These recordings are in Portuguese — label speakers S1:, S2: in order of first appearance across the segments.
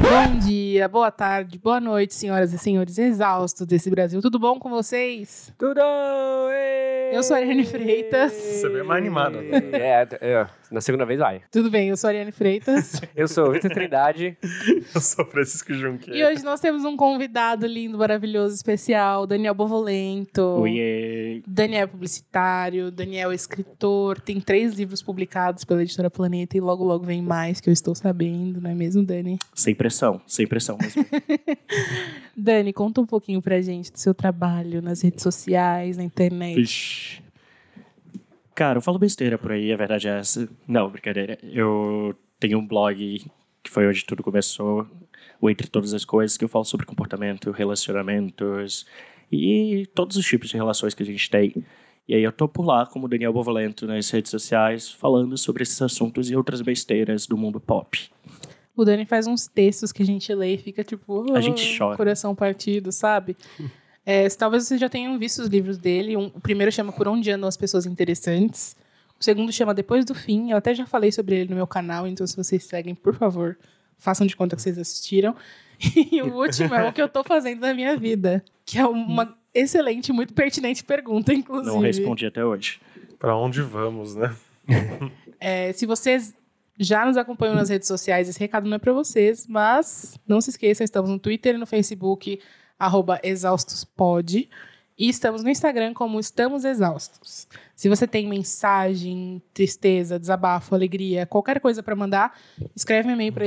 S1: Bom dia, boa tarde, boa noite, senhoras e senhores exaustos desse Brasil. Tudo bom com vocês?
S2: Tudo!
S1: Eu sou a Ariane Freitas.
S3: Você veio mais animado agora.
S2: É, é, na segunda vez vai.
S1: Tudo bem, eu sou a Ariane Freitas.
S2: Eu sou o Vitor Trindade.
S3: Eu sou Francisco
S1: e
S3: Junqueira.
S1: hoje nós temos um convidado lindo, maravilhoso, especial, Daniel Bovolento.
S2: Uiê.
S1: Daniel é publicitário, Daniel é escritor, tem três livros publicados pela editora Planeta e logo logo vem mais que eu estou sabendo, não é mesmo, Dani?
S4: Sem pressão, sem pressão mesmo.
S1: Dani, conta um pouquinho pra gente do seu trabalho nas redes sociais, na internet.
S4: Vixe. Cara, eu falo besteira por aí, a verdade é essa. Não, brincadeira. Eu tenho um blog que foi onde tudo começou, o Entre Todas as Coisas, que eu falo sobre comportamento, relacionamentos e todos os tipos de relações que a gente tem. E aí eu tô por lá, como Daniel Bovalento, nas redes sociais, falando sobre esses assuntos e outras besteiras do mundo pop.
S1: O Dani faz uns textos que a gente lê e fica tipo.
S4: A gente
S1: "Oh",
S4: chora.
S1: Coração partido, sabe? É, se- talvez vocês já tenham visto os livros dele. Um- o primeiro chama Por Onde Andam as Pessoas Interessantes. O segundo chama Depois do Fim. Eu até já falei sobre ele no meu canal, então se vocês seguem, por favor, façam de conta que vocês assistiram. E o último é o que eu tô fazendo na minha vida, que é uma excelente, muito pertinente pergunta, inclusive.
S4: Não respondi até hoje.
S3: Pra onde vamos, né?
S1: É, se vocês já nos acompanham nas redes sociais, esse recado não é para vocês, mas não se esqueçam, estamos no Twitter e no Facebook, arroba exaustospod, e estamos no Instagram como Estamos Exaustos. Se você tem mensagem, tristeza, desabafo, alegria, qualquer coisa para mandar, escreve um e-mail para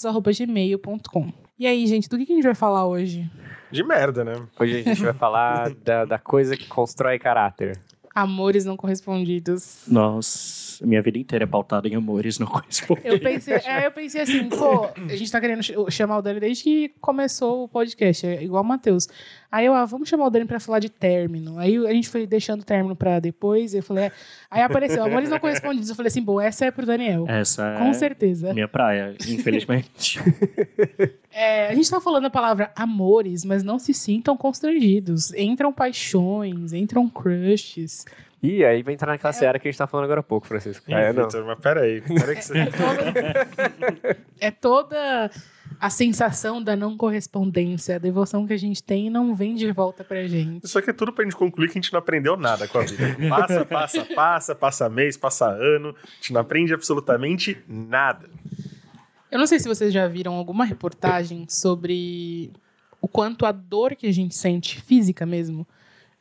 S1: estamostodosexaustos.gmail.com. E aí, gente, do que que a gente vai falar hoje?
S3: De merda, né?
S2: Hoje a gente vai falar da, da coisa que constrói caráter.
S1: Amores não correspondidos.
S4: Nossa, minha vida inteira é pautada em amores, não corresponde.
S1: Eu pensei, é, eu pensei assim, pô, a gente tá querendo ch- chamar o Dani desde que começou o podcast, é igual o Matheus. Aí eu, ah, vamos chamar o Dani pra falar de término. Aí a gente foi deixando o término pra depois, eu falei, é. aí apareceu, amores não correspondidos. Eu falei assim, bom, essa é pro Daniel.
S4: Essa é
S1: Com certeza.
S4: minha praia, infelizmente.
S1: É, a gente tá falando a palavra amores, mas não se sintam constrangidos. Entram paixões, entram crushes.
S2: E aí vai entrar naquela seara que a gente tá falando agora há pouco, Francisco.
S3: Ih,
S2: É, não.
S3: Vitor, mas peraí. Peraí que você...
S1: É toda a sensação da não correspondência, a devoção que a gente tem e não vem de volta pra gente.
S3: Isso aqui é tudo pra gente concluir que a gente não aprendeu nada com a vida. Passa, passa, passa, passa mês, passa ano. A gente não aprende absolutamente nada.
S1: Eu não sei se vocês já viram alguma reportagem sobre o quanto a dor que a gente sente, física mesmo,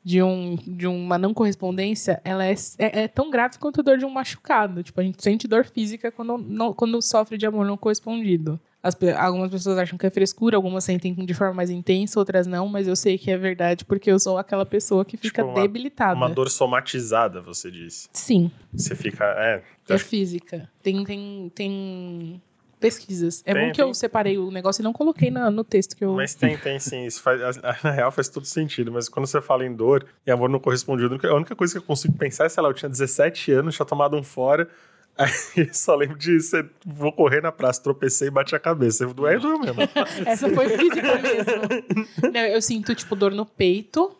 S1: de, um, de uma não correspondência, ela é, é- é tão grave quanto a dor de um machucado. Tipo, a gente sente dor física quando, não- quando sofre de amor não correspondido. As pe- algumas pessoas acham que é frescura, algumas sentem de forma mais intensa, outras não, mas eu sei que é verdade porque eu sou aquela pessoa que fica
S3: Tipo, uma-
S1: debilitada.
S3: Uma dor somatizada, você disse.
S1: Sim.
S3: Você fica... É,
S1: É física. Tem, tem, tem pesquisas. É
S3: Tem,
S1: bom que eu
S3: tem.
S1: separei o negócio e não coloquei na- no texto que eu.
S3: Mas tem, tem sim. Isso faz, na real faz todo sentido, mas quando você fala em dor e amor não correspondido, a única- a única coisa que eu consigo pensar é, sei lá, eu tinha 17 anos, tinha tomado um fora, aí eu só lembro de ser, vou correr na praça, tropecei e bati a cabeça. Doeu, doeu mesmo.
S1: Essa foi física mesmo. Não, eu sinto, tipo, dor no peito.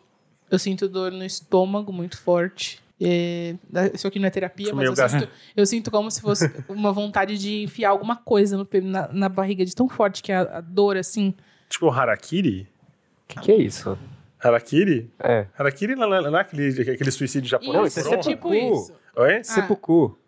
S1: Eu sinto dor no estômago muito forte. É, da- isso aqui não é terapia,
S3: Isso
S1: mas
S3: meio
S1: eu
S3: gar-
S1: sinto, eu sinto como se fosse uma vontade de enfiar alguma coisa no pe- na, na barriga de tão forte que é a, a dor, assim.
S3: tipo, harakiri?
S2: O que, que é isso?
S3: Harakiri?
S1: Ah.
S2: É.
S3: Harakiri não, não- não é aquele, aquele suicídio japonês?
S2: Não,
S1: isso,
S2: isso é
S3: por honra?
S1: tipo
S2: seppuku.
S1: isso.
S3: Oi?
S2: Seppuku.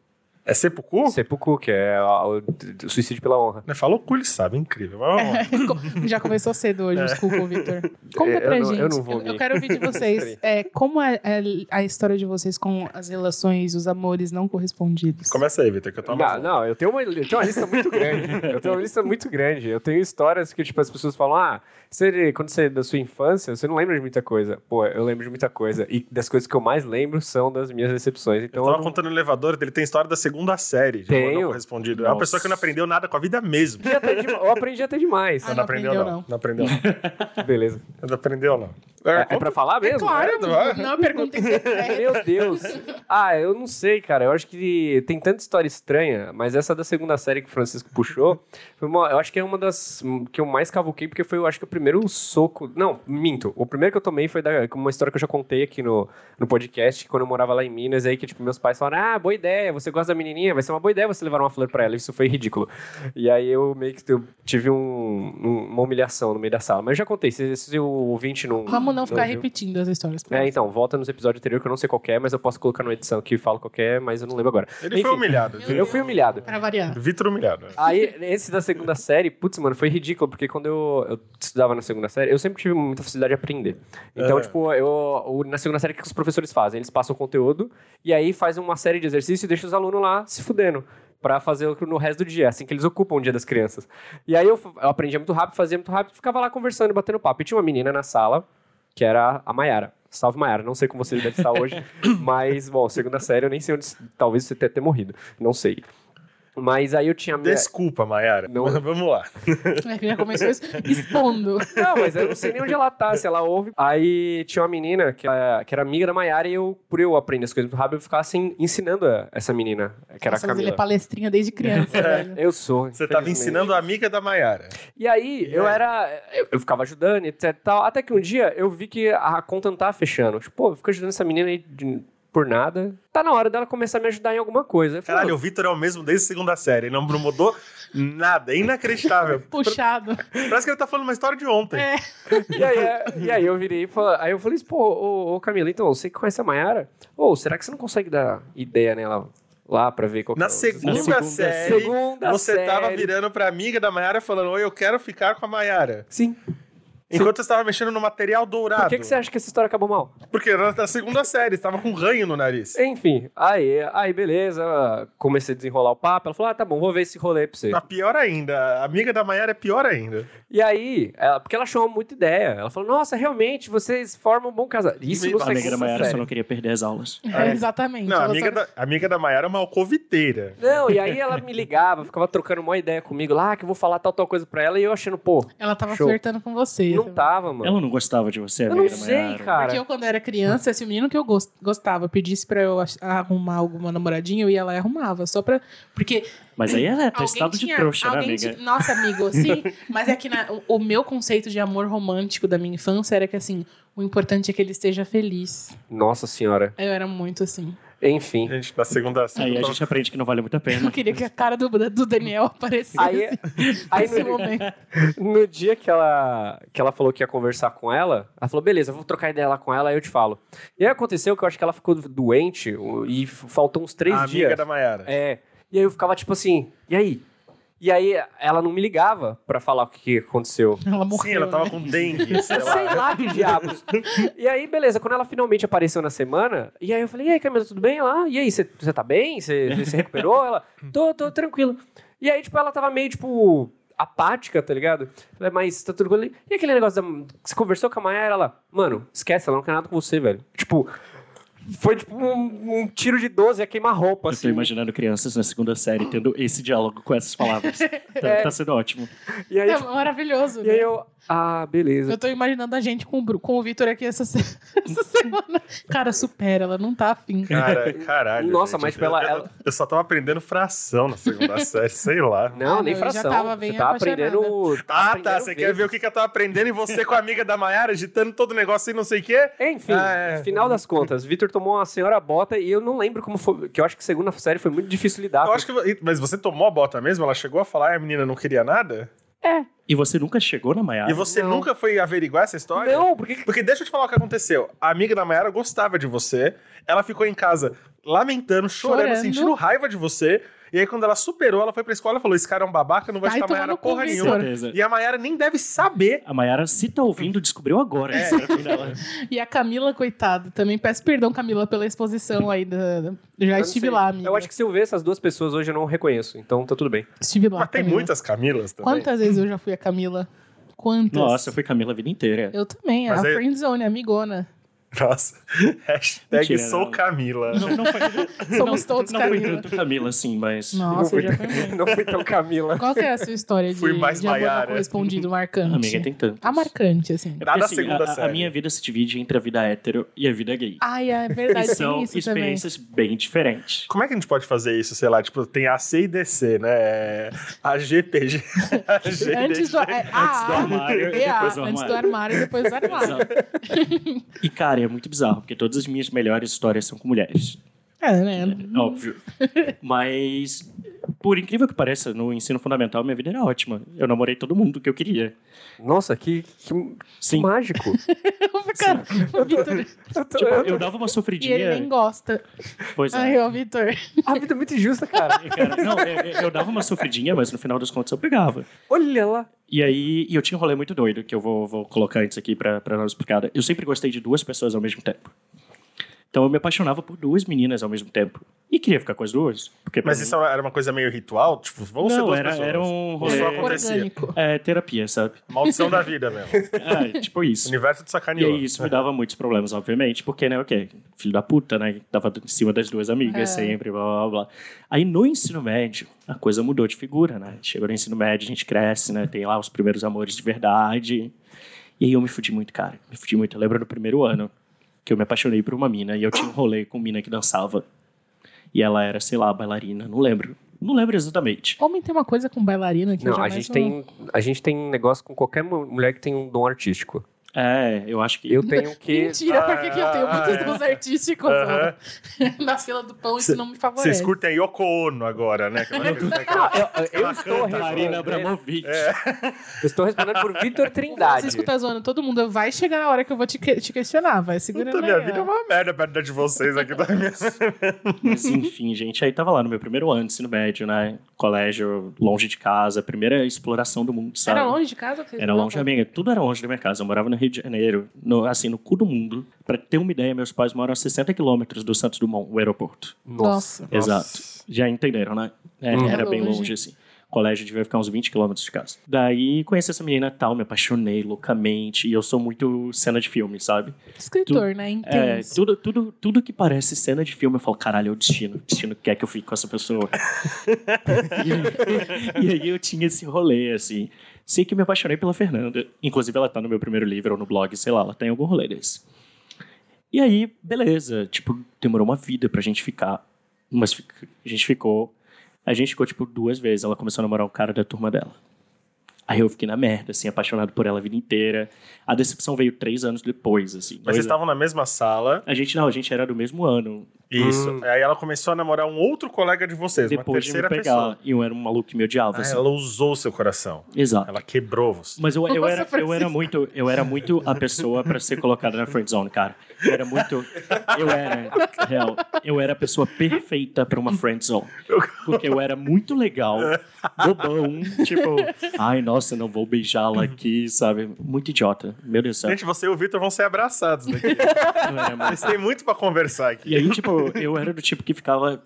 S3: É seppuku?
S2: Seppuku, que é a- o, o suicídio pela honra.
S3: Né, Falou cu, ele sabe, incrível. Mas vamos lá.
S1: Co- Já começou cedo hoje, desculpa, Vitor. Conta
S2: É. Eu
S1: pra
S2: não-
S1: gente.
S2: eu não vou
S1: eu
S2: me-
S1: quero ouvir de vocês é, como é, é a história de vocês com as relações, os amores não correspondidos.
S2: é
S3: Começa aí, Vitor, que eu tô
S2: Não,
S3: amando.
S2: não, eu tenho, uma, eu tenho uma lista muito grande. Eu tenho uma lista muito grande. Eu tenho histórias que, tipo, as pessoas falam: ah, você, quando você é da sua infância, você não lembra de muita coisa. Pô, eu lembro de muita coisa. E das coisas que eu mais lembro são das minhas decepções.
S3: Eu
S2: Então, eu
S3: tava
S2: não-
S3: contando no elevador, ele tem história da segunda série. de amor
S2: Tenho.
S3: Não correspondido. É uma
S4: Nossa.
S3: pessoa que não aprendeu nada com a vida mesmo.
S2: eu aprendi até demais.
S1: Ah,
S3: Não,
S1: não
S3: aprendeu,
S1: aprendeu,
S3: não.
S1: não.
S3: Não aprendeu, não.
S2: Beleza.
S3: Não aprendeu, não.
S2: É, é pra falar mesmo?
S1: Claro,
S3: vai.
S1: não, eu perguntei. É,
S2: Meu Deus. Ah, eu não sei, cara. Eu acho que tem tanta história estranha, mas essa da segunda série que o Francisco puxou, foi uma- eu acho que é uma das hum, que eu mais cavuquei, porque foi, eu acho que o primeiro soco... Não, minto. O primeiro que eu tomei foi da, uma história que eu já contei aqui no, no podcast, que quando eu morava lá em Minas, aí que, tipo, meus pais falaram, ah, boa ideia, você gosta da menininha, vai ser uma boa ideia você levar uma flor pra ela. Isso foi ridículo. E aí eu meio que eu tive um- um- uma humilhação no meio da sala. Mas eu já contei, se, se o ouvinte não...
S1: Como não ficar
S2: viu-
S1: repetindo as histórias? por
S2: é,
S1: favor?
S2: então, volta nos episódios anteriores, que eu não sei qual que é, mas eu posso colocar na edição que falo qual que é, mas eu não lembro agora.
S3: Ele
S2: Enfim,
S3: foi humilhado.
S2: Eu fui humilhado.
S1: Pra variar.
S3: Vitor humilhado. né?
S2: Aí, esse da segunda série, putz, mano, foi ridículo, porque quando eu, eu estudava na segunda série, eu sempre tive muita facilidade de aprender. Então,
S3: Aham.
S2: tipo, eu, o- na segunda série, o que os professores fazem? Eles passam o conteúdo e aí fazem uma série de exercícios e deixam os alunos lá se fudendo. Pra fazer o- no resto do dia, assim que eles ocupam o dia das crianças. E aí eu, f- eu aprendia muito rápido, fazia muito rápido, ficava lá conversando, batendo papo. E tinha uma menina na sala, que era a Maiara. Salve, Maiara. Não sei como você deve estar hoje, mas, bom, segunda série, eu nem sei onde. Talvez você tenha até morrido. Não sei. Mas aí eu tinha. a minha-
S3: Desculpa, Mayara.
S2: Não.
S3: Vamos lá.
S1: É, já começou isso expondo.
S2: Não, mas eu não sei nem onde ela tá, se ela ouve. Aí tinha uma menina que, ela- que era amiga da Maiara e eu, por eu aprender as coisas muito rápido, eu ficava assim, ensinando a- essa menina, que era
S1: Nossa, mas ele
S2: a Camila. É.
S1: é palestrinha desde criança, velho.
S2: Eu sou.
S3: Você tava
S2: infelizmente.
S3: ensinando a amiga da Mayara.
S2: E aí, eu era. Eu, eu ficava ajudando, etc. Tal, até que um dia eu vi que a conta não tava fechando. Tipo, pô, eu fico ajudando essa menina aí de- por nada. Tá na hora dela começar a me ajudar em alguma coisa. Eu falei,
S3: Caralho, o Vitor é o mesmo desde a segunda série. Ele não mudou nada. É inacreditável.
S1: Puxado.
S3: Parece que ele tá falando uma história de ontem.
S1: É.
S2: E aí, é, e aí eu virei e falei, aí eu falei assim, pô, ô, ô Camila, então, você que conhece a Mayara? Ô, será que você não consegue dar ideia nela lá pra ver qual que
S3: Na
S2: é o-
S3: segunda,
S4: segunda
S3: série,
S2: Segunda
S3: você tava
S2: série.
S3: virando pra amiga da Mayara falando: Oi, eu quero ficar com a Mayara.
S2: Sim.
S3: Enquanto você tava mexendo no material dourado.
S2: Por que, que você acha que essa história acabou mal?
S3: Porque era na segunda série, você tava com ranho no nariz.
S2: É. Enfim, aí, aí beleza, comecei a desenrolar o papo, ela falou, ah, tá bom, vou ver esse rolê pra você.
S3: Ah, pior ainda, a amiga da Mayara é pior ainda.
S2: E aí, ela- porque ela achou muita ideia, ela falou, nossa, realmente, vocês formam um bom casal. Isso não
S4: A amiga da Maiara só
S2: série.
S4: não queria perder as aulas.
S3: É.
S1: Exatamente.
S3: Não,
S1: Então
S3: a
S1: Ela
S3: amiga
S1: só-
S3: da, a amiga da Mayara é uma alcoviteira.
S2: Não, e aí ela me ligava, ficava trocando uma ideia comigo, lá, que eu vou falar tal, tal coisa pra ela, e eu achando, pô,
S1: Ela tava
S2: Show.
S1: flertando com você.
S2: não tava, mano.
S4: Ela não gostava de você, a
S2: Eu
S4: amiga
S2: não
S4: da
S2: sei,
S4: Maiara.
S2: cara.
S1: Porque eu, quando era criança, se o menino que eu gos- gostava pedisse pra eu ach- arrumar alguma namoradinha, eu ia lá e arrumava. Só pra. Porque
S4: Mas aí ela é
S1: alguém
S4: testado de
S1: tinha-
S4: trouxa, né,
S1: alguém
S4: amiga?
S1: ti- Nossa, amigo, sim. mas é que na- o, o meu conceito de amor romântico da minha infância era que, assim, o importante é que ele esteja feliz.
S2: Nossa senhora.
S1: Eu era muito assim.
S2: Enfim.
S3: Gente, na
S2: É,
S3: segunda série.
S4: Aí a gente aprende que não vale muito a
S1: Eu
S4: pena.
S1: queria que a cara do, do Daniel aparecesse
S2: Aí, aí
S1: nesse
S2: no,
S1: momento.
S2: no dia que ela, que ela falou que ia conversar com ela, ela falou, beleza, eu vou trocar ideia lá com ela, aí eu te falo. E aí aconteceu que eu acho que ela ficou doente o- e f- faltou uns três
S3: a
S2: dias.
S3: amiga da Mayara.
S2: É. E aí eu ficava tipo assim, e aí? E aí ela não me ligava pra falar o que que aconteceu.
S1: Ela morreu.
S3: Sim, ela tava
S1: né?
S3: com dengue, sei
S2: Eu sei
S3: lá.
S2: lá que diabos. E aí, beleza, quando ela finalmente apareceu na semana, e aí eu falei, e aí, Camila, tudo bem? Ela, e aí, você você tá bem? Você você se recuperou? Ela, tô, tô tranquilo. E aí, tipo, ela tava meio, tipo, apática, tá ligado? Falei, mas tá tudo tranquilo. E aquele negócio da... Você conversou com a Mayara, ela, mano, esquece, ela não quer nada com você, velho. Tipo... Foi tipo um, um tiro de 12 a queimar roupa,
S4: Eu tô
S2: assim.
S4: imaginando crianças na segunda série tendo esse diálogo com essas palavras. Tá, tá sendo ótimo.
S2: E aí,
S1: É
S2: tipo,
S1: maravilhoso.
S2: e aí
S1: né?
S2: eu. Ah, beleza.
S1: Eu tô imaginando a gente com o, Bru- com o Vitor aqui essa, se- essa semana. Cara, supera, ela não tá afim.
S3: Cara, caralho.
S2: Nossa,
S3: gente,
S2: mas
S3: eu-
S2: pela-
S3: eu,
S2: ela-
S3: eu só tava aprendendo fração na segunda série, sei lá.
S2: Não,
S1: Ah,
S2: nem
S1: não, eu já
S2: fração.
S1: tava
S2: você
S1: bem
S2: tá
S1: apaixonada.
S2: aprendendo.
S3: Ah,
S2: aprendendo
S3: tá. Você quer
S2: vezes.
S3: ver o que, que eu tava aprendendo e você com a amiga da Mayara agitando todo o negócio e não sei o quê?
S2: Enfim,
S3: Ah, é.
S2: final das contas, Vitor tomou uma senhora bota e eu não lembro como foi. Que eu acho que segunda série foi muito difícil lidar.
S3: Eu acho que. Mas você tomou a bota mesmo? Ela chegou a falar e a menina não queria nada?
S4: E você nunca chegou na Maiara?
S3: E você
S2: Ah, não.
S3: nunca foi averiguar essa história?
S2: Não, porque.
S3: Porque deixa eu te falar o que aconteceu. A amiga da Mayara gostava de você, ela ficou em casa lamentando, chorando,
S1: Chorando.
S3: sentindo raiva de você. E aí, quando ela superou, ela foi pra escola e falou: Esse cara é um babaca, não vai
S1: Vai
S3: chutar a
S1: tomar
S3: Mayara
S1: no cu,
S3: porra
S1: Vitor.
S3: nenhuma.
S4: Certeza.
S3: E a Mayara nem deve saber.
S4: A Maiara, se tá ouvindo, descobriu agora.
S2: É,
S4: que era a final.
S1: E a Camila, coitada, também peço perdão, Camila, pela exposição aí. Da... da- Eu Já
S2: eu não
S1: estive
S2: sei.
S1: lá, amiga.
S2: Eu acho que se eu ver essas duas pessoas hoje eu não reconheço, então tá tudo bem.
S1: Estive lá.
S3: Mas tem
S1: Camila.
S3: muitas Camilas também.
S1: Quantas vezes eu já fui a Camila? Quantas?
S4: Nossa, foi Camila a vida inteira.
S1: Eu também, é
S3: Mas é-
S1: a
S3: aí-
S1: friendzone, amigona.
S3: Nossa. Hashtag
S4: Mentira,
S3: sou
S4: não.
S3: Camila.
S4: Não, não foi,
S1: Somos
S4: não,
S1: todos
S4: não foi
S1: Camila.
S4: tanto Camila assim, mas.
S1: Nossa, eu já perdi.
S2: Não fui tão Camila.
S1: Qual que é a sua história de,
S3: Fui mais
S1: de amor não
S3: Maiara.
S1: correspondido
S4: Ah,
S1: marcante?
S4: Amiga, tem tanto.
S1: A marcante, assim.
S3: Nada segunda
S4: É a, a
S3: série.
S4: minha vida se divide entre a vida hétero e a vida gay.
S1: Ai, é
S4: E
S1: verdade,
S4: são
S1: tem isso também.
S4: experiências bem diferentes.
S3: Como é que a gente pode fazer isso? Sei lá, tipo, tem AC e DC, né? É, A GPG. A GDG.
S1: Antes do, é, a,
S4: armário,
S1: e a,
S4: depois do
S1: antes do
S4: armário.
S1: armário, depois do armário.
S4: Exato. e, cara, é muito bizarro, porque todas as minhas melhores histórias são com mulheres.
S1: É, né?
S4: É, óbvio. Mas, por incrível que pareça, no ensino fundamental minha vida era ótima. Eu namorei todo mundo que eu queria.
S2: Nossa, que, que
S4: Sim.
S2: mágico.
S1: Cara, o Vitor.
S2: Eu tô-
S4: Tipo,
S2: eu tô-
S4: eu dava uma
S1: E ele nem
S4: sofridinha.
S1: gosta.
S4: Pois é.
S1: Ai, ô, Vitor.
S2: A vida é muito injusta, cara.
S4: Cara, não, eu, eu- eu dava uma sofridinha, mas no final das contas eu pegava.
S2: Olha lá.
S4: E aí, e eu tinha um rolê muito doido, que eu vou, vou colocar antes aqui pra, pra dar uma explicada. Eu sempre gostei de duas pessoas ao mesmo tempo. Então eu me apaixonava por duas meninas ao mesmo tempo. E queria ficar com as duas. Porque pra
S3: Mas
S4: mim-
S3: isso era uma coisa meio ritual? Tipo, vamos ser
S4: não,
S3: duas
S4: era,
S3: pessoas.
S4: era um
S3: Isso
S4: rolê
S3: só acontecia.
S1: Orgânico.
S4: é, terapia, sabe?
S3: Maldição da vida mesmo.
S4: É, tipo isso.
S3: Universo de
S4: E
S3: sacaneou.
S4: aí, isso me dava muitos problemas, obviamente, porque, né, o quê? Filho da puta, né? Tava em cima das duas amigas sempre, blá, blá, blá. Aí, no ensino médio, a coisa mudou de figura, né? Chegou no ensino médio, a gente cresce, né? Tem lá os primeiros amores de verdade. E aí, eu me fudi muito, cara. Me fudi muito. Eu lembro no primeiro ano que eu me apaixonei por uma mina e eu tinha um rolê com mina que dançava. E ela era, sei lá, bailarina, não lembro. Não lembro exatamente.
S1: Homem tem uma coisa com bailarina que eu
S2: Não, a
S1: jamais
S2: gente,
S1: vou-
S2: tem, a gente tem um negócio com qualquer mu- mulher que tem um dom artístico.
S4: É, eu acho que.
S2: Eu tenho que.
S1: Mentira, porque que eu tenho
S3: Ah,
S1: muitos
S3: é.
S1: dons artísticos.
S3: Aham.
S1: Na fila do pão, isso
S3: Cê-
S1: não me favorece.
S3: Vocês curtem a Yoko Ono agora, né? Aquela-
S2: Ah,
S3: aquela-
S2: eu, eu estou
S4: Marina
S2: respondendo, É.
S4: Abramovic.
S2: eu estou respondendo por Vitor Trindade.
S1: Francisco tá zoando todo mundo. Vai chegar a hora que eu vou te, que- te questionar. Vai segura
S3: Puta,
S1: na
S3: minha
S1: minha.
S4: né?
S3: vida é uma merda perto da de vocês aqui da minha.
S4: Mas enfim, gente, aí tava lá no meu primeiro ano, de ensino médio, né? Colégio, longe de casa, primeira exploração do mundo, sabe?
S1: Era longe né? de casa? que vocês
S4: Era longe,
S1: moravam?
S4: amiga. Tudo era longe da minha casa. Eu morava no Rio de Janeiro, no- assim, no cu do mundo. Pra ter uma ideia, meus pais moram a 60 quilômetros do Santos Dumont, o aeroporto.
S1: Nossa.
S4: Exato. Já entenderam, né? É,
S2: Hum.
S4: Era
S1: Era
S4: bem
S1: longe.
S4: longe, assim. O colégio devia ficar uns 20 quilômetros de casa. Daí conheci essa menina tal, me apaixonei loucamente. E eu sou muito cena de filme, sabe?
S1: Escritor, né?
S4: É,
S1: Intenso.
S4: tudo, tudo, tudo que parece cena de filme, eu falo, caralho, é o destino. O destino quer que eu fique com essa pessoa. e, aí, eu tinha esse rolê, assim. Sei que eu me apaixonei pela Fernanda. Inclusive, ela tá no meu primeiro livro ou no blog, sei lá, ela tem algum rolê desse. E aí, beleza. Tipo, demorou uma vida pra gente ficar. Mas fi- a gente ficou. A gente ficou, tipo, duas vezes. Ela começou a namorar um cara da turma dela. Aí eu fiquei na merda, assim, apaixonado por ela a vida inteira. A decepção veio três anos depois, assim.
S3: Mas
S4: dois
S3: vocês estavam na mesma sala.
S4: a gente não, a gente era do mesmo ano.
S3: Isso. Aí ela começou a namorar um outro colega de vocês, uma
S4: Hum. depois de me
S3: terceira
S4: pegar.
S3: pessoa.
S4: E eu era um maluco que me odiava.
S3: Ah,
S4: assim.
S3: ela usou o é seu coração.
S4: Exato.
S3: Ela quebrou você.
S4: Mas eu, eu,
S1: Nossa,
S4: era, eu,
S1: Francisco.
S4: era muito, eu era muito a pessoa pra ser colocada na friend zone, cara. Eu era muito. Eu era. Real, eu era a pessoa perfeita pra uma friend zone. Porque eu era muito legal, bobão. Tipo, ai, nossa, não vou beijá-la aqui, sabe? Muito idiota. Meu Deus do céu.
S3: Gente, você e o Victor vão ser abraçados daqui.
S4: Eu era muito-
S3: Vocês têm muito pra conversar aqui.
S4: E aí, tipo, eu era do tipo que ficava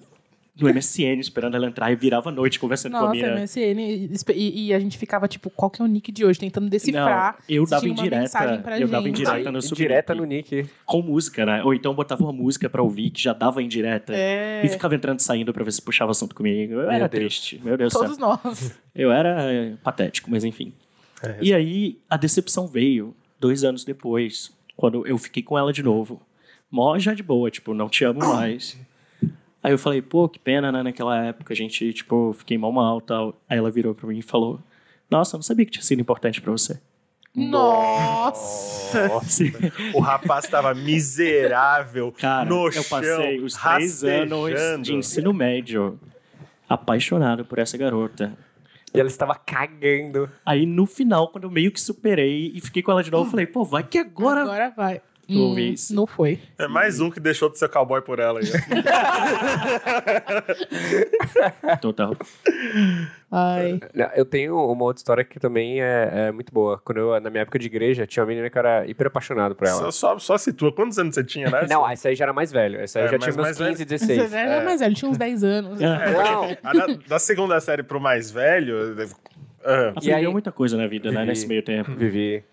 S4: no MSN esperando ela entrar e virava a noite conversando com a
S1: Nossa,
S4: mina.
S1: MSN. E, e a gente ficava tipo, qual que é o nick de hoje? Tentando decifrar.
S4: Não, eu
S1: se
S4: dava
S1: tinha uma
S4: indireta,
S1: mensagem pra
S4: eu dava
S1: gente.
S4: indireta. no subnick.
S2: Direta no nick.
S4: com música, né? Ou então botava uma música pra ouvir que já dava indireta.
S1: É.
S4: E ficava entrando e saindo pra ver se puxava assunto comigo. Eu era
S2: Deus.
S4: triste. Meu Deus do céu.
S1: Todos nós.
S4: Eu era é, patético, mas enfim. e aí, a decepção veio dois anos depois, quando eu fiquei com ela de novo. Mó já de boa, tipo, não te amo mais. Aí eu falei, pô, que pena, né? Naquela época a gente, tipo, fiquei mal mal tal. Aí ela virou pra mim e falou: Nossa, eu não sabia que tinha sido importante pra você.
S1: Nossa.
S4: Sim.
S3: O rapaz tava miserável,
S4: Cara,
S3: no
S4: eu
S3: chão,
S4: passei os três anos de
S3: rastejando.
S4: ensino médio apaixonado por essa garota.
S2: E ela estava cagando.
S4: Aí no final, quando eu meio que superei e fiquei com ela de novo, eu falei, pô, vai que agora.
S1: Agora vai.
S4: Tu
S1: Hum,
S4: ouvi isso?
S1: não foi.
S3: É mais um que deixou de ser cowboy por ela. aí.
S4: Total.
S1: Ai.
S2: Não, Eu tenho uma outra história que também é, é muito boa. Quando eu, na minha época de igreja, tinha uma menina que eu era hiper apaixonado por ela.
S3: Só, só, só situa. Quantos anos você tinha, né?
S2: Não, essa aí já era mais velho. Essa aí
S3: É,
S2: eu já
S3: mas
S2: tinha meus
S3: mais velho.
S2: 15,
S1: Você é,
S2: 16.
S1: era
S3: É.
S1: mais velho, tinha uns 10 anos.
S4: É.
S2: Não,
S3: Ah, da, da segunda série pro mais velho. ah,
S4: Aprendeu
S2: aí-
S4: muita coisa na vida, né?
S2: Vivi.
S4: Nesse meio tempo.
S2: Vivi.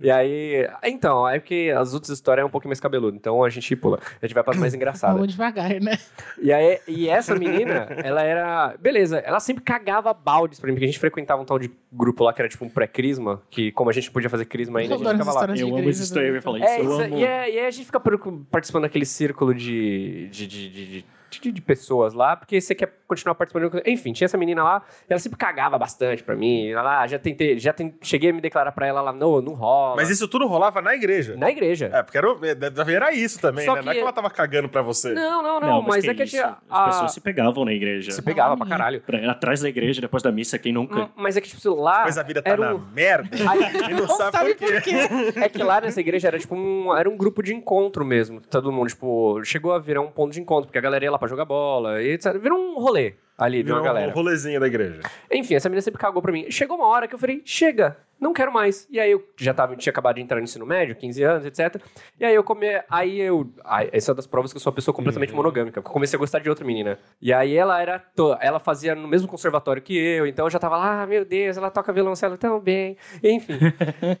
S2: E aí. Então, é porque as outras histórias é um pouquinho mais cabeludo, então a gente pula. A gente vai pra mais engraçada.
S1: Vamos devagar, né?
S2: E, aí, e essa menina, ela era. Beleza, ela sempre cagava baldes pra mim, porque a gente frequentava um tal de grupo lá que era tipo um pré-crisma, que como a gente não podia fazer crisma ainda, a
S1: Eu
S2: gente
S1: adoro
S2: ficava
S1: essas
S2: lá.
S1: histórias de
S4: Eu amo
S1: igreja
S4: essa história, eu ia
S1: também.
S4: falar
S2: É,
S4: isso. eu
S2: isso,
S4: amo.
S2: e, é, e aí a gente fica per- participando daquele círculo de, de, de, de- de- de- de pessoas lá, porque você quer continuar participando. Enfim, tinha essa menina lá, ela sempre cagava bastante pra mim. Ela ah, já tentei, já ten- cheguei a me declarar pra ela, ela não, não rola.
S3: Mas isso tudo rolava na igreja.
S2: Na igreja.
S3: É, porque era, o- era- era isso também,
S2: Só
S3: né? Não é
S2: que-
S3: que ela tava cagando pra você.
S2: Não, não, não,
S4: Não,
S2: mas, é que a
S4: isso,
S2: gente.
S4: As
S2: a-
S4: pessoas se pegavam na igreja.
S2: se pegava pra caralho.
S4: Pra- Atrás da igreja, depois da missa, quem nunca.
S2: Mas é que, tipo, lá.
S3: Pois a vida tá
S2: era
S3: na
S2: um-
S3: merda.
S2: Aí-
S3: E não, sabe, por quê.
S2: É que lá nessa igreja era tipo um, era um grupo de encontro mesmo. Todo mundo, tipo, chegou a virar um ponto de encontro, porque a galera ia lá pra jogar bola e etc. Virou um rolê ali, de
S3: Virou
S2: uma
S3: um
S2: galera.
S3: rolezinho da igreja.
S2: Enfim, essa menina sempre cagou pra mim. Chegou uma hora que eu falei, chega, não quero mais. E aí eu já tava, tinha acabado de entrar no ensino médio, 15 anos, etc. E aí eu come... Aí eu. Aí, essa é das provas que eu sou uma pessoa completamente monogâmica, porque eu comecei a gostar de outra menina. E aí ela era. to- Ela fazia no mesmo conservatório que eu, então eu já tava lá, ah, meu Deus, ela toca violoncelo tão bem. Enfim.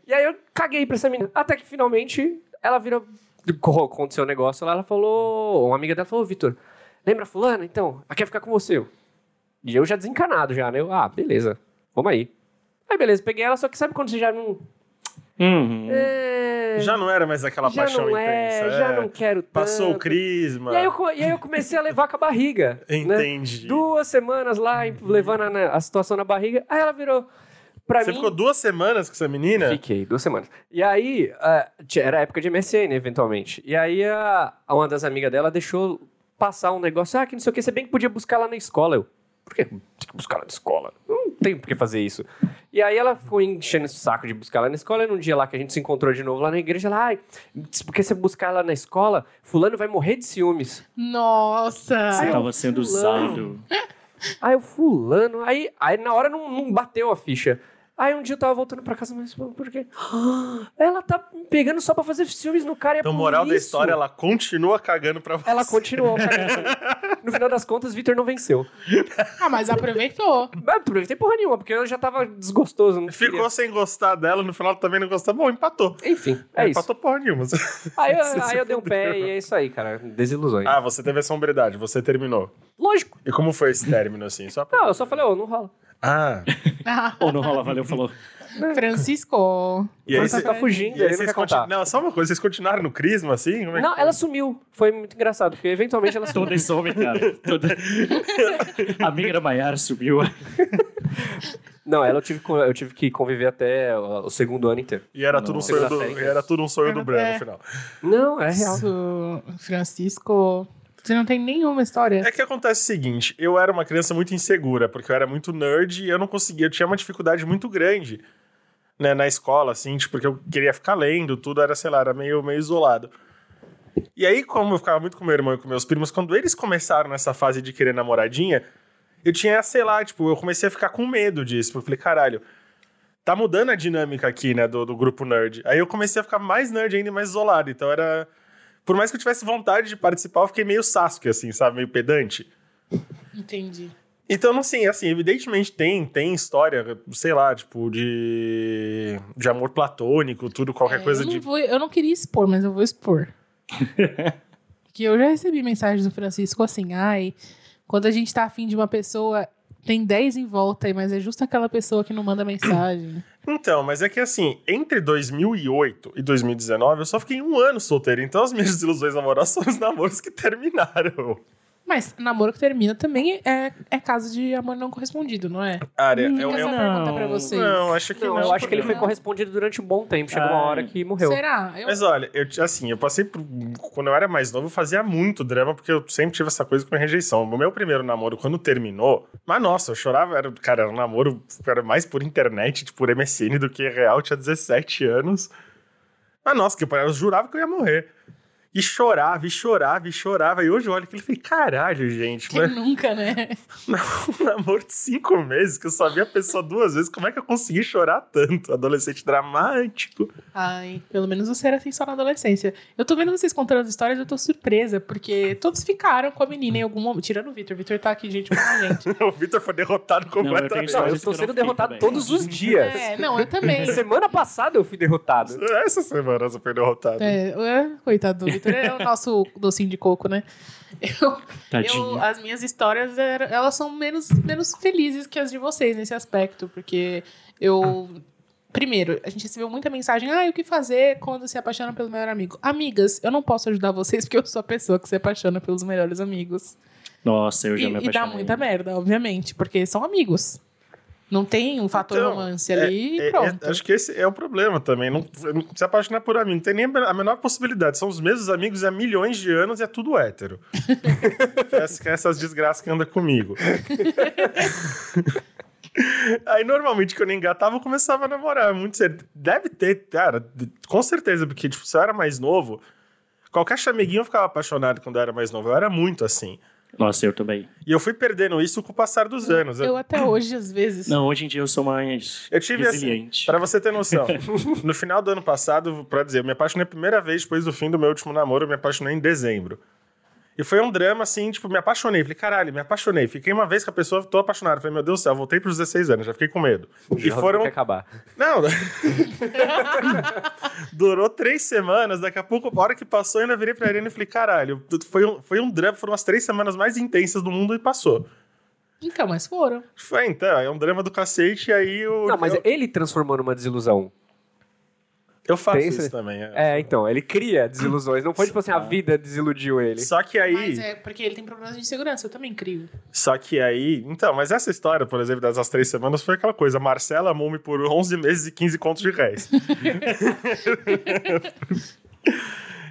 S2: e aí eu caguei pra essa menina. Até que finalmente ela virou. Aconteceu um negócio lá, ela falou. Uma amiga dela falou, "Ô, Vitor, lembra fulana? Então, ela quer ficar com você. Eu, e eu já desencanado já, né? Eu, ah, beleza. Vamos aí. Aí, beleza, peguei ela, só que sabe quando você já não.
S4: Uhum.
S2: É,
S3: Já não era mais aquela
S2: já
S3: paixão
S2: não é,
S3: intensa.
S2: já
S3: é.
S2: não quero tanto.
S3: Passou o crisma.
S2: E aí, eu, co- e aí eu comecei a levar com a barriga. né?
S3: Entendi.
S2: Duas semanas lá, em- levando a, na- a situação na barriga. Aí ela virou. Pra
S3: Você
S2: mim,
S3: ficou duas semanas com essa menina?
S2: Fiquei, duas semanas. E aí, ah, ti- era a época de MSN, eventualmente. E aí, a, uma das amigas dela deixou passar um negócio. Ah, que não sei o que, você bem que podia buscar lá na escola. Eu, por que tem que buscar lá na escola? Não tem por que fazer isso. E aí, ela ficou enchendo esse saco de buscar lá na escola. E num dia lá que a gente se encontrou de novo lá na igreja, ela, ai, porque você buscar lá na escola, fulano vai morrer de ciúmes.
S1: Nossa!
S4: Você
S2: Ai,
S4: tava sendo
S2: fulano.
S4: usado.
S2: Aí eu, fulano. Aí, aí na hora não, não bateu a ficha. Aí um dia eu tava voltando pra casa, mas por quê? Ela tá me pegando só pra fazer filmes no cara. e É
S3: Então,
S2: por
S3: moral da
S2: isso.
S3: história, ela continua cagando pra você.
S2: Ela continuou. tá cara. No final das contas, Victor não venceu.
S1: Ah, mas aproveitou.
S2: Mas não tem porra nenhuma, porque eu já tava desgostoso. não queria.
S3: Ficou sem gostar dela, no final também não gostou. Bom, empatou.
S2: Enfim, é isso.
S3: empatou porra nenhuma.
S2: Aí, eu-
S3: Você se
S2: aí eu dei um pé e é isso aí, cara. Desilusões.
S3: ah, você teve essa hombridade, você terminou.
S2: Lógico.
S3: E como foi esse término, assim? Só pra...
S2: Não, eu só falei, ô, não rola.
S3: Ah,
S1: Ah,
S4: Ou não rola, valeu, falou.
S1: Francisco.
S3: e aí
S2: Você
S3: você...
S2: tá fugindo,
S3: E aí
S2: ele não
S3: vocês
S2: quer contar.
S3: continuaram... Não, só uma coisa, vocês continuaram no crisma, assim? Como é que
S2: Não, ela sumiu. Foi muito engraçado, porque eventualmente ela sumiu.
S4: Toda esse homem, cara. Toda... A amiga da Maiara subiu.
S2: Não, ela eu tive, co- eu tive que conviver até o o segundo ano inteiro.
S3: E era, tudo um
S2: Nossa.
S3: sonho do,
S2: Segunda série,
S3: e era tudo um sonho do
S1: É.
S3: Bran no final.
S2: Não, é real.
S1: Isso, Francisco. Você não tem nenhuma história.
S3: É que acontece o seguinte, eu era uma criança muito insegura, porque eu era muito nerd e eu não conseguia, eu tinha uma dificuldade muito grande né, na escola, assim, tipo, porque eu queria ficar lendo, tudo era, sei lá, era meio, meio isolado. E aí, como eu ficava muito com meu irmão e com meus primos, quando eles começaram nessa fase de querer namoradinha, eu tinha, sei lá, tipo, eu comecei a ficar com medo disso, porque eu falei, caralho, tá mudando a dinâmica aqui, né, do, do grupo nerd. Aí eu comecei a ficar mais nerd ainda e mais isolado, então era... Por mais que eu tivesse vontade de participar, eu fiquei meio Sasuke, assim, sabe? Meio pedante.
S1: Entendi.
S3: Então, assim, assim, evidentemente tem, tem história, sei lá, tipo, de, de amor platônico, tudo, qualquer
S1: É,
S3: coisa
S1: eu não
S3: de.
S1: vou- eu não queria expor, mas eu vou expor. que eu já recebi mensagens do Francisco assim, ai, quando a gente tá afim de uma pessoa, tem 10 em volta, mas é justo aquela pessoa que não manda mensagem.
S3: Então, mas é que assim, entre 2008 e 2019, eu só fiquei um ano solteiro, então as minhas ilusões amorosas são os namoros que terminaram.
S1: Mas namoro que termina também é, é caso de amor não correspondido, não é?
S3: Área,
S1: Fica essa pergunta pra vocês.
S3: Não, acho que não.
S2: Não, um- eu acho que ele foi
S1: não.
S2: correspondido durante um bom tempo. Chegou uma
S4: Ai.
S2: hora que morreu.
S1: Será? Eu-
S3: Mas olha, eu, t- assim, eu passei por. Quando eu era mais novo, eu fazia muito drama, porque eu sempre tive essa coisa com a rejeição. O meu primeiro namoro, quando terminou, mas nossa, eu chorava, era, cara, era um namoro, era mais por internet, tipo, por MSN do que real, eu tinha 17 anos. Mas nossa, que eu, eu jurava que eu ia morrer. E chorava, e chorava, e chorava. E hoje eu olho aquilo e falei, caralho, gente,
S1: Quem
S3: mas
S1: nunca, né?
S3: um namoro de cinco meses que eu só vi a pessoa duas vezes, como é que eu consegui chorar tanto? Adolescente dramático.
S1: Ai, pelo menos você era assim só na adolescência. Eu tô vendo vocês contando as histórias, eu tô surpresa, porque todos ficaram com a menina em algum momento. Tirando o Vitor. O Vitor tá aqui, gente, com a gente.
S3: O Vitor foi derrotado
S4: tenho
S3: completamente.
S4: história.
S2: Não,
S4: Mas
S2: eu
S4: isso que
S2: estou
S4: eu não
S2: sendo
S4: fiquei
S2: derrotado
S4: também.
S2: todos os dias.
S1: É, não, eu também.
S2: Semana passada eu fui derrotado.
S3: Essa semana você foi derrotado.
S1: É, é, coitado do Vitor, é o nosso docinho de coco, né? Eu, eu- ah,
S4: Tadinho.
S1: as minhas histórias, era- elas são menos, menos felizes que as de vocês nesse aspecto, porque eu... Primeiro, a gente recebeu muita mensagem, ah, o que fazer quando se apaixona pelo melhor amigo? Amigas, eu não posso ajudar vocês porque eu sou a pessoa que se apaixona pelos melhores amigos.
S4: Nossa, eu já
S1: e,
S4: me
S1: e
S4: apaixonei.
S1: dá muita merda, obviamente, porque são amigos. Não tem um fator
S3: Então,
S1: romance ali
S3: É,
S1: e pronto.
S3: é, acho que esse é o problema também. Não, não se apaixonar por amigo. Não tem nem a menor possibilidade. São os mesmos amigos há milhões de anos e é tudo hétero. Essa- que é essas desgraças que andam comigo. Aí, normalmente, quando eu engatava, eu começava a namorar. Muito cedo. Deve ter, cara, de- com certeza, porque, tipo, se eu era mais novo, qualquer chameguinho eu ficava apaixonado quando eu era mais novo. Eu era muito assim.
S4: Nossa, eu também.
S3: E eu fui perdendo isso com o passar dos anos.
S1: Eu até hoje, às vezes.
S4: Não, hoje em dia eu sou mais
S3: Eu tive assim,
S4: resiliente.
S3: pra você ter noção, no final do ano passado, pra dizer, eu me apaixonei a primeira vez depois do fim do meu último namoro, eu me apaixonei em dezembro. E foi um drama assim, tipo, me apaixonei. Falei, caralho, me apaixonei. Fiquei uma vez com a pessoa, tô apaixonado. Falei, meu Deus do céu, voltei pros 16 anos, já fiquei com medo. E
S2: Tem
S3: foram.
S2: que acabar.
S3: Não! Durou três semanas, daqui a pouco, a hora que passou, eu ainda virei pra Ariana e falei, caralho, foi um, foi um drama, foram as três semanas mais intensas do mundo e passou.
S1: Então, mas foram.
S3: Foi, então, é um drama do cacete, e aí eu.
S2: Não, mas
S3: eu,
S2: ele transformou numa desilusão.
S3: eu faço
S2: tem
S3: isso
S2: esse-
S3: também. é.
S2: É, então, ele cria desilusões. Não foi tipo assim, a vida desiludiu ele.
S3: Só que aí.
S1: Mas é porque ele tem problemas de insegurança, eu também crio.
S3: Só que aí. Então, mas essa história, por exemplo, dessas três semanas foi aquela coisa: Marcela Mume por 11 meses e 15 contos de réis.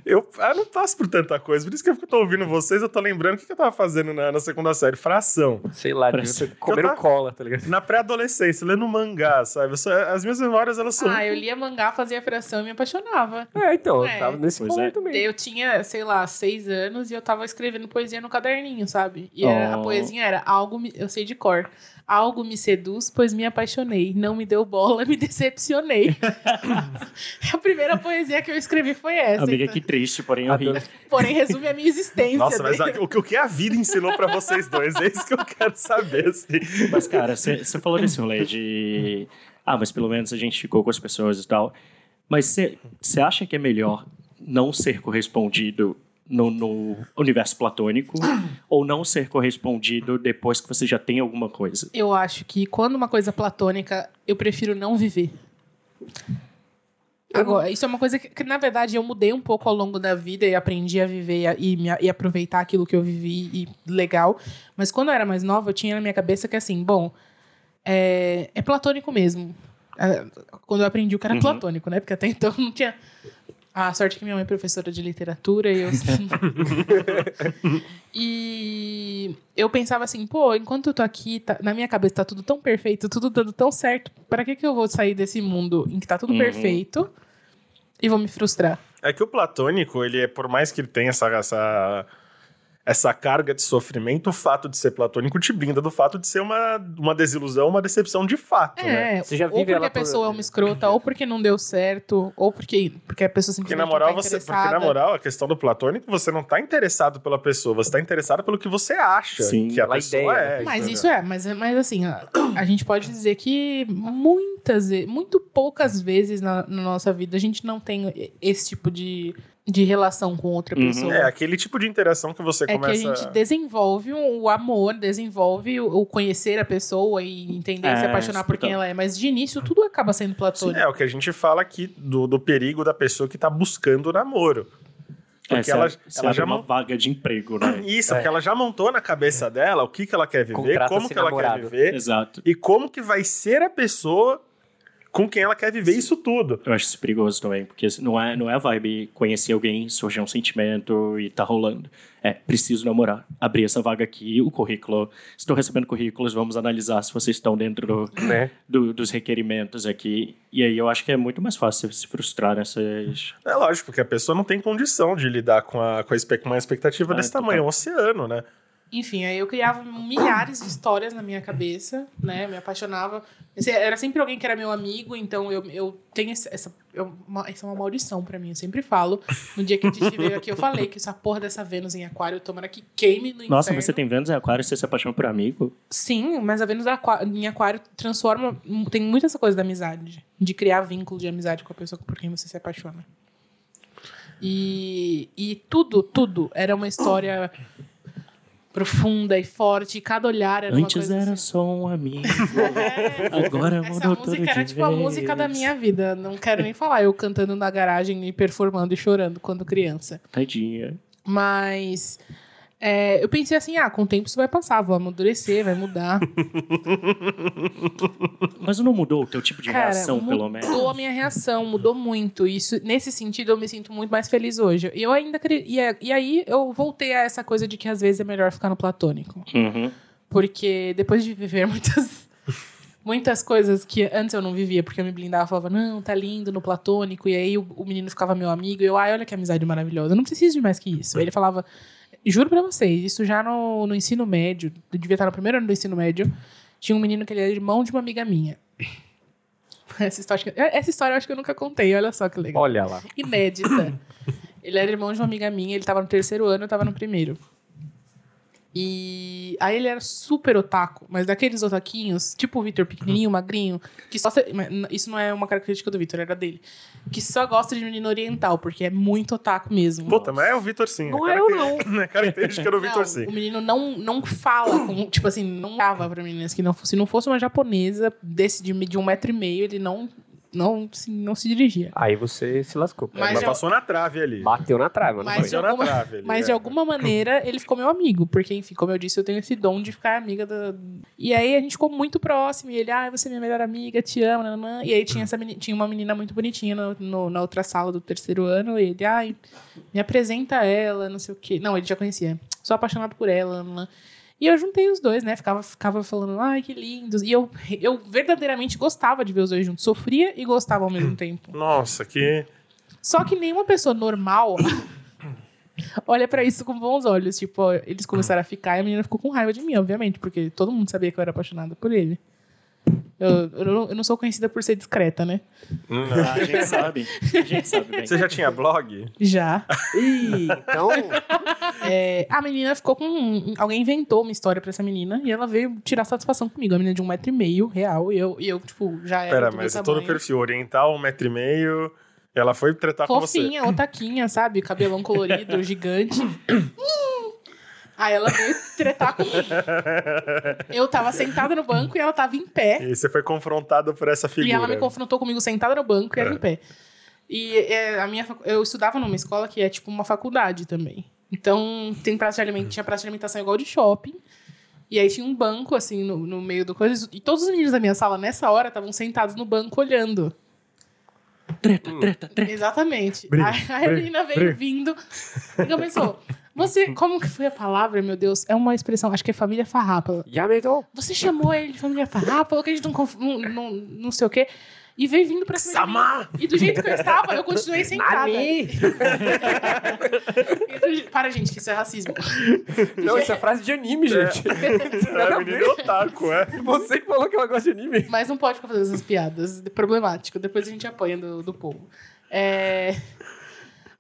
S3: eu, ah, não passo por tanta coisa. Por isso que eu tô ouvindo vocês, eu tô lembrando o que que eu tava fazendo na, na segunda série: fração.
S2: Sei lá, devia
S4: Parece-
S2: ter- comeram
S3: Eu tava-
S2: cola, tá ligado?
S3: Na pré-adolescência, lendo mangá, sabe? Eu sou- as minhas memórias, elas são.
S1: Ah, eu lia mangá, fazia fração e me apaixonava.
S2: É, então,
S1: É.
S2: eu tava nesse
S4: Pois
S2: ponto
S4: é.
S2: também.
S1: Eu tinha, sei lá, seis anos e eu tava escrevendo poesia no caderninho, sabe? E era- a
S4: Oh.
S1: poesia era algo, me- eu sei de cor. Algo me seduz, pois me apaixonei. Não me deu bola, me decepcionei. a primeira poesia que eu escrevi foi essa.
S4: Amiga,
S1: então.
S4: que triste, porém eu ri.
S2: Adoro.
S1: Porém, resume a minha existência.
S3: Nossa, mas a-
S1: né?
S3: o, que- o que a vida ensinou pra vocês dois? É isso que eu quero saber. assim.
S4: Mas, cara, você falou desse rolê de. Ah, mas pelo menos a gente ficou com as pessoas e tal. Mas você acha que é melhor não ser correspondido no, no universo platônico ou não ser correspondido depois que você já tem alguma coisa?
S1: Eu acho que quando uma coisa é platônica, eu prefiro não viver. Agora, isso é uma coisa que, que, na verdade, eu mudei um pouco ao longo da vida e aprendi a viver e a- e, me a- e aproveitar aquilo que eu vivi e legal. Mas quando eu era mais nova, eu tinha na minha cabeça que, assim, bom, é, é platônico mesmo. É, Quando eu aprendi o que era
S4: Uhum.
S1: platônico, né? Porque até então não tinha. A sorte é que minha mãe é professora de literatura e eu. e eu pensava assim, pô, enquanto eu tô aqui, tá- na minha cabeça tá tudo tão perfeito, tudo dando tão certo, pra que, que eu vou sair desse mundo em que tá tudo
S4: Uhum.
S1: perfeito e vou me frustrar?
S3: É que o platônico, ele é, por mais que ele tenha essa, essa, essa carga de sofrimento, o fato de ser platônico te brinda do fato de ser uma, uma desilusão, uma decepção de fato, né?
S1: É,
S2: Você já
S1: ou
S2: vive
S1: porque
S2: ela
S1: a
S2: por-
S1: pessoa é uma escrota, ou porque não deu certo, ou porque, porque a pessoa
S3: Porque
S1: simplesmente
S3: na, moral,
S1: não tá
S3: você, porque
S1: interessada.
S3: na moral, a questão do platônico, você não tá interessado pela pessoa, você tá interessado pelo que você acha
S4: Sim,
S3: que a
S2: pela
S3: pessoa
S2: ideia, né?
S3: é.
S1: Mas
S3: entendeu?
S1: isso é, mas, mas assim, a, a gente pode dizer que muitas, ve- muito poucas vezes na, na nossa vida a gente não tem e- esse tipo de, de relação com outra
S4: Uhum.
S1: pessoa.
S3: É aquele tipo de interação que você
S1: É que a
S3: começa...
S1: gente desenvolve o o amor, desenvolve o, o conhecer a pessoa e entender e se
S4: É,
S1: apaixonar por quem
S4: então.
S1: ela é. Mas de início tudo acaba sendo platônico.
S3: É o que a gente fala aqui do, do perigo da pessoa que tá buscando o namoro. Porque
S4: É, cê-
S3: ela-
S4: cê
S3: ela
S4: abre
S3: já
S4: uma
S3: mon-
S4: vaga de emprego, né?
S3: Isso,
S1: É.
S3: porque ela já montou na cabeça dela o que, que ela quer viver,
S2: Contrata-se
S3: como que ela quer
S2: namorado.
S3: viver.
S4: Exato.
S3: e como que vai ser a pessoa com quem ela quer viver isso tudo.
S4: Eu acho isso perigoso também, porque não é, não é a vibe conhecer alguém, surgir um sentimento e tá rolando. É, preciso namorar. Abrir essa vaga aqui, o currículo. Estou recebendo currículos, vamos analisar se vocês estão dentro do,
S2: Né?
S4: do- dos requerimentos aqui. E aí eu acho que é muito mais fácil se frustrar nessas.
S3: É lógico, porque a pessoa não tem condição de lidar com, a, com, a espe- com uma expectativa
S4: Ah,
S3: desse
S4: total.
S3: tamanho, é um oceano, né?
S1: Enfim, aí eu criava milhares de histórias na minha cabeça, né? Me apaixonava. Esse- Era sempre alguém que era meu amigo, então eu, eu tenho esse- essa. eu- uma- essa é uma maldição pra mim, eu sempre falo. No dia que a gente veio aqui, eu falei que essa porra dessa Vênus em Aquário, tomara que queime no
S4: Nossa,
S1: inferno.
S4: você tem Vênus em Aquário e você se apaixona por amigo?
S1: Sim, mas a Vênus da Aqua- em Aquário transforma. Tem muito essa coisa da amizade, de criar vínculo de amizade com a pessoa por quem você se apaixona. E, e tudo, tudo era uma história profunda e forte, e cada olhar era uma
S4: Antes
S1: coisa.
S4: era
S1: assim.
S4: só um amigo.
S1: É,
S4: Agora
S1: essa
S4: mudou tudo
S1: música era
S4: de
S1: tipo a
S4: vez.
S1: música da minha vida. Não quero nem falar eu cantando na garagem e performando e chorando quando criança.
S4: Tadinha.
S1: Mas é, eu pensei assim, ah, com o tempo isso vai passar, vou amadurecer, vai mudar.
S4: Mas não mudou o teu tipo de
S1: Cara,
S4: reação,
S1: mudou
S4: pelo menos?
S1: a minha reação, mudou muito. Isso, nesse sentido, eu me sinto muito mais feliz hoje. E Eu ainda acre- e, é- e aí eu voltei a essa coisa de que às vezes é melhor ficar no platônico,
S4: Uhum.
S1: porque depois de viver muitas muitas coisas que antes eu não vivia, porque eu me blindava, eu falava não, tá lindo no platônico. E aí o, o menino ficava meu amigo. E eu, ai, olha que amizade maravilhosa. Eu não preciso de mais que isso. Aí ele falava Juro pra vocês, isso já no, no ensino médio, eu devia estar no primeiro ano do ensino médio, tinha um menino que ele era irmão de uma amiga minha. Essa história, essa história eu acho que eu nunca contei, olha só que legal.
S2: Olha lá.
S1: Inédita. Ele era irmão de uma amiga minha, ele tava no terceiro ano, eu tava no primeiro. E aí ele era super otaku, mas daqueles otaquinhos, tipo o Vitor pequenininho, magrinho, que só se- mas n- isso não é uma característica do Vitor, era dele, que só gosta de menino oriental, porque é muito otaku mesmo.
S3: Puta, mas é o Vitor sim.
S1: Não
S3: é
S1: é eu, não.
S3: não. É característica
S1: Não,
S3: do Vitor sim.
S1: O menino não, não fala, com- tipo assim, não dava pra meninas que não fosse- se não fosse uma japonesa desse de, de um metro e meio, ele não, não, se, não se dirigia.
S2: Aí você se lascou.
S1: Mas
S3: Mas
S1: já-
S3: passou na trave ali.
S2: Bateu na trave, mano.
S1: Mas
S2: foi?
S1: já-
S3: Bateu
S1: de
S3: na
S1: alguma-
S3: trave ali.
S1: Mas de
S3: é.
S1: alguma maneira ele ficou meu amigo, porque enfim, como eu disse, eu tenho esse dom de ficar amiga da. E aí a gente ficou muito próximo, e ele, ah, você é minha melhor amiga, te amo, nananã. E aí tinha, essa meni- tinha uma menina muito bonitinha no- no- na outra sala do terceiro ano, e ele, ai, me apresenta ela, não sei o quê. Não, ele já conhecia, sou apaixonado por ela, nananã. E eu juntei os dois, né? Ficava, ficava falando, ai, que lindos. E eu, eu verdadeiramente gostava de ver os dois juntos. Sofria e gostava ao mesmo tempo.
S3: Nossa, que.
S1: Só que nenhuma pessoa normal olha pra isso com bons olhos. Tipo, ó, eles começaram a ficar e a menina ficou com raiva de mim, obviamente, porque todo mundo sabia que eu era apaixonada por ele. Eu, eu não- eu não sou conhecida por ser discreta, né?
S4: Ah, a gente sabe. A gente sabe bem.
S3: Você já tinha blog?
S1: Já.
S2: Ih, então...
S1: É, a menina ficou com. um, Alguém inventou uma história pra essa menina e ela veio tirar satisfação comigo. A menina de um metro e meio, real, e eu, e eu tipo, já era.
S3: Pera,
S1: do meu
S3: mas é eu tô no
S1: tamanho.
S3: perfil oriental, um metro e meio. Ela foi tretar com você.
S1: Fofinha, otaquinha, sabe? Cabelão colorido, gigante. Hum! Aí ela veio tretar comigo. Eu tava sentada no banco e ela tava em pé.
S3: E você foi confrontado por essa figura.
S1: E é ela me confrontou comigo sentada no banco e ela em pé. E é, a minha, facu- eu estudava numa escola que é tipo uma faculdade também. Então, tem praça de aliment- tinha praça de alimentação igual de shopping. E aí tinha um banco, assim, no, no meio do coisa. E todos os meninos da minha sala, nessa hora, estavam sentados no banco olhando.
S4: Treta, treta, treta.
S1: Exatamente.
S3: Briga,
S1: Aí a
S3: briga,
S1: menina veio
S3: briga.
S1: vindo e começou. Você, como que foi a palavra, meu Deus? É uma expressão, acho que é família farrapa.
S2: Já medou.
S1: Você chamou ele de família farrapa, falou que a gente não, conf- não, não, não sei o quê. E veio vindo pra cima de mim.
S3: Samar!
S1: E do jeito que eu estava, eu continuei sentada. E
S2: Nani!
S1: do je- Para, gente, que isso é racismo.
S2: Não, isso é frase de anime, gente.
S3: É, menino otaku, é.
S2: Você que falou que ela gosta de anime.
S1: Mas não pode ficar fazendo essas piadas. É Problemático. Depois a gente apanha do, do povo. É...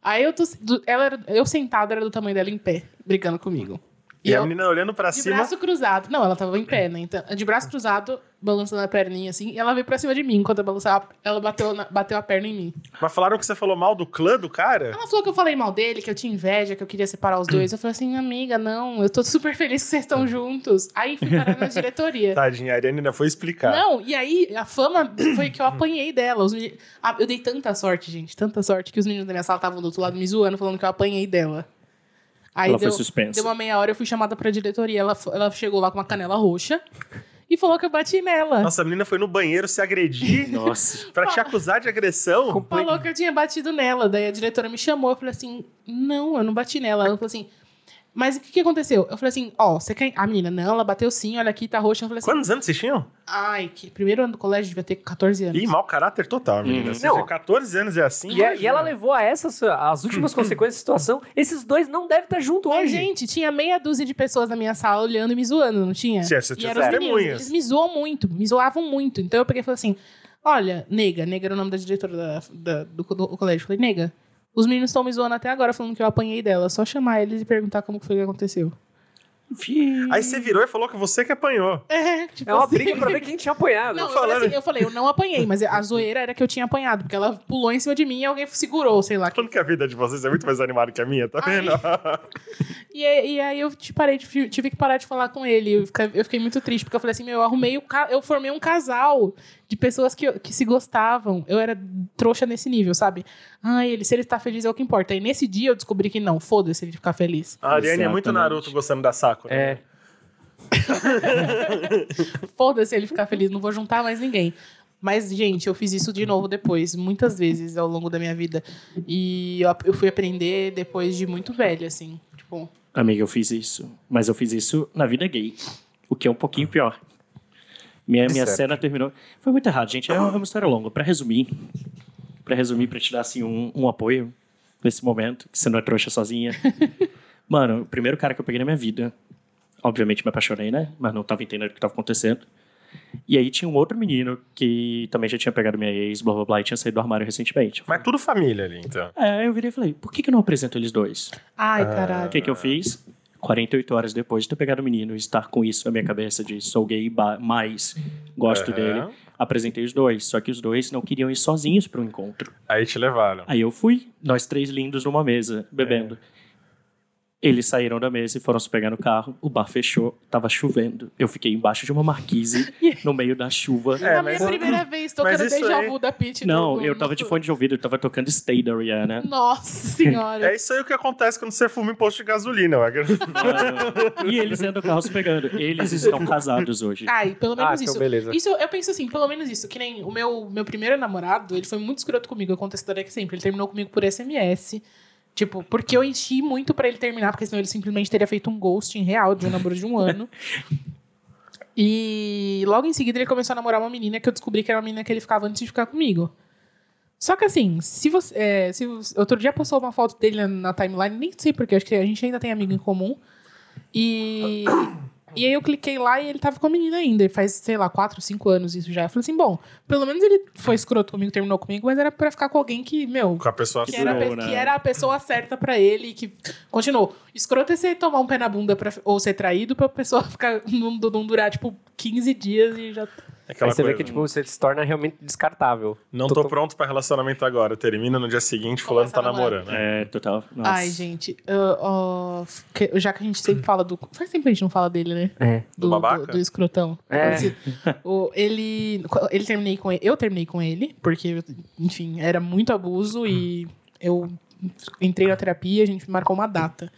S1: Aí eu tô. do- Ela era- eu sentada era do tamanho dela em pé, brigando comigo.
S3: E, a
S1: eu-
S3: menina olhando pra
S1: De
S3: cima.
S1: braço cruzado. Não, ela tava em pé, né? Então, de braço cruzado, balançando a perninha assim, e ela veio pra cima de mim. Enquanto eu balançava, ela bateu, na- bateu a perna em mim.
S3: Mas falaram que você falou mal do clã do cara?
S1: Ela falou que eu falei mal dele, que eu tinha inveja, que eu queria separar os dois. Eu falei assim, amiga, não, eu tô super feliz que vocês
S4: Tá.
S1: estão juntos. Aí fui parar na diretoria.
S3: Tadinha, a Ariane ainda foi explicar.
S1: Não, e aí a fama foi que eu apanhei dela. Os meni- Ah, eu dei tanta sorte, gente, tanta sorte, que os meninos da minha sala estavam do outro lado me zoando, falando que eu apanhei dela. Aí
S4: Ela
S1: deu,
S4: foi suspensa.
S1: deu uma meia hora, eu fui chamada pra diretoria. Ela, fo- ela chegou lá com uma canela roxa e falou que eu bati nela.
S3: Nossa, a menina foi no banheiro se agredir
S4: Nossa.
S3: pra te acusar de agressão?
S1: Falou que eu tinha batido nela. Daí a diretora me chamou. Eu falei assim: não, eu não bati nela. Ela falou assim: mas o que, que aconteceu? Eu falei assim: ó, você quer. A menina, não, ela bateu sim, olha aqui, tá roxa. Eu falei assim:
S3: Quantos anos vocês tinham?
S1: ai, que primeiro ano do colégio devia ter 14 anos.
S3: Ih, mau caráter total, menina.
S4: Uhum.
S3: Se
S2: Não.
S3: você 14 anos é assim.
S2: E, a- e
S3: imagina.
S2: ela levou a essas as últimas consequências da situação. Esses dois não devem estar juntos
S1: Mas,
S2: hoje.
S1: gente, tinha meia dúzia de pessoas na minha sala olhando e me zoando, não tinha?
S3: Sim, você
S1: E
S3: tinha
S1: eram os meninos,
S3: testemunhas.
S1: Eles me zoam muito, me zoavam muito. Então eu peguei e falei assim: olha, nega, nega era o nome da diretora da- da- do, co- do colégio. Eu Falei, nega, os meninos estão me zoando até agora falando que eu apanhei dela. É Só chamar eles e perguntar como que foi que aconteceu.
S3: Aí você virou e falou que você que apanhou.
S1: É, tipo
S2: É uma
S1: assim.
S2: briga pra ver quem tinha apanhado.
S1: Não, eu falei, assim, eu falei, eu não apanhei, mas a zoeira era que eu tinha apanhado, porque ela pulou em cima de mim e alguém segurou, sei lá.
S3: Falando que a vida de vocês é muito mais animada que a minha, tá
S1: Ai.
S3: vendo?
S1: E, aí- e aí eu te parei, de- tive que parar de falar com ele. Eu fica- eu fiquei, muito triste, porque eu falei assim, meu, eu arrumei, o ca- eu formei um casal de pessoas que, eu- que se gostavam. Eu era trouxa nesse nível, sabe? Ah, ele, se ele tá feliz é o que importa. E nesse dia eu descobri que não, foda-se ele ficar feliz.
S3: a Ariane é muito
S4: Exatamente.
S3: Naruto gostando da Sakura.
S2: É.
S1: Foda-se ele ficar feliz, não vou juntar mais ninguém. Mas, gente, eu fiz isso de novo depois, muitas vezes ao longo da minha vida. E eu, eu fui aprender depois de muito velha, assim. Tipo,
S4: Amiga, eu fiz isso. Mas eu fiz isso na vida gay. O que é um pouquinho pior. Minha, minha
S2: Certo.
S4: cena terminou. Foi muito errado, gente. É uma é uma história longa. Pra resumir, pra resumir, pra te dar assim, um, um apoio nesse momento, que você não é trouxa sozinha. Mano, o primeiro cara que eu peguei na minha vida. Obviamente me apaixonei, né? Mas não tava entendendo o que tava acontecendo. E aí tinha um outro menino que também já tinha pegado minha ex, blá blá blá, e tinha saído do armário recentemente.
S3: Mas tudo família ali, então.
S4: É, eu virei e falei, por que, que eu não apresento eles dois?
S1: ai,
S4: O que,
S1: caralho.
S4: que eu fiz? 48 horas depois de ter pegado o menino e estar com isso na minha cabeça de sou gay, ba- mas gosto
S3: Aham.
S4: dele, apresentei os dois. Só que os dois não queriam ir sozinhos para o encontro.
S3: Aí te levaram.
S4: Aí eu fui, nós três lindos numa mesa, bebendo. Eles saíram da mesa e foram se pegar no carro. O bar fechou, tava chovendo. Eu fiquei embaixo de uma marquise, no meio da chuva.
S1: É
S3: É,
S1: a minha
S3: mas-
S1: primeira vez
S3: mas
S1: tocando
S3: isso
S1: Deja
S3: aí-
S1: Vu da Pitty.
S4: Não,
S1: no-
S4: eu tava de fone de ouvido, eu tava tocando Stay da Rihanna.
S1: Nossa senhora.
S3: É isso aí o que acontece quando você fuma em posto de gasolina. ué.
S4: Mano, e eles dentro do carro se pegando. Eles estão casados hoje.
S1: Ai, pelo
S2: Ah,
S1: menos
S2: então
S1: isso.
S2: beleza.
S1: Isso, eu penso assim, pelo menos isso. Que nem o meu, meu primeiro namorado, ele foi muito escroto comigo. Eu conto essa história aqui sempre. Ele terminou comigo por SMS. Tipo, porque eu enchi muito pra ele terminar, porque senão ele simplesmente teria feito um ghosting real de um namoro de um ano. E logo em seguida ele começou a namorar uma menina que eu descobri que era uma menina que ele ficava antes de ficar comigo. Só que assim, se você. é, se você- outro dia passou uma foto dele na, na timeline, nem sei porquê, acho que a gente ainda tem amigo em comum. E. E aí eu cliquei lá e ele tava com a menina ainda. E faz, sei lá, 4, 5 anos isso já. Eu falei assim, bom, pelo menos ele foi escroto comigo, terminou comigo, mas era pra ficar com alguém que, meu,
S3: Com a pessoa
S1: que era, a pe-
S4: Durou, né?
S1: que era a pessoa certa pra ele, que continuou. Escroto é você tomar um pé na bunda pra, ou ser traído pra pessoa ficar não, não durar, tipo, 15 dias e já.
S3: Aquela
S2: Aí você
S3: coisa.
S2: vê que tipo, você se torna realmente descartável.
S3: Não
S2: Tô-
S3: tô
S2: tô-
S3: pronto pra relacionamento agora. Termina no dia seguinte, fulano
S1: Começa
S3: tá
S1: a namorar.
S3: namorando.
S4: É, total. Nossa.
S1: Ai, gente, ah, ah, que- já que a gente sempre fala do. Faz tempo que a gente não fala dele, né?
S2: É.
S1: Do,
S3: babaca?
S1: do, do escrotão.
S2: É.
S1: Esse- o- ele, ele terminei com ele, eu terminei com ele, porque, enfim, era muito abuso e eu entrei na terapia, a gente marcou uma data.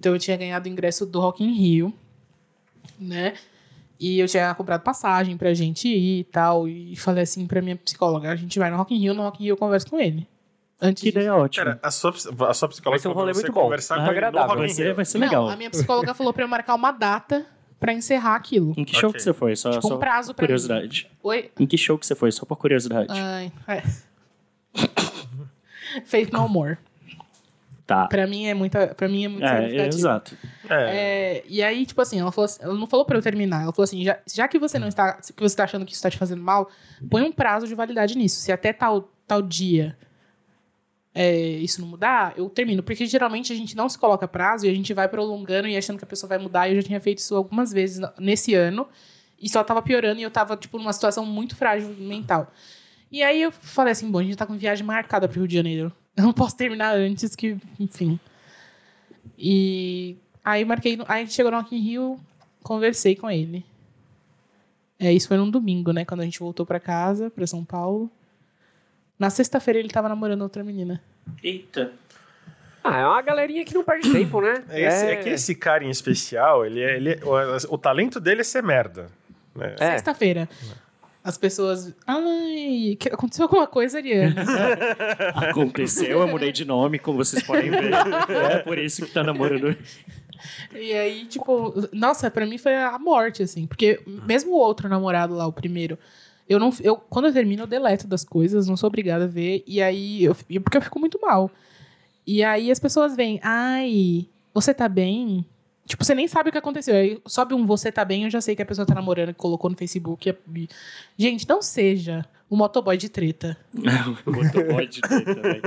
S1: Então eu tinha ganhado o ingresso do Rock in Rio, né? E eu tinha comprado passagem pra gente ir e tal. E falei assim pra minha psicóloga, a gente vai no Rock in Rio, no Rock in Rio eu converso com ele. Antes
S4: Que
S1: de-
S4: ideia ótima.
S3: Cara, a sua, a sua psicóloga
S2: É, tipo, Vai ser um
S3: falou pra
S2: rolê
S3: você
S2: muito bom.
S3: conversar
S4: Ah,
S3: com ele no
S2: agradável.
S3: Rock in
S4: Vai ser,
S3: Rio.
S4: vai ser
S1: Não,
S4: é legal.
S1: a minha psicóloga falou pra eu marcar uma data pra encerrar aquilo.
S4: Em que show
S3: Ok.
S4: que você foi? Só,
S1: Tipo,
S4: Ah, só
S1: um prazo pra mim. Ah,
S4: curiosidade.
S1: Oi?
S4: Em que show que você foi? Só por curiosidade.
S1: Ai, ai. Faith No More.
S4: tá.
S1: Pra mim é muita, pra mim é muito
S4: É, é,
S1: significativo.
S4: exato.
S3: É.
S1: É, e aí, tipo assim, ela, falou assim- ela não falou pra eu terminar. Ela falou assim: já, já que você não está. que você tá achando que isso tá te fazendo mal, põe um prazo de validade nisso. Se até tal, tal dia é, isso não mudar, eu termino. Porque geralmente a gente não se coloca prazo e a gente vai prolongando e achando que a pessoa vai mudar. E eu já tinha feito isso algumas vezes na- nesse ano. E só tava piorando e eu tava, tipo, numa situação muito frágil mental. E aí eu falei assim, bom, a gente tá com viagem marcada pro Rio de Janeiro. Eu não posso terminar antes que, enfim. E aí marquei, no- aí a gente chegou no Rock in Rio, conversei com ele. É, isso foi num domingo, né, quando a gente voltou pra casa, pra São Paulo. Na sexta-feira ele tava namorando outra menina.
S4: Eita.
S2: Ah, é uma galerinha que não perde tempo, né?
S3: é Esse- é que esse cara em especial, ele é, ele é- o, o talento dele é ser merda. né?
S2: É.
S1: Sexta-feira. As pessoas. Ai, que- aconteceu alguma coisa, Ariana?
S4: Aconteceu, eu mudei de nome, como vocês podem ver. É por isso que tá namorando.
S1: e aí, tipo, nossa, pra mim foi a morte, assim. Porque mesmo o outro namorado lá, o primeiro. Eu não, eu, quando eu termino, eu deleto das coisas, não sou obrigada a ver. E aí, eu, e porque eu fico muito mal. E aí as pessoas vêm, ai, você tá bem? Tipo, você nem sabe o que aconteceu. Aí sobe um você tá bem, eu já sei que a pessoa tá namorando, que colocou no Facebook. e- e- Gente, não seja o motoboy de treta.
S4: Botou bode dele também.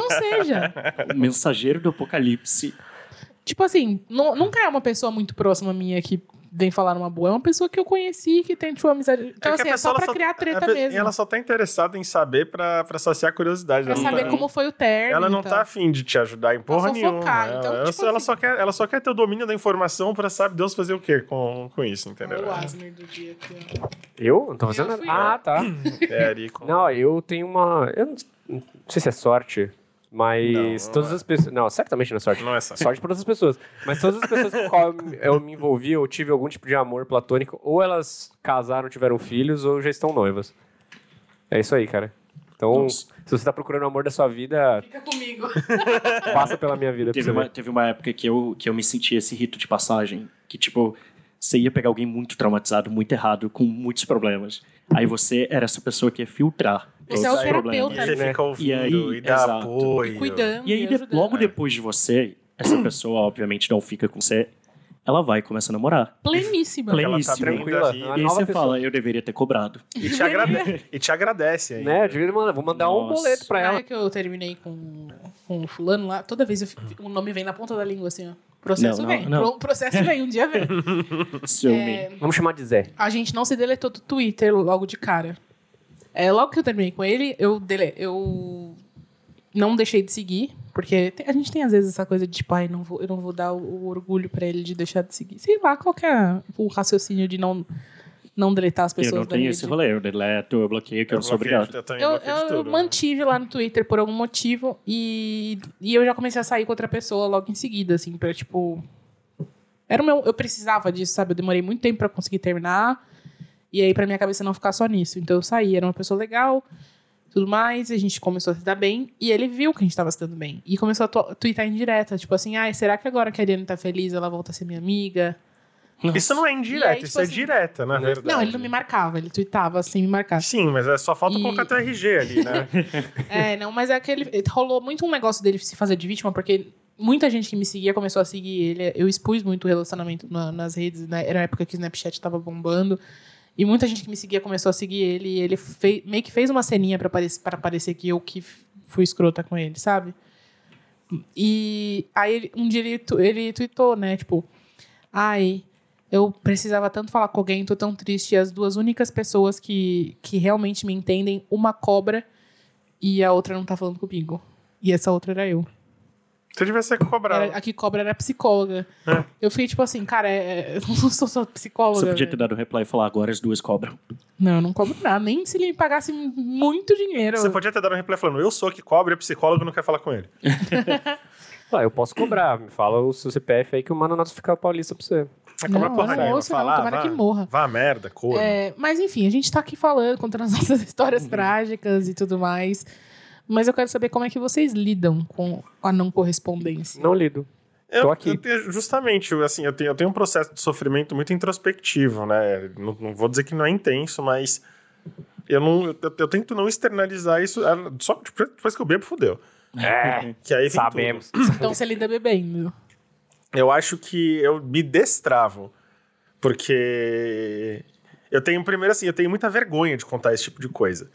S1: Não seja.
S4: Mensageiro do Apocalipse.
S1: Tipo assim, nu- nunca é uma pessoa muito próxima minha que vem falar uma boa. É uma pessoa que eu conheci, que tem, tipo, amizade. Então,
S3: que a
S1: assim, é
S3: pessoa,
S1: só
S3: ela
S1: pra criar treta
S3: a pe-
S1: mesmo.
S3: Ela só tá interessada em saber pra, pra saciar a curiosidade.
S1: Pra
S3: ela não
S1: saber
S3: tá-
S1: como foi o término. então.
S3: Ela não
S1: e
S3: tá
S1: tal.
S3: afim de te ajudar em porra
S1: fofocar,
S3: nenhuma. ela,
S1: então,
S3: ela
S1: tipo
S3: só, ela
S1: assim-
S3: só quer, ela só quer ter o domínio da informação pra saber Deus fazer o quê com, com isso, entendeu? É.
S1: Olha o Asner do dia aqui, ó.
S2: Eu? Não tô fazendo
S1: Eu
S2: nada.
S1: fui
S2: Ah, tá.
S3: É, Ari, com-
S2: Não, eu tenho uma. Eu não, não sei se é sorte, mas
S3: Não, não
S2: todas
S3: é.
S2: as pessoas. Não, certamente não é sorte.
S3: Não é sorte.
S2: Sorte para outras pessoas. Mas todas as pessoas com qual eu me- eu me envolvi, eu tive algum tipo de amor platônico, ou elas casaram, tiveram filhos, ou já estão noivas. É isso aí, cara. Então,
S4: Nossa.
S2: se você tá procurando o amor da sua vida,
S1: Fica comigo.
S2: passa pela minha vida. pra
S4: Teve
S2: você
S4: uma,
S2: ver.
S4: teve uma época que eu, que eu me senti esse rito de passagem, que tipo, você ia pegar alguém muito traumatizado, muito errado, com muitos problemas. Aí você era essa pessoa que ia filtrar todos
S1: Você é o
S4: os problemas.
S1: terapeuta,
S3: Você
S1: né?
S3: fica ouvindo e,
S4: aí,
S3: dá
S4: exato.
S3: apoio. tá
S1: Cuidando. né?
S4: E aí, de-
S1: ajudando.
S4: logo depois de você, essa pessoa obviamente não fica com você, ela vai e começa a namorar.
S1: Pleníssima.
S4: Plena.
S3: Ela tá
S4: Pleníssimo.
S2: Tranquila.
S3: tranquila.
S2: Uma
S4: e aí
S2: nova
S4: você
S2: pessoa.
S4: fala, eu deveria ter cobrado.
S3: E te, agrade- e te agradece ainda.
S2: Né? Eu devia mandar- vou mandar um
S4: Nossa.
S2: boleto pra
S1: Na
S2: ela.
S1: hora que eu terminei com, com o fulano lá, toda vez eu fico- o nome vem na ponta da língua, assim, ó. Processo
S4: Não, não,
S1: vem.
S4: não.
S1: Pro- processo vem, um dia vem. É,
S4: Ciúme.
S2: Vamos chamar de Zé.
S1: A gente não se deletou do Twitter logo de cara. É, logo que eu terminei com ele, eu, dele- eu não deixei de seguir, porque tem- a gente tem às vezes essa coisa de tipo, ai, não vou, eu não vou dar o, o orgulho pra ele de deixar de seguir. Sei lá qual que é o raciocínio de não, não deletar as pessoas
S4: Eu não
S1: da
S4: tenho
S1: rede.
S4: esse rolê, eu deleto, eu bloqueio, que eu, não sou
S3: É um bloqueio-
S4: obrigado.
S3: Eu também
S1: Eu,
S3: bloqueio de
S1: eu
S3: tudo. né?
S1: mantive lá no Twitter por algum motivo e, e eu já comecei a sair com outra pessoa logo em seguida, assim, pra tipo. Era o meu. Eu precisava disso, sabe? Eu demorei muito tempo pra conseguir terminar. E aí, pra minha cabeça não ficar só nisso. Então eu saí, era uma pessoa legal, tudo mais, e a gente começou a se dar bem. E ele viu que a gente tava se dando bem. E começou a tu- twittar indireta, tipo assim, ai, será que agora que a Ariane tá feliz, ela volta a ser minha amiga?
S3: Isso não é
S1: E aí,
S3: indireta,
S1: tipo
S3: isso é
S1: assim-
S3: direta, na verdade.
S1: Não, ele não me marcava, ele tweetava sem me marcar.
S3: Sim, mas é só falta
S1: E-
S3: colocar teu RG ali, né?
S1: É, não, mas é aquele. Rolou muito um negócio dele se fazer de vítima, porque muita gente que me seguia começou a seguir ele. Eu expus muito o relacionamento na- nas redes, né? Era a época que o Snapchat tava bombando. E muita gente que me seguia começou a seguir ele. E ele fe- meio que fez uma ceninha pra parecer, pra parecer que eu que f- fui escrota com ele, sabe? E aí ele- um dia ele, tu- ele tweetou, né? Tipo, ai. Eu precisava tanto falar com alguém, tô tão triste. E as duas únicas pessoas que, que realmente me entendem, uma cobra e a outra não tá falando comigo. E essa outra era eu.
S3: Você devia ser
S1: Era-
S3: cobrado.
S1: a que cobra era a psicóloga.
S3: É.
S1: Eu fiquei tipo assim, cara, é- é- eu não sou só psicóloga.
S4: Você podia ter
S1: velho.
S4: dado um reply e falar, agora as duas cobram.
S1: Não, eu não cobro nada. Nem se ele me pagasse muito dinheiro.
S3: Você podia ter dado um replay falando, eu sou a que cobra, é psicólogo, não quer falar com ele.
S2: Ah, eu posso cobrar. Me fala o seu CPF aí que eu mando o nosso ficar paulista pra você.
S3: Vai
S1: Não,
S3: cobrar
S1: eu
S3: porra
S1: não
S3: nenhuma,
S1: ouço, não.
S3: falar,
S1: Tomara
S3: vá-
S1: que morra.
S3: Vá a merda, corno.
S1: É, mas enfim, a gente tá aqui falando, contando as nossas histórias
S3: Uhum.
S1: trágicas e tudo mais. Mas eu quero saber como é que vocês lidam com a não correspondência.
S2: Não lido.
S3: Eu,
S2: Tô aqui.
S3: eu tenho- justamente, eu, assim, eu tenho, eu tenho um processo de sofrimento muito introspectivo, né? Não, não vou dizer que não é intenso, mas eu não, eu, eu tento não externalizar isso. ah, Só depois depois que eu bebo, fudeu.
S2: É,
S3: Que aí vem tudo.
S2: sabemos.
S1: Então você lida bebendo.
S3: Eu acho que eu me destravo, porque eu tenho primeiro assim, eu tenho muita vergonha de contar esse tipo de coisa,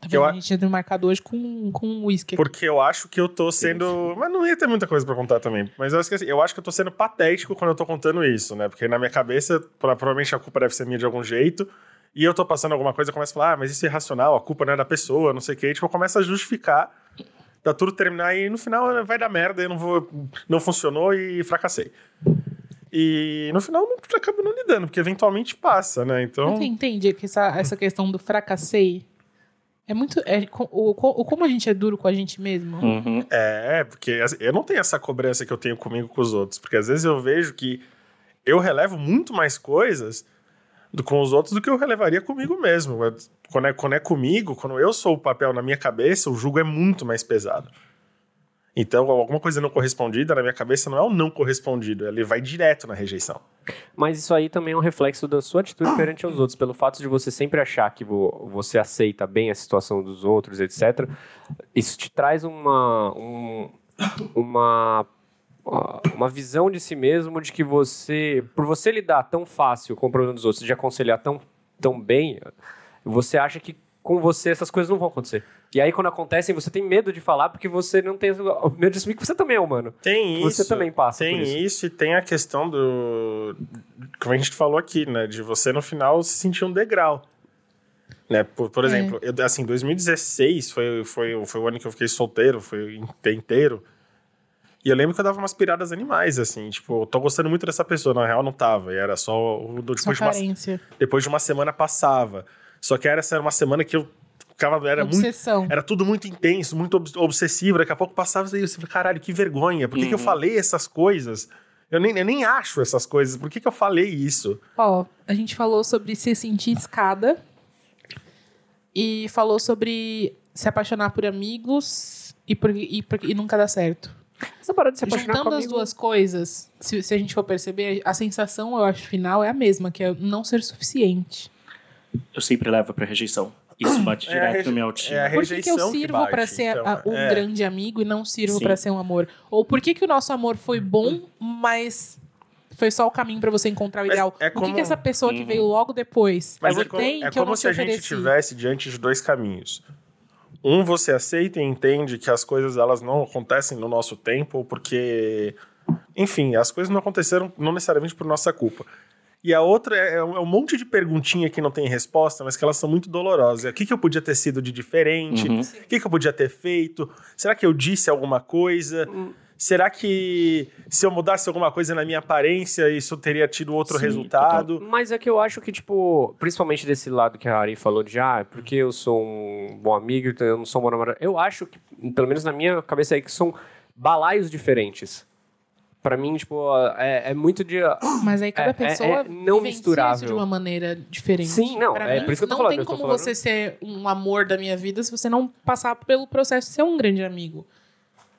S1: Tá
S3: Que eu
S1: vendo?
S3: a-
S1: A gente entra no marcado hoje com, com um whisky. aqui.
S3: porque eu acho que eu tô sendo, mas não ia ter muita coisa pra contar também. Mas eu acho que assim, eu acho que eu tô sendo patético quando eu tô contando isso, né? Porque na minha cabeça, pra- provavelmente a culpa deve ser minha de algum jeito. E eu tô passando alguma coisa, eu começo a falar, ah, mas isso é irracional, a culpa não é da pessoa, não sei o quê. E, tipo, eu começo a justificar pra tudo terminar e no final vai dar merda, eu não vou, não funcionou e fracassei. E no final não acaba não lidando, porque eventualmente passa, né? Então,
S1: Eu entendi que essa, essa questão do fracassei é muito. É, co- o, co- o como a gente é duro com a gente mesmo.
S4: Uhum.
S3: é, porque assim, eu não tenho essa cobrança que eu tenho comigo com os outros, porque às vezes eu vejo que eu relevo muito mais coisas do- com os outros do que eu relevaria comigo mesmo. Quando é, quando é comigo, quando eu sou o papel na minha cabeça, o julgo é muito mais pesado. Então, alguma coisa não correspondida na minha cabeça não é um não correspondido, ele vai direto na rejeição.
S2: Mas isso aí também é um reflexo da sua atitude perante aos outros, pelo fato de você sempre achar que vo- você aceita bem a situação dos outros, etc. Isso te traz uma um- uma ah, uma visão de si mesmo de que você, por você lidar tão fácil com o problema dos outros, de aconselhar tão tão bem, você acha que com você essas coisas não vão acontecer. E aí quando acontecem, você tem medo de falar porque você não tem o medo de assumir que você também é humano.
S3: Tem isso.
S2: Você também passa
S3: Tem
S2: por isso.
S3: isso. e tem a questão do. Como a gente falou aqui, né? De você no final se sentir um degrau. Né? Por, por
S1: É.
S3: exemplo, eu, assim, 2016 foi, foi, foi o ano que eu fiquei solteiro, foi o inteiro. E eu lembro que eu dava umas piradas animais, assim, tipo, eu tô gostando muito dessa pessoa, na real não tava, e era só o do-
S1: Sua
S3: depois, de uma,
S1: carência.
S3: depois de uma semana passava. Só que era, essa era uma semana que eu ficava, era muito
S1: obsessão.
S3: era tudo muito intenso, muito obs- obsessivo. Daqui a pouco passava isso aí, você fala, caralho, que vergonha. Por que, que eu
S4: Uhum.
S3: falei essas coisas? Eu nem, eu nem acho essas coisas. Por que, que eu falei isso?
S1: Ó, a gente falou sobre se sentir escada. E falou sobre se apaixonar por amigos e, por, e, por- e nunca dar certo.
S2: Essa parada de se apaixonar
S1: Juntando
S2: comigo,
S1: as duas coisas, se, se a gente for perceber, a sensação, eu acho, final é a mesma, que é não ser suficiente.
S4: Eu sempre levo pra rejeição. Isso bate
S3: É a
S4: direto
S3: reje-
S4: no meu
S3: é
S4: autismo.
S1: Por que,
S3: a
S1: que eu
S3: rejeição que
S1: sirvo
S3: bate,
S1: pra ser
S3: então,
S1: a- um
S3: é.
S1: grande amigo e não sirvo
S4: Sim.
S1: pra ser um amor? Ou por que, que o nosso amor foi bom, mas foi só o caminho pra você encontrar o
S3: Mas
S1: ideal?
S3: é
S1: O que,
S3: como-
S1: que essa pessoa que
S4: Uhum.
S1: veio logo depois
S3: Mas
S1: eu
S3: é, como-
S1: tem
S3: é
S1: que eu
S3: como
S1: não
S3: se
S1: te
S3: a gente
S1: ofereci?
S3: tivesse diante de dois caminhos. Um, você aceita e entende que as coisas elas não acontecem no nosso tempo, porque, enfim, as coisas não aconteceram não necessariamente por nossa culpa. E a outra é, é um é um monte de perguntinha que não tem resposta, mas que elas são muito dolorosas. É, O que, que eu podia ter sido de diferente?
S4: Uhum.
S3: O que, que eu podia ter feito? Será que eu disse alguma coisa? Será que se eu mudasse alguma coisa na minha aparência, isso teria tido outro
S4: Sim,
S3: resultado?
S2: Mas é que eu acho que, tipo, principalmente desse lado que a Ari falou de, ah, é porque eu sou um bom amigo, então eu não sou um bom namorado. Eu acho que, pelo menos na minha cabeça aí, que são balaios diferentes. Pra mim, tipo, é, é muito de.
S1: Mas aí cada
S2: É- é-
S1: pessoa
S2: é não
S1: vivencia
S2: misturável.
S1: isso de uma maneira diferente.
S2: Sim, não,
S1: Pra
S2: é
S1: mim,
S2: por isso que eu tô
S1: não
S2: falando,
S1: tem
S2: eu tô
S1: como
S2: falando-
S1: você ser um amor da minha vida se você não passar pelo processo de ser um grande amigo.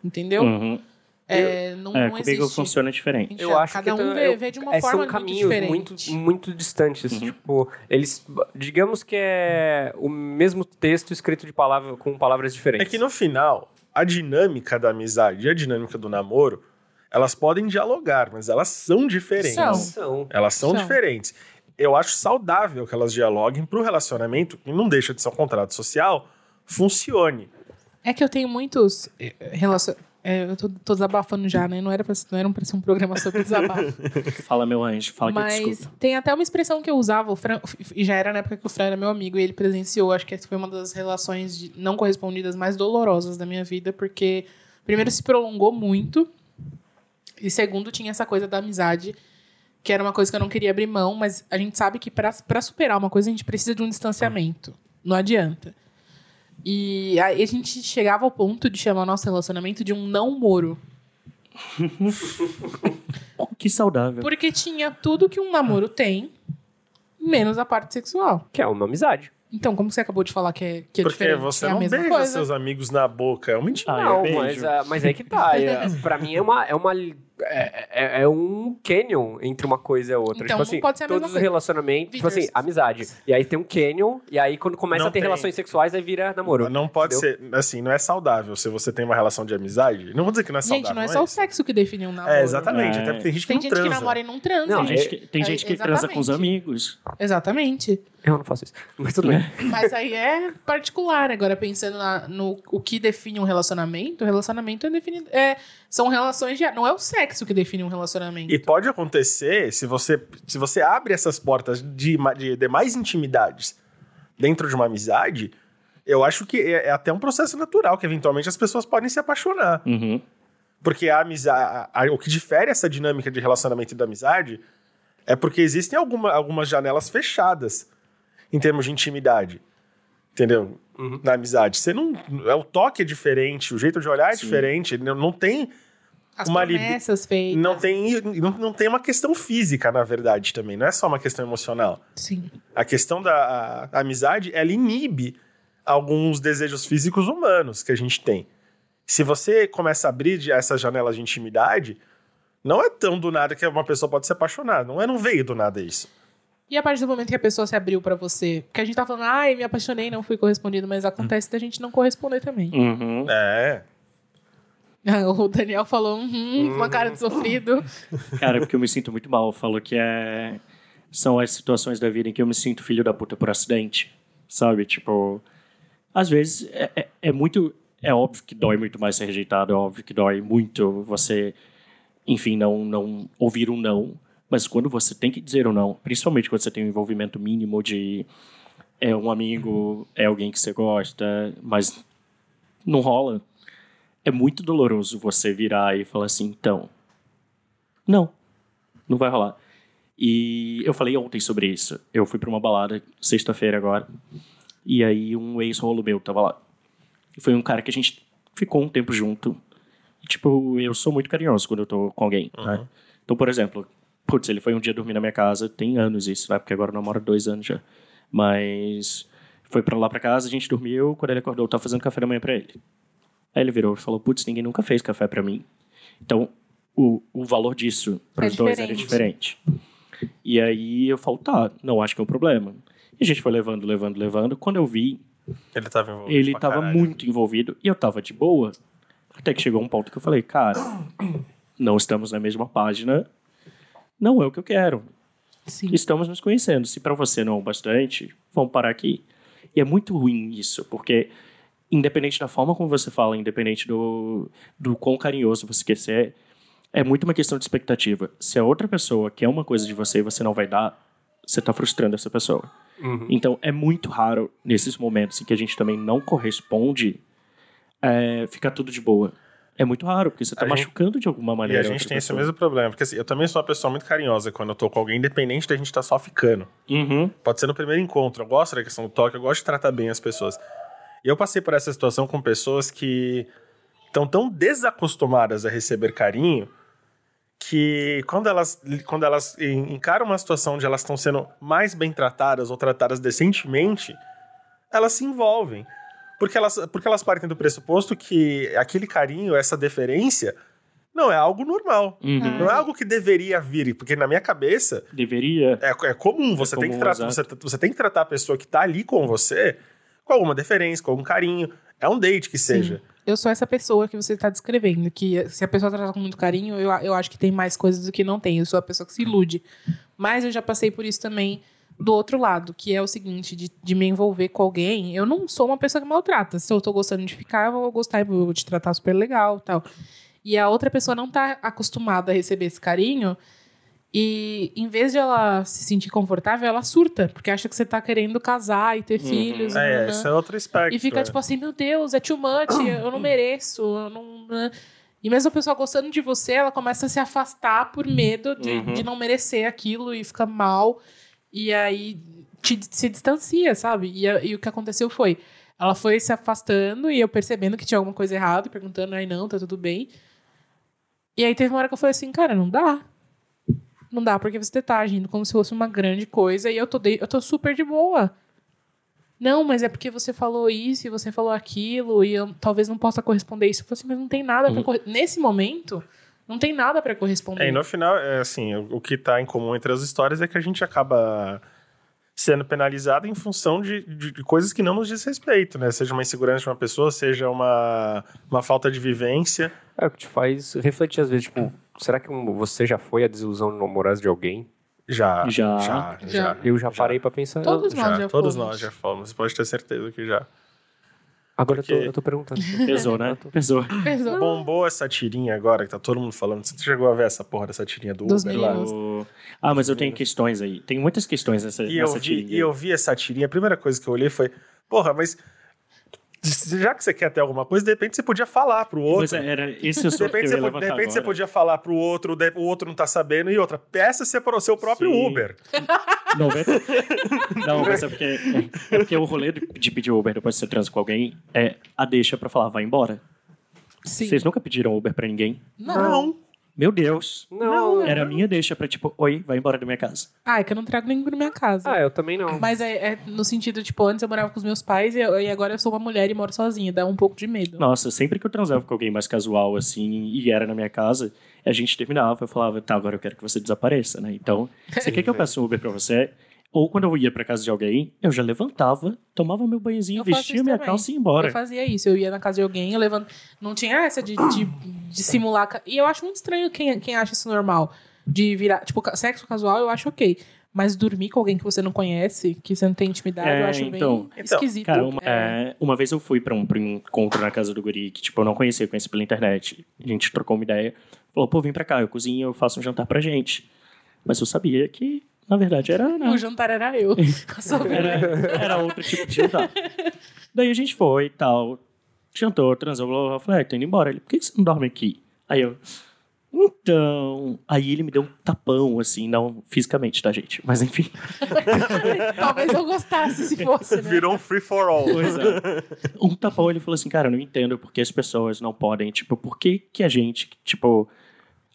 S1: Entendeu?
S4: Uhum.
S1: Hum. É, não,
S4: É,
S1: não
S4: comigo
S1: existe.
S4: funciona diferente.
S1: Enxerga.
S2: Eu acho
S1: Cada
S2: que
S1: um
S2: tá-
S1: vê,
S2: eu-
S1: vê de uma
S2: é,
S1: forma
S2: são caminhos
S1: muito
S2: muito,
S1: diferente.
S2: muito distantes.
S4: Uhum.
S2: Tipo, eles. Digamos que é o mesmo texto escrito de palavra, com palavras
S3: É
S2: diferentes.
S3: que no final, a dinâmica da amizade e a dinâmica do namoro, elas podem dialogar, mas elas são diferentes.
S1: São.
S2: São.
S3: Elas são,
S1: São.
S3: diferentes. Eu acho saudável que elas dialoguem para o relacionamento, que não deixa de ser um contrato social, funcione.
S1: É que eu tenho muitos eh, relacion... é, eu tô, tô desabafando já, né? Não era pra, não era pra ser um programa sobre desabafo.
S4: Fala, meu anjo, fala que eu
S1: Mas
S4: desculpo.
S1: tem até uma expressão que eu usava, o Fran, e já era na época que o Fran era meu amigo, e ele presenciou, acho que essa foi uma das relações de- não correspondidas mais dolorosas da minha vida, porque, primeiro, se prolongou muito, e segundo, tinha essa coisa da amizade, que era uma coisa que eu não queria abrir mão, mas a gente sabe que pra pra superar uma coisa a gente precisa de um distanciamento. Não adianta. E aí a gente chegava ao ponto de chamar nosso relacionamento de um não moro.
S4: Que saudável.
S1: Porque tinha tudo que um namoro tem, menos a parte sexual.
S2: Que é uma amizade.
S1: Então, como você acabou de falar que é, que é
S3: porque
S1: diferente,
S3: você
S1: é a
S3: não
S1: mesma
S3: beija
S1: coisa.
S3: seus amigos na boca. É uma mentira.
S4: Ah, eu
S2: não,
S4: beijo.
S2: mas, ah, mas é que tá. É, pra mim é uma. É, uma é, é- é um canyon entre uma coisa e a outra.
S1: Então,
S2: tipo assim,
S1: pode ser a mesma
S2: todos os
S1: coisa.
S2: relacionamentos. Tipo
S1: Vitor,
S2: assim, amizade. E aí tem um canyon, e aí quando começa
S3: Não
S2: a ter
S3: tem.
S2: relações sexuais, aí vira namoro.
S3: Não pode
S2: entendeu?
S3: ser, assim, não é saudável se você tem uma relação de amizade. Não vou dizer que não é saudável.
S1: gente, não é
S3: mas-
S1: só o sexo que define um namoro.
S3: É, exatamente.
S4: É.
S3: Até porque tem gente que
S1: Tem
S3: não
S1: gente
S3: transa.
S1: que namora e não transa.
S2: Não,
S4: Tem
S2: é-
S4: gente que, tem
S1: é-
S4: gente que transa com os
S1: exatamente.
S4: amigos.
S1: Exatamente.
S2: Eu não faço isso. Mas tudo bem.
S1: Mas aí é particular. Agora, pensando na- no o que define um relacionamento, relacionamento é definido. É, são relações de. Não é o sexo que define um relacionamento.
S3: E pode acontecer se você, se você abre essas portas de, ma- de demais intimidades dentro de uma amizade. Eu acho que é, é até um processo natural que eventualmente as pessoas podem se apaixonar.
S4: Uhum.
S3: Porque a amizade, o que difere essa dinâmica de relacionamento e da amizade é porque existem alguma- algumas janelas fechadas em termos de intimidade. Entendeu?
S2: Uhum.
S3: Na amizade. Você não. é, O toque é diferente, o jeito de olhar é
S4: Sim.
S3: diferente. Não, não tem
S1: As
S3: uma libi-
S1: promessas feitas.
S3: Não tem, não, não tem uma questão física, na verdade, também. Não é só uma questão emocional.
S1: Sim.
S3: A questão da a- a amizade, ela inibe alguns desejos físicos humanos que a gente tem. Se você começa a abrir de- essas janelas de intimidade, não é tão do nada que uma pessoa pode se apaixonar. Não é, não veio do nada isso.
S1: E a partir do momento que a pessoa se abriu pra você? Porque a gente tá falando, ai, me apaixonei, não fui correspondido, mas acontece da gente não corresponder também.
S4: Uhum.
S3: É.
S1: O Daniel falou, uhum, com uma cara de sofrido.
S4: Cara, porque eu me sinto muito mal. Eu falo que é... são as situações da vida em que eu me sinto filho da puta por acidente. Sabe? Tipo, às vezes é, é- é muito. É óbvio que dói muito mais ser rejeitado, é óbvio que dói muito você, enfim, não, não ouvir um não. Mas quando você tem que dizer um não, principalmente quando você tem um envolvimento mínimo de é um amigo, é alguém que você gosta, mas não rola. É muito doloroso você virar e falar assim, então, não, não vai rolar. E eu falei ontem sobre isso. Eu fui pra uma balada sexta-feira agora. E aí um ex-rolo meu tava lá. E foi um cara que a gente ficou um tempo junto. E, tipo, eu sou muito carinhoso quando eu tô com alguém,
S3: Uhum.
S4: né? Então, por exemplo, putz, ele foi um dia dormir na minha casa. Tem anos isso, né? Porque agora eu namoro há dois anos já. Mas foi pra lá pra casa, a gente dormiu. Quando ele acordou, eu tava fazendo café da manhã pra ele. Aí ele virou e falou, putz, ninguém nunca fez café pra mim. Então, o, o valor disso para os
S1: É
S4: dois era diferente. E aí eu falo, tá, não acho que é um problema. E a gente foi levando, levando, levando. Quando eu vi,
S3: Ele tava envolvido.
S4: ele
S3: pra
S4: tava
S3: caralho.
S4: muito envolvido e eu tava de boa. Até que chegou um ponto que eu falei, cara, não estamos na mesma página. Não é o que eu quero.
S1: Sim.
S4: Estamos nos conhecendo. Se para você não é o bastante, vamos parar aqui. E é muito ruim isso, porque independente da forma como você fala, independente do, do quão carinhoso você quer ser, é muito uma questão de expectativa. Se a outra pessoa quer uma coisa de você e você não vai dar, você tá frustrando essa pessoa.
S2: Uhum.
S4: Então é muito raro nesses momentos em que a gente também não corresponde é, ficar tudo de boa. É muito raro, porque você tá
S3: A gente-
S4: machucando de alguma
S3: E
S4: maneira.
S3: a gente
S4: outra
S3: tem esse
S4: pessoa.
S3: mesmo problema, porque assim, eu também sou uma pessoa muito carinhosa quando eu tô com alguém, independente da gente estar só ficando.
S4: Uhum.
S3: Pode ser no primeiro encontro. Eu gosto da questão do toque, eu gosto de tratar bem as pessoas. E eu passei por essa situação com pessoas que estão tão desacostumadas a receber carinho que quando elas, quando elas en- encaram uma situação onde elas estão sendo mais bem tratadas ou tratadas decentemente, elas se envolvem. Porque elas, porque elas partem do pressuposto que aquele carinho, essa deferência, não é algo normal.
S4: Uhum.
S3: Não é algo que deveria vir. Porque na minha cabeça,
S4: Deveria.
S3: é, é comum, você, tem
S4: comum,
S3: que tratar, você, você tem que tratar a pessoa que tá ali com você com alguma deferência, com algum carinho. É um date que seja.
S1: Eu sou essa pessoa que você tá descrevendo, que se a pessoa tratar com muito carinho, eu, eu acho que tem mais coisas do que não tem. Eu sou a pessoa que se ilude. Mas eu já passei por isso também do outro lado, que é o seguinte, de, de me envolver com alguém. Eu não sou uma pessoa que maltrata. Se eu tô gostando de ficar, eu vou gostar e vou te tratar super legal tal. E a outra pessoa não tá acostumada a receber esse carinho. E em vez de ela se sentir confortável, ela surta, porque acha que você tá querendo casar e ter
S4: Uhum.
S1: filhos. né,
S3: É,
S1: nananã.
S3: isso é outro espectro.
S1: E fica
S3: é.
S1: tipo assim, meu Deus, é too much, eu não mereço, eu não... né? E mesmo a pessoa gostando de você, ela começa a se afastar por medo de,
S4: Uhum.
S1: de não merecer aquilo e fica mal. E aí te- se distancia, sabe? E, a- e o que aconteceu foi, ela foi se afastando e eu percebendo que tinha alguma coisa errada, perguntando, ai não, tá tudo bem. E aí teve uma hora que eu falei assim, cara, não dá. Não dá, porque você tá agindo como se fosse uma grande coisa e eu tô, de- eu tô super de boa. Não, mas é porque você falou isso e você falou aquilo e eu talvez não possa corresponder isso. Eu falei assim, mas não tem nada pra corre- Nesse momento, não tem nada pra corresponder.
S3: É, e no final, é, assim, o, o que tá em comum entre as histórias é que a gente acaba sendo penalizado em função de, de- de coisas que não nos diz respeito, né? Seja uma insegurança de uma pessoa, seja uma, uma falta de vivência.
S2: É o que te faz refletir às vezes, tipo, será que um- você já foi a desilusão amorosa de alguém?
S3: Já.
S4: Já.
S3: Já. já,
S1: Já.
S2: Eu já, parei pra pensar.
S1: Todos
S2: eu-
S1: nós
S3: já,
S1: já
S3: todos
S1: fomos.
S3: nós já fomos, pode ter certeza que já.
S2: Agora eu, tô,
S3: Porque-
S2: eu tô perguntando.
S4: Pesou, né? Pesou.
S1: Pesou.
S3: Bombou essa tirinha agora que tá todo mundo falando. Você chegou a ver essa porra dessa tirinha do
S1: Dos
S3: Uber lá?
S1: meninos.
S4: O- Ah, mas eu tenho questões aí. Tem muitas questões nessa,
S3: E eu,
S4: nessa
S3: vi,
S4: tirinha.
S3: e eu vi essa tirinha, a primeira coisa que eu olhei foi, porra, mas já que você quer ter alguma coisa, de repente você podia falar pro
S4: Pois
S3: outro.
S4: é, era esse o
S3: De
S4: assunto que eu
S3: repente,
S4: ia
S3: você, po-
S4: levantar
S3: de repente você
S4: agora.
S3: podia falar pro outro, de- o outro não tá sabendo, e outra, peça você para o seu próprio
S4: Sim.
S3: Uber.
S4: Não, vai- não, mas é porque, é porque o rolê de de pedir Uber depois que você transa com alguém é a deixa pra falar, vai embora.
S1: Sim.
S4: Vocês nunca pediram Uber pra ninguém?
S1: Não.
S4: Meu Deus.
S2: Não.
S4: Era a minha deixa pra tipo, oi, vai embora da minha casa.
S1: Ah, é que eu não trago ninguém pra minha casa.
S2: Ah, eu também não.
S1: Mas é, é no sentido, tipo, antes eu morava com os meus pais e, eu- e agora eu sou uma mulher e moro sozinha. Dá um pouco de medo.
S4: Nossa, sempre que eu transava com alguém mais casual assim e era na minha casa, a gente terminava, eu falava, tá, agora eu quero que você desapareça, né? Então, você quer que eu peça um Uber pra você? Ou quando eu ia pra casa de alguém, eu já levantava, tomava meu banhozinho,
S1: Eu faço
S4: vestia
S1: isso
S4: minha
S1: também.
S4: calça e ia
S1: Eu
S4: embora.
S1: fazia isso, eu ia na casa de alguém, eu levanto. Não tinha essa de, de, de simular. ca- E eu acho muito estranho quem, quem acha isso normal. De virar. Tipo, ca- sexo casual eu acho ok. Mas dormir com alguém que você não conhece, que você não tem intimidade,
S4: É,
S1: eu acho
S4: então.
S1: bem esquisito.
S4: Cara, uma,
S1: É.
S4: é, uma vez eu fui pra um, pra um encontro na casa do guri, que tipo, eu não conhecia, eu conheci pela internet. A gente trocou uma ideia. Falou, pô, vem pra cá, eu cozinho, eu faço um jantar pra gente. Mas eu sabia que, na verdade, era... né,
S1: O jantar era eu. Eu só vi.
S4: Era, era outro tipo de jantar. Daí a gente foi e tal. Jantou, transou, blá, blá, blá. Eu Falei, ah, tô indo embora. Ele, por que que você não dorme aqui? Aí eu, então... Aí ele me deu um tapão, assim, não fisicamente, tá, gente? Mas enfim.
S1: Talvez eu gostasse se fosse. Né?
S3: Virou um free for all.
S4: Pois é. Um tapão, ele falou assim, cara, eu não entendo por que as pessoas não podem, tipo, por que que a gente, tipo...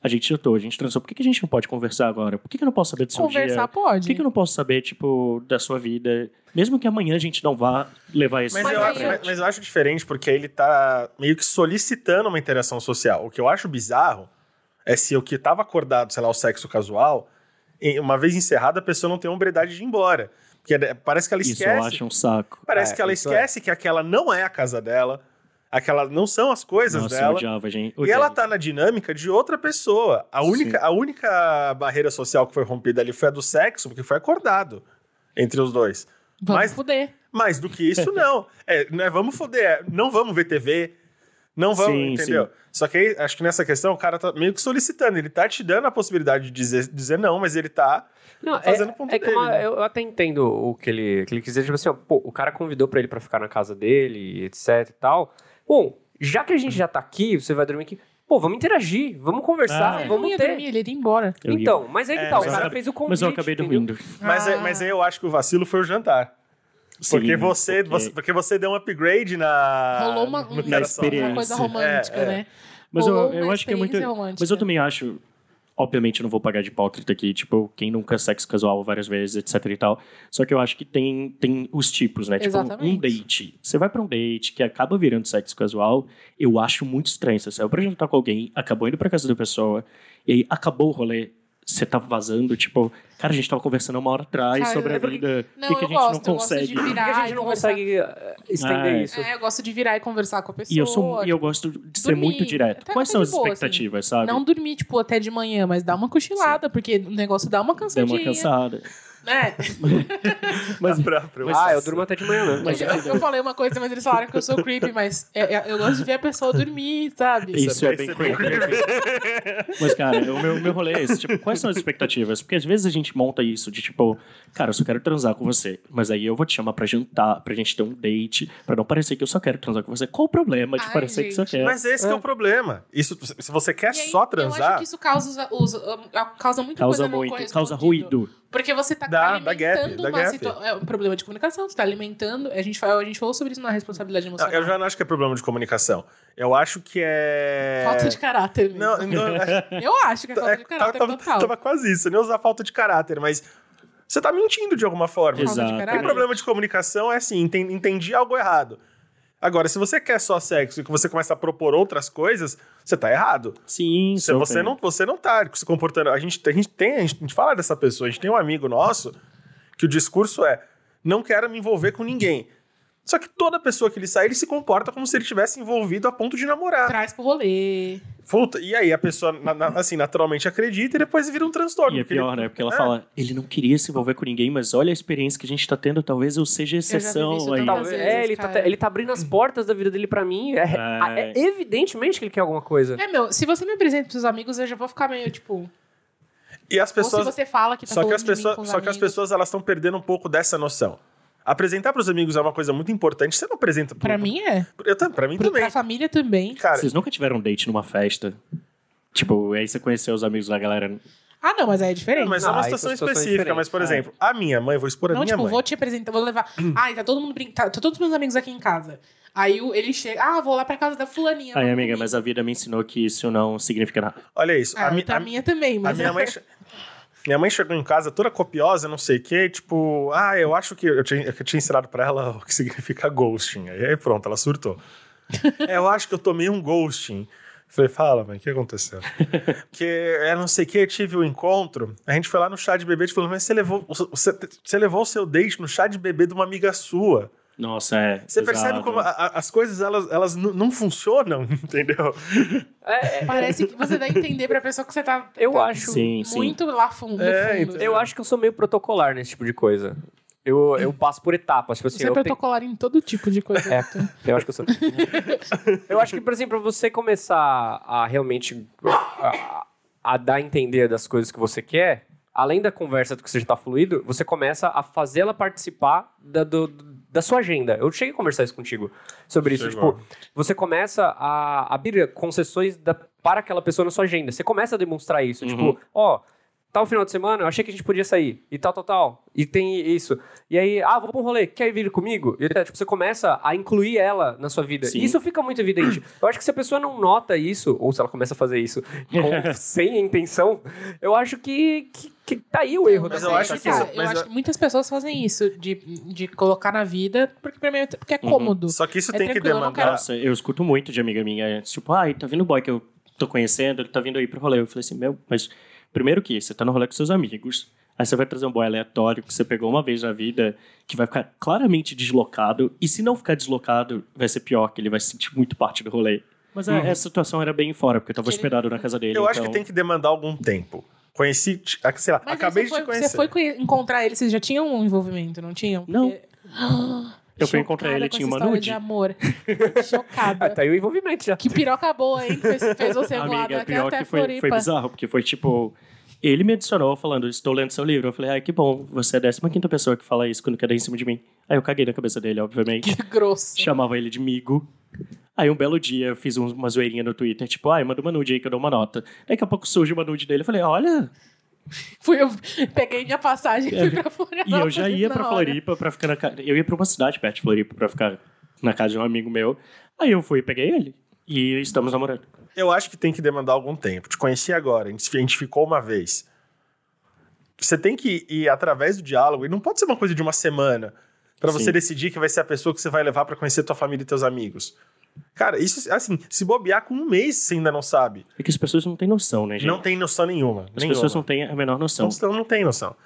S4: A gente jantou, a gente transou, por que que a gente não pode conversar agora? Por que que eu não posso saber do seu dia?
S1: Conversar
S4: Por
S1: pode.
S4: que, que eu não posso saber, tipo, da sua vida? Mesmo que amanhã a gente não vá levar esse
S3: Mas
S1: Mas
S3: eu,
S1: aí
S3: acho,
S1: eu-
S3: mas- mas eu acho diferente, porque ele tá meio que solicitando uma interação social. O que eu acho bizarro é se o que tava acordado, sei lá, o sexo casual, em- uma vez encerrada, a pessoa não tem hombridade de ir embora. Porque é- parece que ela
S4: Isso
S3: esquece.
S4: eu acho um saco.
S3: Parece
S2: É,
S3: que ela
S2: isso
S3: esquece que aquela não é a casa dela, aquela não são as coisas
S4: Nossa, eu
S3: dela.
S4: odiava, gente.
S3: E ela
S4: Odiava.
S3: tá na dinâmica de outra pessoa. A única, a única barreira social que foi rompida ali foi a do sexo, porque foi acordado entre os dois.
S1: Vamos
S3: mas-
S1: fuder.
S3: Mais do que isso, não. É, não é vamos foder, é, não vamos ver TV, não vamos,
S4: Sim,
S3: entendeu? Só que aí, acho que nessa questão o cara tá meio que solicitando, ele tá te dando a possibilidade de dizer, dizer não, mas ele tá.
S2: Não,
S3: fazendo
S2: é,
S3: o ponto
S2: é que
S3: dele,
S2: uma-
S3: né?
S2: eu, eu até entendo o que ele, que ele quis dizer, tipo assim, ó, pô, o cara convidou pra ele pra ficar na casa dele, etc e tal. Bom, já que a gente já tá aqui, você vai dormir aqui, pô, vamos interagir, vamos conversar,
S4: Ah,
S1: Ele não
S2: vamos
S1: ia
S2: ter.
S1: dormir, ele ia embora.
S4: Eu ia.
S2: Então, mas aí que
S3: É,
S2: tá, o
S3: mas
S2: cara
S4: eu-
S2: fez o convite.
S4: Mas eu acabei
S2: entendeu?
S4: dormindo.
S3: Mas, aí-
S1: Ah.
S3: mas aí eu acho que o vacilo foi o jantar.
S4: Sim,
S3: Porque, você,
S4: porque-
S3: você- porque você deu um upgrade na.
S1: Rolou uma,
S3: no
S1: um-
S3: cara
S4: Ah, na
S3: só.
S4: experiência.
S1: uma coisa romântica,
S3: É, é.
S1: né?
S4: Mas eu,
S1: Rolou
S4: eu
S1: uma
S4: acho que é muito.
S1: experiência romântica.
S4: Mas eu também acho. Obviamente, eu não vou pagar de hipócrita aqui, tipo, quem nunca sexo casual várias vezes, etc e tal. Só que eu acho que tem, tem os tipos, né? Tipo, um
S1: Exatamente.
S4: date. Você vai pra um date que acaba virando sexo casual, eu acho muito estranho. Você saiu pra jantar com alguém, acabou indo pra casa da pessoa, e aí acabou o rolê, você tá vazando, tipo, cara, a gente tava conversando uma hora atrás
S1: Cara,
S4: sobre a
S1: é porque-
S4: vida, o
S1: Não,
S4: que, que a
S1: eu gosto,
S4: gente não
S1: eu gosto
S4: consegue.
S1: de
S2: Por que
S1: virar
S2: a gente
S1: e
S2: não
S1: conversar.
S2: consegue eh, estender
S4: Ah, é.
S2: isso?
S1: É, eu gosto de virar e conversar com a pessoa. tipo,
S4: E eu, sou, e eu gosto de ser
S1: dormir.
S4: muito direto.
S1: Até
S4: Quais
S1: fica
S4: são
S1: de
S4: as
S1: boa, assim.
S4: expectativas, sabe?
S1: Não dormir, tipo, até de manhã, mas dá uma cochilada, porque o negócio dá uma
S4: Deu
S1: cansadinha.
S4: uma cansada.
S1: né?
S3: Mas, pra, pra-
S2: ah, eu durmo até de manhã, né?
S1: Eu,
S3: é.
S1: eu falei uma coisa, mas eles falaram que eu sou creepy, mas é- é- eu, gosto de ver a pessoa dormir, sabe?
S4: Isso
S2: assim,
S4: é bem creepy. Mas, cara, o meu, meu rolê é esse. Tipo, quais são as expectativas? Porque às vezes a gente monta isso de tipo, cara, eu só quero transar com você. Mas aí eu vou te chamar pra jantar, pra gente ter um date, pra não parecer que eu só quero transar com você. Qual o problema de
S1: Ai,
S4: parecer que só
S1: gente.
S4: quer?
S3: Mas esse que é o problema. Isso, se você quer
S1: E aí,
S3: é só
S1: Eu acho
S3: transar,
S1: que isso causa, os, os- ah, causa muita
S4: Causa
S1: coisa não
S4: muito,
S1: correspondida.
S4: causa ruído.
S1: Porque você tá
S3: Dá- dá
S1: alimentando
S3: gap, dá
S1: uma
S3: gap.
S1: situação. É um problema de comunicação, você tá alimentando. A gente, fa- a gente falou sobre isso na responsabilidade
S3: Não,
S1: emocional.
S3: eu já não acho que é problema de comunicação. Eu acho que é.
S1: Falta de caráter mesmo.
S3: Não, não, é-
S1: Eu acho que é falta
S3: é,
S1: de caráter
S3: tava,
S1: total.
S3: tava quase isso. Eu nem usar falta de caráter, mas você tá mentindo de alguma forma.
S1: Falta de
S4: Exato.
S1: caráter.
S3: Porque o problema de comunicação é assim: enten- entendi algo errado. Agora, se você quer só sexo e que você começa a propor outras coisas, você tá errado.
S4: Sim,
S3: Você, você não, você não tá se comportando. A gente, a gente tem, a gente, a gente fala dessa pessoa, a gente tem um amigo nosso que o discurso é: não quero me envolver com ninguém. Só que toda pessoa que ele sai, ele se comporta como se ele tivesse envolvido a ponto de namorar.
S1: Traz pro rolê.
S3: Puta, e aí a pessoa, na- na- assim, naturalmente acredita e depois vira um transtorno.
S4: E é
S3: porque ele-
S4: pior, né? Porque ela
S3: É.
S4: fala, ele não queria se envolver com ninguém, mas olha a experiência que a gente tá tendo, talvez eu
S1: já
S4: seja
S1: vivi
S4: exceção
S1: isso
S4: aí.
S1: também.
S2: Talvez,
S1: vezes,
S2: é, ele tá,
S1: cara.
S2: ele tá abrindo as portas da vida dele pra mim. É,
S4: É.
S2: é evidentemente que ele quer alguma coisa.
S1: É, meu, se você me apresenta pros seus amigos, eu já vou ficar meio, tipo...
S3: E as
S1: Ou
S3: pessoas.
S1: se você fala que tá
S3: só que
S1: falando
S3: as
S1: de mim
S3: pessoas,
S1: com os
S3: só que as
S1: amigos.
S3: pessoas elas estão perdendo um pouco dessa noção. Apresentar pros amigos é uma coisa muito importante. Você não apresenta pro-
S1: Pra mim, é.
S3: eu tam- pra mim
S1: Pro,
S3: também.
S1: pra família também.
S3: Cara,
S4: Vocês nunca tiveram um date numa festa? Tipo, aí você conheceu os amigos da galera.
S1: Ah, não, mas aí é diferente.
S3: Mas
S2: Não,
S3: é uma
S2: aí
S3: situação
S2: são situações
S3: específica. Mas, por
S2: diferentes,
S3: exemplo, a minha mãe, vou expor a
S1: Não,
S3: minha
S1: tipo,
S3: mãe.
S1: vou te apresentar, vou levar. Ai, tá todo mundo brincando, tá todos os meus amigos aqui em casa. Aí o- ele chega, ah, vou lá pra casa da fulaninha.
S4: Ai,
S1: não,
S4: amiga,
S1: não.
S4: mas a vida me ensinou que isso não significa nada.
S3: Olha isso.
S1: Ah,
S3: a, mi-
S1: tá
S3: a-
S1: minha também,
S3: a
S1: mas.
S3: minha mãe. che- Minha mãe chegou em casa toda copiosa, não sei o quê, tipo, ah, eu acho que. Eu tinha, eu tinha ensinado pra ela o que significa ghosting. Aí aí pronto, ela surtou. É, eu acho que eu tomei um ghosting. Falei, fala, mãe, o que aconteceu? Porque é não sei o que, tive o encontro, a gente foi lá no chá de bebê, a gente falou, mas você levou, você, você levou o seu date no chá de bebê de uma amiga sua.
S4: Nossa, é.
S3: Você
S4: exato.
S3: percebe como a- a- as coisas, elas, elas n- não funcionam, entendeu?
S1: Parece que você dá a entender pra pessoa que você tá
S2: Eu
S1: tá
S2: acho.
S4: Sim, sim.
S1: muito lá fundo.
S3: É,
S1: fundo.
S3: então.
S2: Eu acho que eu sou meio protocolar nesse tipo de coisa. Eu, eu passo por etapas. Tipo assim,
S1: Você é
S2: eu, pe-
S1: protocolar em todo tipo de coisa.
S2: É.
S1: então.
S2: eu acho que eu sou. eu acho que, por exemplo, pra você começar a realmente a, a dar a entender das coisas que você quer, além da conversa do que você já tá fluido, você começa a fazê-la participar da, do- da sua agenda. Eu cheguei a conversar isso contigo sobre isso.
S3: Chegou.
S2: Tipo, você começa a abrir concessões da- para aquela pessoa na sua agenda. Você começa a demonstrar isso. Tipo, ó, tal final de semana, eu achei que a gente podia sair. E tal, tal, tal. E tem isso. E aí, ah, vou pra um rolê, quer vir comigo? E, é, tipo, você começa a incluir ela na sua vida.
S4: Sim.
S2: E isso fica muito evidente. Eu acho que se a pessoa não nota isso, ou se ela começa a fazer isso com- sem a intenção, eu acho que, que, que tá aí o erro
S3: Mas
S2: da
S3: eu acho que-
S1: tá,
S2: comunicação.
S1: eu
S3: mas
S1: acho
S3: eu-
S1: que muitas pessoas fazem isso, de, de colocar na vida, porque, pra mim, porque é
S3: Uhum.
S1: cômodo.
S3: Só que isso
S1: É
S3: tem que
S1: tranquilo, eu não
S3: demandar...
S4: Nossa, eu escuto muito de amiga minha. Tipo, ai, tá vindo boy que eu tô conhecendo, ele tá vindo aí pro rolê. Eu falei assim, meu, mas primeiro que você tá no rolê com seus amigos. Aí você vai trazer um boy aleatório que você pegou uma vez na vida, que vai ficar claramente deslocado. E se não ficar deslocado, vai ser pior, que ele vai se sentir muito parte do rolê. Mas a- essa situação era bem fora, porque eu tava
S1: Porque ele-
S4: hospedado na casa dele.
S3: Uhum. Eu acho
S4: então-
S3: que tem que demandar algum tempo. Conheci, t- ah, sei lá,
S1: Mas aí
S3: acabei
S1: você
S3: de
S1: foi,
S3: te conhecer.
S1: Você foi conhe- encontrar ele, vocês já tinham um envolvimento, não tinham?
S4: Não.
S1: Porque- Ah,
S4: Eu fui encontrar
S1: chocada
S4: ele,
S1: com
S4: tinha
S1: essa história
S4: uma nude.
S1: de amor. Chocada.
S2: Ah, tá aí o envolvimento já.
S1: Que piroca boa, hein? Fez, fez você voar
S4: Amiga,
S1: daqui
S4: pior
S1: até
S4: que foi,
S1: Floripa.
S4: foi bizarro, porque foi tipo. Ele me adicionou falando, estou lendo seu livro. Eu falei, ai, que bom, você é a 15 pessoa que fala isso quando quer dar em cima de mim. Aí eu caguei na cabeça dele, obviamente.
S1: Que grosso.
S4: Chamava ele de migo. Aí um belo dia eu fiz um- uma zoeirinha no Twitter, tipo, ai, manda uma nude aí que eu dou uma nota. Daqui a pouco surge uma nude dele. Eu falei, olha.
S1: Fui, eu peguei minha passagem e fui pra Floripa.
S4: É. E eu já ia pra
S1: na hora.
S4: Floripa pra ficar na casa. Eu ia pra uma cidade perto de Floripa pra ficar na casa de um amigo meu. Aí eu fui e peguei ele. E estamos namorando.
S3: Eu acho que tem que demandar algum tempo. Te conheci agora, a gente, se- a gente ficou uma vez. Você tem que ir através do diálogo, e não pode ser uma coisa de uma semana pra você
S4: Sim.
S3: decidir que vai ser a pessoa que você vai levar pra conhecer tua família e teus amigos. Cara, isso, assim, se bobear com um mês, você ainda não sabe.
S4: É que as pessoas não têm noção, né, gente?
S3: Não tem noção nenhuma.
S4: As
S3: nenhuma.
S4: pessoas não têm a menor noção.
S3: Então, você não tem noção.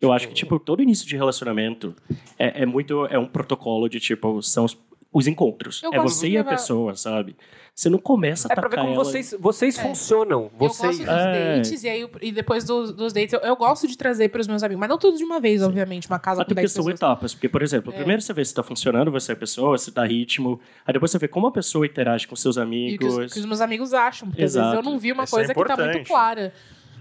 S4: Eu acho que, tipo,
S1: Uhum.
S4: todo início de relacionamento é, é muito. É um protocolo de, tipo, são os, os encontros.
S1: Eu
S4: é
S1: gosto
S4: você
S1: de
S4: e a
S1: levar-
S4: pessoa, sabe? Você não começa a
S2: É pra
S4: atacar
S2: ver como
S4: ela.
S2: vocês, vocês
S1: É.
S2: funcionam.
S1: Eu
S2: Vocês.
S1: gosto dos
S4: É.
S1: dates e, aí, eu- e depois dos, dos dates eu, eu gosto de trazer pros meus amigos. Mas não todos de uma vez, obviamente. Uma casa
S4: Até
S1: com
S4: porque
S1: 10
S4: são
S1: pessoas.
S4: etapas. Porque, por
S1: É.
S4: exemplo, primeiro você vê se tá funcionando, você é a pessoa, se dá ritmo. Aí depois você vê como a pessoa interage com seus
S1: E o que os,
S4: amigos.
S1: que os meus amigos acham. Porque às vezes
S4: Exato.
S1: eu não vi uma
S3: Isso é
S1: coisa que tá muito
S3: importante.
S1: clara.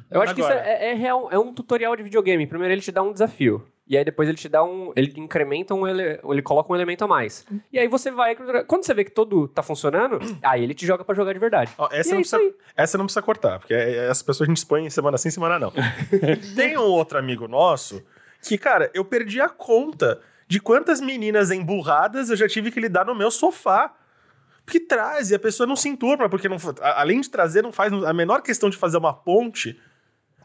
S2: Eu acho que isso
S3: Agora.
S2: é, é real, é um tutorial de videogame. Primeiro ele te dá um desafio. E aí depois ele te dá um. Ele incrementa um. Ele, ele coloca um elemento a mais.
S3: Hum.
S2: E aí você vai. Quando você vê que todo tá funcionando, aí ele te joga pra jogar de verdade.
S3: Ó,
S2: E
S3: essa,
S2: é
S3: não
S2: isso
S3: precisa, essa não precisa cortar, porque é- é- essas pessoas a gente expõe semana sim, semana não. Tem um outro amigo nosso que, cara, eu perdi a conta de quantas meninas emburradas eu já tive que lidar no meu sofá. Porque traz, e a pessoa não se enturma, porque não, fa- a- além de trazer, não faz a menor questão de fazer uma ponte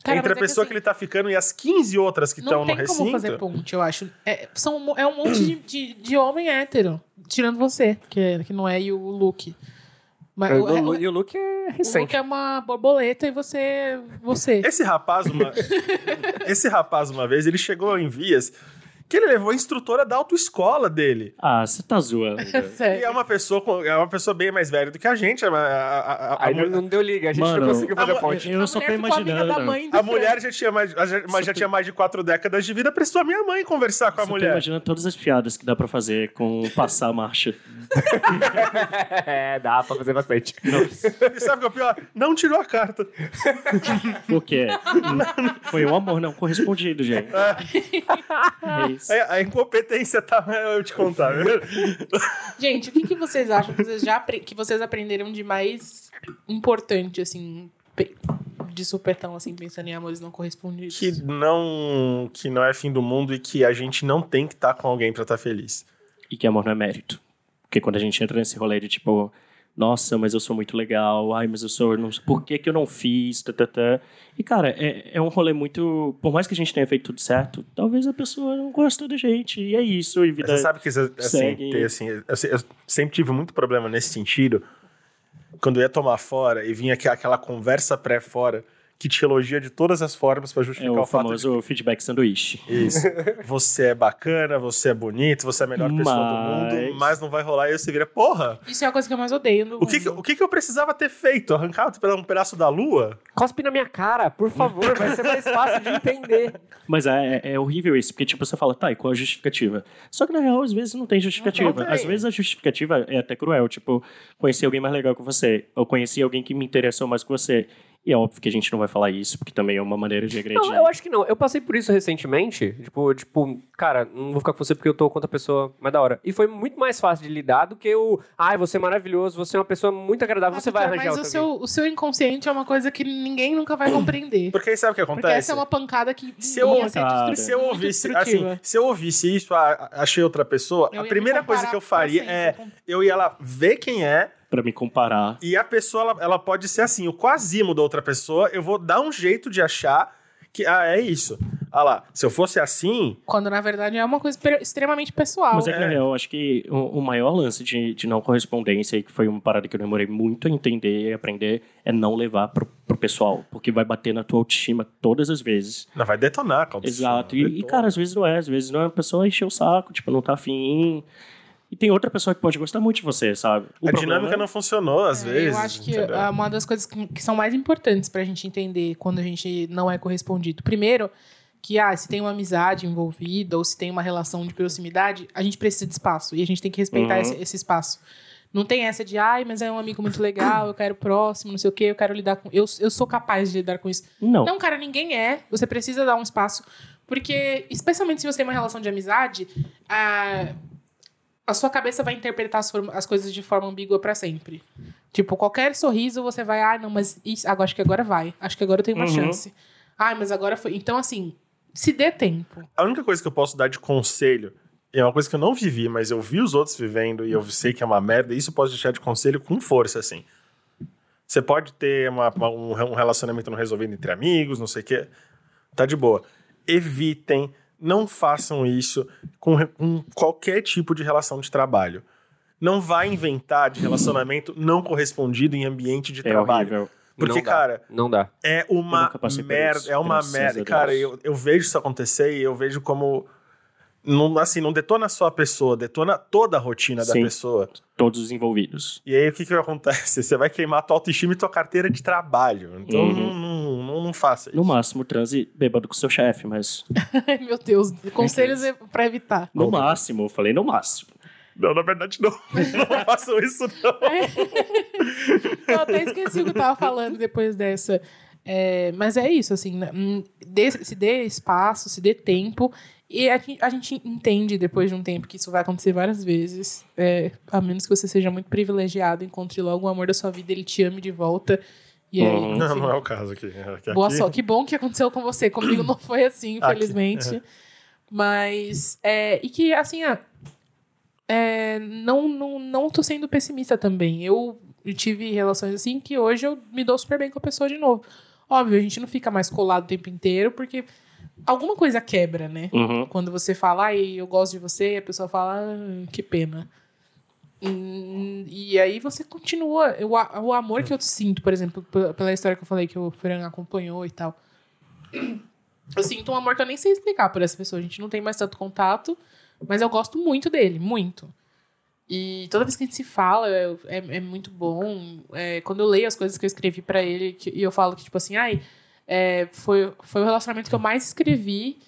S1: Cara,
S3: entre a
S1: mas é
S3: pessoa que,
S1: assim,
S3: ele tá ficando e as 15 outras que estão
S1: Não
S3: no
S1: tem como fazer
S3: recinto.
S1: ponte, eu acho. É, são, um mo- é um monte de, de, de homem hétero. Tirando você, que, é- que não é e o Luke. Mas
S2: E
S1: o,
S2: Ah, o,
S1: o-
S2: Lu- e o Luke é
S1: o Luke
S2: recente.
S1: é uma borboleta e você... você.
S3: Esse rapaz, uma, esse rapaz, uma vez, ele chegou em vias que ele levou a instrutora da autoescola dele.
S4: Ah, você tá zoando.
S1: Sério.
S3: E é uma pessoa, com- é uma pessoa bem mais velha do que a gente. A, a- a- a- a
S2: Aí
S3: mu-
S2: não, não deu liga, a gente
S4: Mano,
S2: não conseguiu fazer
S3: a
S2: a
S3: mu-
S2: ponte.
S4: Eu
S1: A
S4: só tô
S1: mulher ficou amiga
S4: imaginando.
S1: da mãe do
S3: a
S1: Fran.
S3: mulher já tinha, mais, a- já- mas já tinha mais de quatro décadas de vida, precisou a minha mãe conversar com a
S4: Só tô
S3: mulher.
S4: imaginando todas as piadas que dá pra fazer com passar a marcha.
S2: é, dá pra fazer bastante.
S3: E sabe o que é o pior? Não tirou a carta.
S4: O quê? Foi um amor não correspondido, gente. É isso.
S3: A, a incompetência tá. Eu te contar. viu?
S1: Gente, o que, que vocês acham que vocês, já apre- que vocês aprenderam de mais importante, assim, pe- de supetão, assim, pensando em amores não correspondidos.
S3: que não que não é fim do mundo e que a gente não tem que estar com alguém pra estar feliz.
S4: E que amor não é mérito. Porque quando a gente entra nesse rolê de tipo, nossa, mas eu sou muito legal, ai, mas eu sou. Não, sei- por que, que eu não fiz? Tã, tã, tã. E, cara, é, é um rolê muito. Por mais que a gente tenha feito tudo certo, talvez a pessoa não gosta da gente. E é isso, e vida.
S3: Você sabe que isso é, assim,
S4: Segue.
S3: ter, assim, eu, se- eu sempre tive muito problema nesse sentido. Quando eu ia tomar fora e vinha aqua- aquela conversa pré-fora que te elogia de todas as formas pra
S4: É
S3: justificar
S4: o
S3: o fato
S4: famoso feedback sanduíche.
S3: Isso. Você é bacana, você é bonito, você é a melhor pessoa do mundo,
S4: Mas-
S3: mas não vai rolar. E aí você vira, porra,
S1: Isso é a coisa que eu mais odeio no
S3: o que, que-
S1: mundo.
S3: o que, que eu precisava ter feito? Arrancar um pedaço da lua?
S2: Cospe na minha cara, por favor, vai ser mais fácil de entender.
S4: Mas é, é horrível isso, porque tipo, você fala, tá, e qual a justificativa? Só que na real, às vezes não tem justificativa.
S2: Não tem.
S4: Às vezes a justificativa é até cruel, tipo, conheci alguém mais legal que você, ou conheci alguém que me interessou mais que você. E é óbvio que a gente não vai falar isso, porque também é uma maneira de agredir.
S2: Não, eu acho que não. Eu passei por isso recentemente. Tipo, tipo, cara, não vou ficar com você porque eu tô com outra pessoa mais da hora. E foi muito mais fácil de lidar do que o. Ai, você é maravilhoso, você é uma pessoa muito
S3: Ah,
S2: agradável, você vai
S1: Ah, Mas
S2: arranjar
S1: é o
S2: outra alguém."
S1: seu, o seu inconsciente é uma coisa que ninguém nunca vai compreender.
S3: Porque aí sabe o que
S1: Porque
S3: acontece?
S1: essa é uma pancada que
S3: Se eu-
S1: ia ser
S4: Cara.
S1: destrutiva,
S3: Se eu
S1: muito
S3: ouvisse,
S1: destrutiva.
S3: assim, se eu ouvisse isso, ah, achei outra pessoa,
S1: Eu ia
S3: a
S1: me
S3: primeira coisa
S1: comparar
S3: que eu faria
S1: pra
S3: é
S1: sempre.
S3: eu ia lá ver quem é
S4: Pra me comparar.
S3: e a pessoa ela, ela pode ser assim, o quasimo da outra pessoa, eu vou dar um jeito de achar que ah, é isso. Ah lá, se eu fosse assim,
S1: Quando na verdade é uma coisa per- extremamente pessoal.
S4: Mas é que, na real, eu acho que o, o maior lance de, de não correspondência, e que foi uma parada que eu demorei muito a entender e aprender, é não levar pro, pro pessoal. Porque vai bater na tua autoestima todas as vezes.
S3: não vai detonar, cara.
S4: Exato.
S3: Detona.
S4: E, e, cara, às vezes não é. Às vezes não é. A pessoa encheu o saco, tipo, não tá afim. E tem outra pessoa que pode gostar muito de você, sabe? O
S3: a
S4: problema-
S3: dinâmica não funcionou às
S1: É,
S3: vezes.
S1: Eu acho que
S3: entendeu?
S1: ah, uma das coisas que, que são mais importantes pra gente entender quando a gente não é correspondido. Primeiro, que ah, se tem uma amizade envolvida ou se tem uma relação de proximidade, a gente precisa de espaço e a gente tem que respeitar
S4: Uhum.
S1: esse, esse espaço. Não tem essa de, ai, mas é um amigo muito legal, eu quero próximo, não sei o quê, eu quero lidar com. Eu, eu sou capaz de lidar com isso.
S4: Não.
S1: Não, cara, ninguém é. Você precisa dar um espaço. Porque, especialmente se você tem uma relação de amizade, a, a sua cabeça vai interpretar as, forma- as coisas de forma ambígua pra sempre. Tipo, qualquer sorriso você vai, ah, não, mas isso, agora, acho que agora vai. Acho que agora eu tenho uma
S4: Uhum.
S1: chance. Ai, mas agora foi. Então, assim, se dê tempo.
S3: A única coisa que eu posso dar de conselho é uma coisa que eu não vivi, mas eu vi os outros vivendo e eu sei que é uma merda, e isso eu posso deixar de conselho com força, assim. Você pode ter uma- uma- um re- um relacionamento não resolvido entre amigos, não sei o quê. Tá de boa. Evitem, não façam isso com, re- com qualquer tipo de relação de trabalho. Não vá inventar de relacionamento não correspondido em ambiente de
S4: É
S3: trabalho.
S4: horrível.
S3: Porque,
S2: Não dá,
S3: cara,
S2: Não dá.
S3: é uma
S4: nunca passei por
S3: merda.
S4: isso,
S3: É uma
S4: graças a
S3: merda.
S4: Deus.
S3: Cara, eu, eu vejo isso acontecer e eu vejo como. Não, assim, não detona só a pessoa, detona toda a rotina da
S4: Sim.
S3: pessoa.
S4: Todos os envolvidos.
S3: E aí o que, que acontece? Você vai queimar tua autoestima e tua carteira de trabalho. Então
S4: Uhum.
S3: não, não, não faça isso.
S4: No máximo, transe bêbado com seu chefe, mas.
S1: Ai, meu Deus. Conselhos é pra evitar.
S4: No máximo, eu falei no máximo.
S3: Não, na verdade, não. não façam isso, não.
S1: Eu até esqueci o que eu tava falando depois dessa. É, mas é isso, assim, né? Hum, dê- se dê espaço, se dê tempo. E a, gen- a gente entende depois de um tempo que isso vai acontecer várias vezes. é, a menos que você seja muito privilegiado, encontre logo o amor da sua vida, ele te ame de volta. E aí,
S4: Uhum.
S1: enfim,
S3: Não, não é o caso aqui. Aqui-
S1: boa
S3: aqui-
S1: sorte. Que bom que aconteceu com você. Comigo não foi assim,
S3: Aqui, Uhum.
S1: infelizmente. Mas. é, e que, assim, ah, é, não, não, não tô sendo pessimista também. Eu tive relações assim que hoje eu me dou super bem com a pessoa de novo. Óbvio, a gente não fica mais colado o tempo inteiro, porque alguma coisa quebra, né?
S4: Uhum.
S1: Quando você fala, ai, eu gosto de você, e a pessoa fala, "Ah, que pena. Hum, E aí você continua. Eu- o amor que eu sinto, por exemplo, p- pela história que eu falei que o Fran acompanhou e tal. Eu sinto um amor que eu nem sei explicar por essa pessoa. A gente não tem mais tanto contato, mas eu gosto muito dele, muito. E toda vez que a gente se fala, eu- é, é muito bom. É, quando eu leio as coisas que eu escrevi pra ele, que- e eu falo que, tipo assim, ai, é, foi, foi o relacionamento que eu mais escrevi.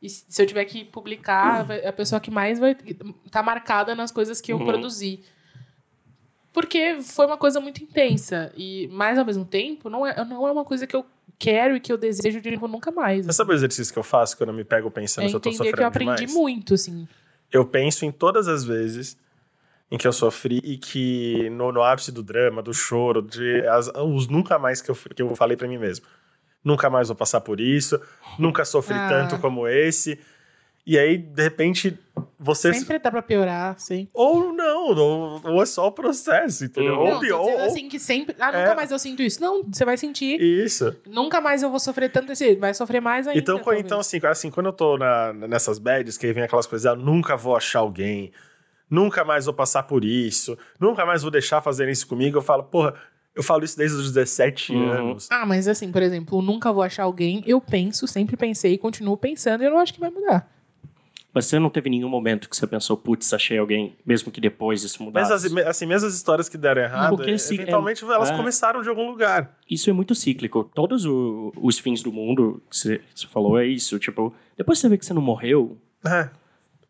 S1: E se se eu tiver que publicar, vai- é a pessoa que mais vai tá marcada nas coisas que eu
S4: Uhum.
S1: produzi. Porque foi uma coisa muito intensa. E, mas ao mesmo tempo, não é, não é uma coisa que eu quero e que eu desejo de novo nunca mais.
S3: Você sabe o exercício que eu faço quando eu me pego
S1: É
S3: pensando se eu tô
S1: entender
S3: sofrendo
S1: que eu aprendi
S3: demais?
S1: muito, assim.
S3: Eu penso em todas as vezes em que eu sofri e que no, no ápice do drama, do choro, de as- os nunca mais que eu, que eu falei pra mim mesmo. nunca mais vou passar por isso, nunca sofri
S1: Ah.
S3: tanto como esse. E aí, de repente, você.
S1: Sempre dá pra piorar, sim.
S3: Ou não, ou, ou é só o processo, entendeu?
S2: Uhum.
S3: Ou
S1: não, tô
S3: pior.
S1: dizendo
S3: ou-
S1: assim que sempre. Ah,
S3: É.
S1: nunca mais eu sinto isso. Não, você vai sentir.
S3: Isso.
S1: Nunca mais eu vou sofrer tanto esse. Vai sofrer mais ainda.
S3: Então, quando-
S1: talvez.
S3: então assim, assim, quando eu tô na- nessas bads, que aí vem aquelas coisas, ah, nunca vou achar alguém, nunca mais vou passar por isso, nunca mais vou deixar fazer isso comigo, eu falo, porra, eu falo isso desde os 17
S4: Uhum.
S3: anos.
S1: Ah, mas assim, por exemplo, o nunca vou achar alguém. Eu penso, sempre pensei, continuo pensando e eu não acho que vai mudar.
S4: Mas você não teve nenhum momento que você pensou, putz, achei alguém, mesmo que depois isso
S3: Mas
S4: mudasse.
S3: as- assim, mesmo as histórias que deram errado,
S4: Porque esse-
S3: eventualmente elas
S4: é.
S3: começaram de algum lugar.
S4: Isso é muito cíclico. Todos o- os fins do mundo que você você falou é isso. Tipo, depois você vê que você não morreu,
S3: É.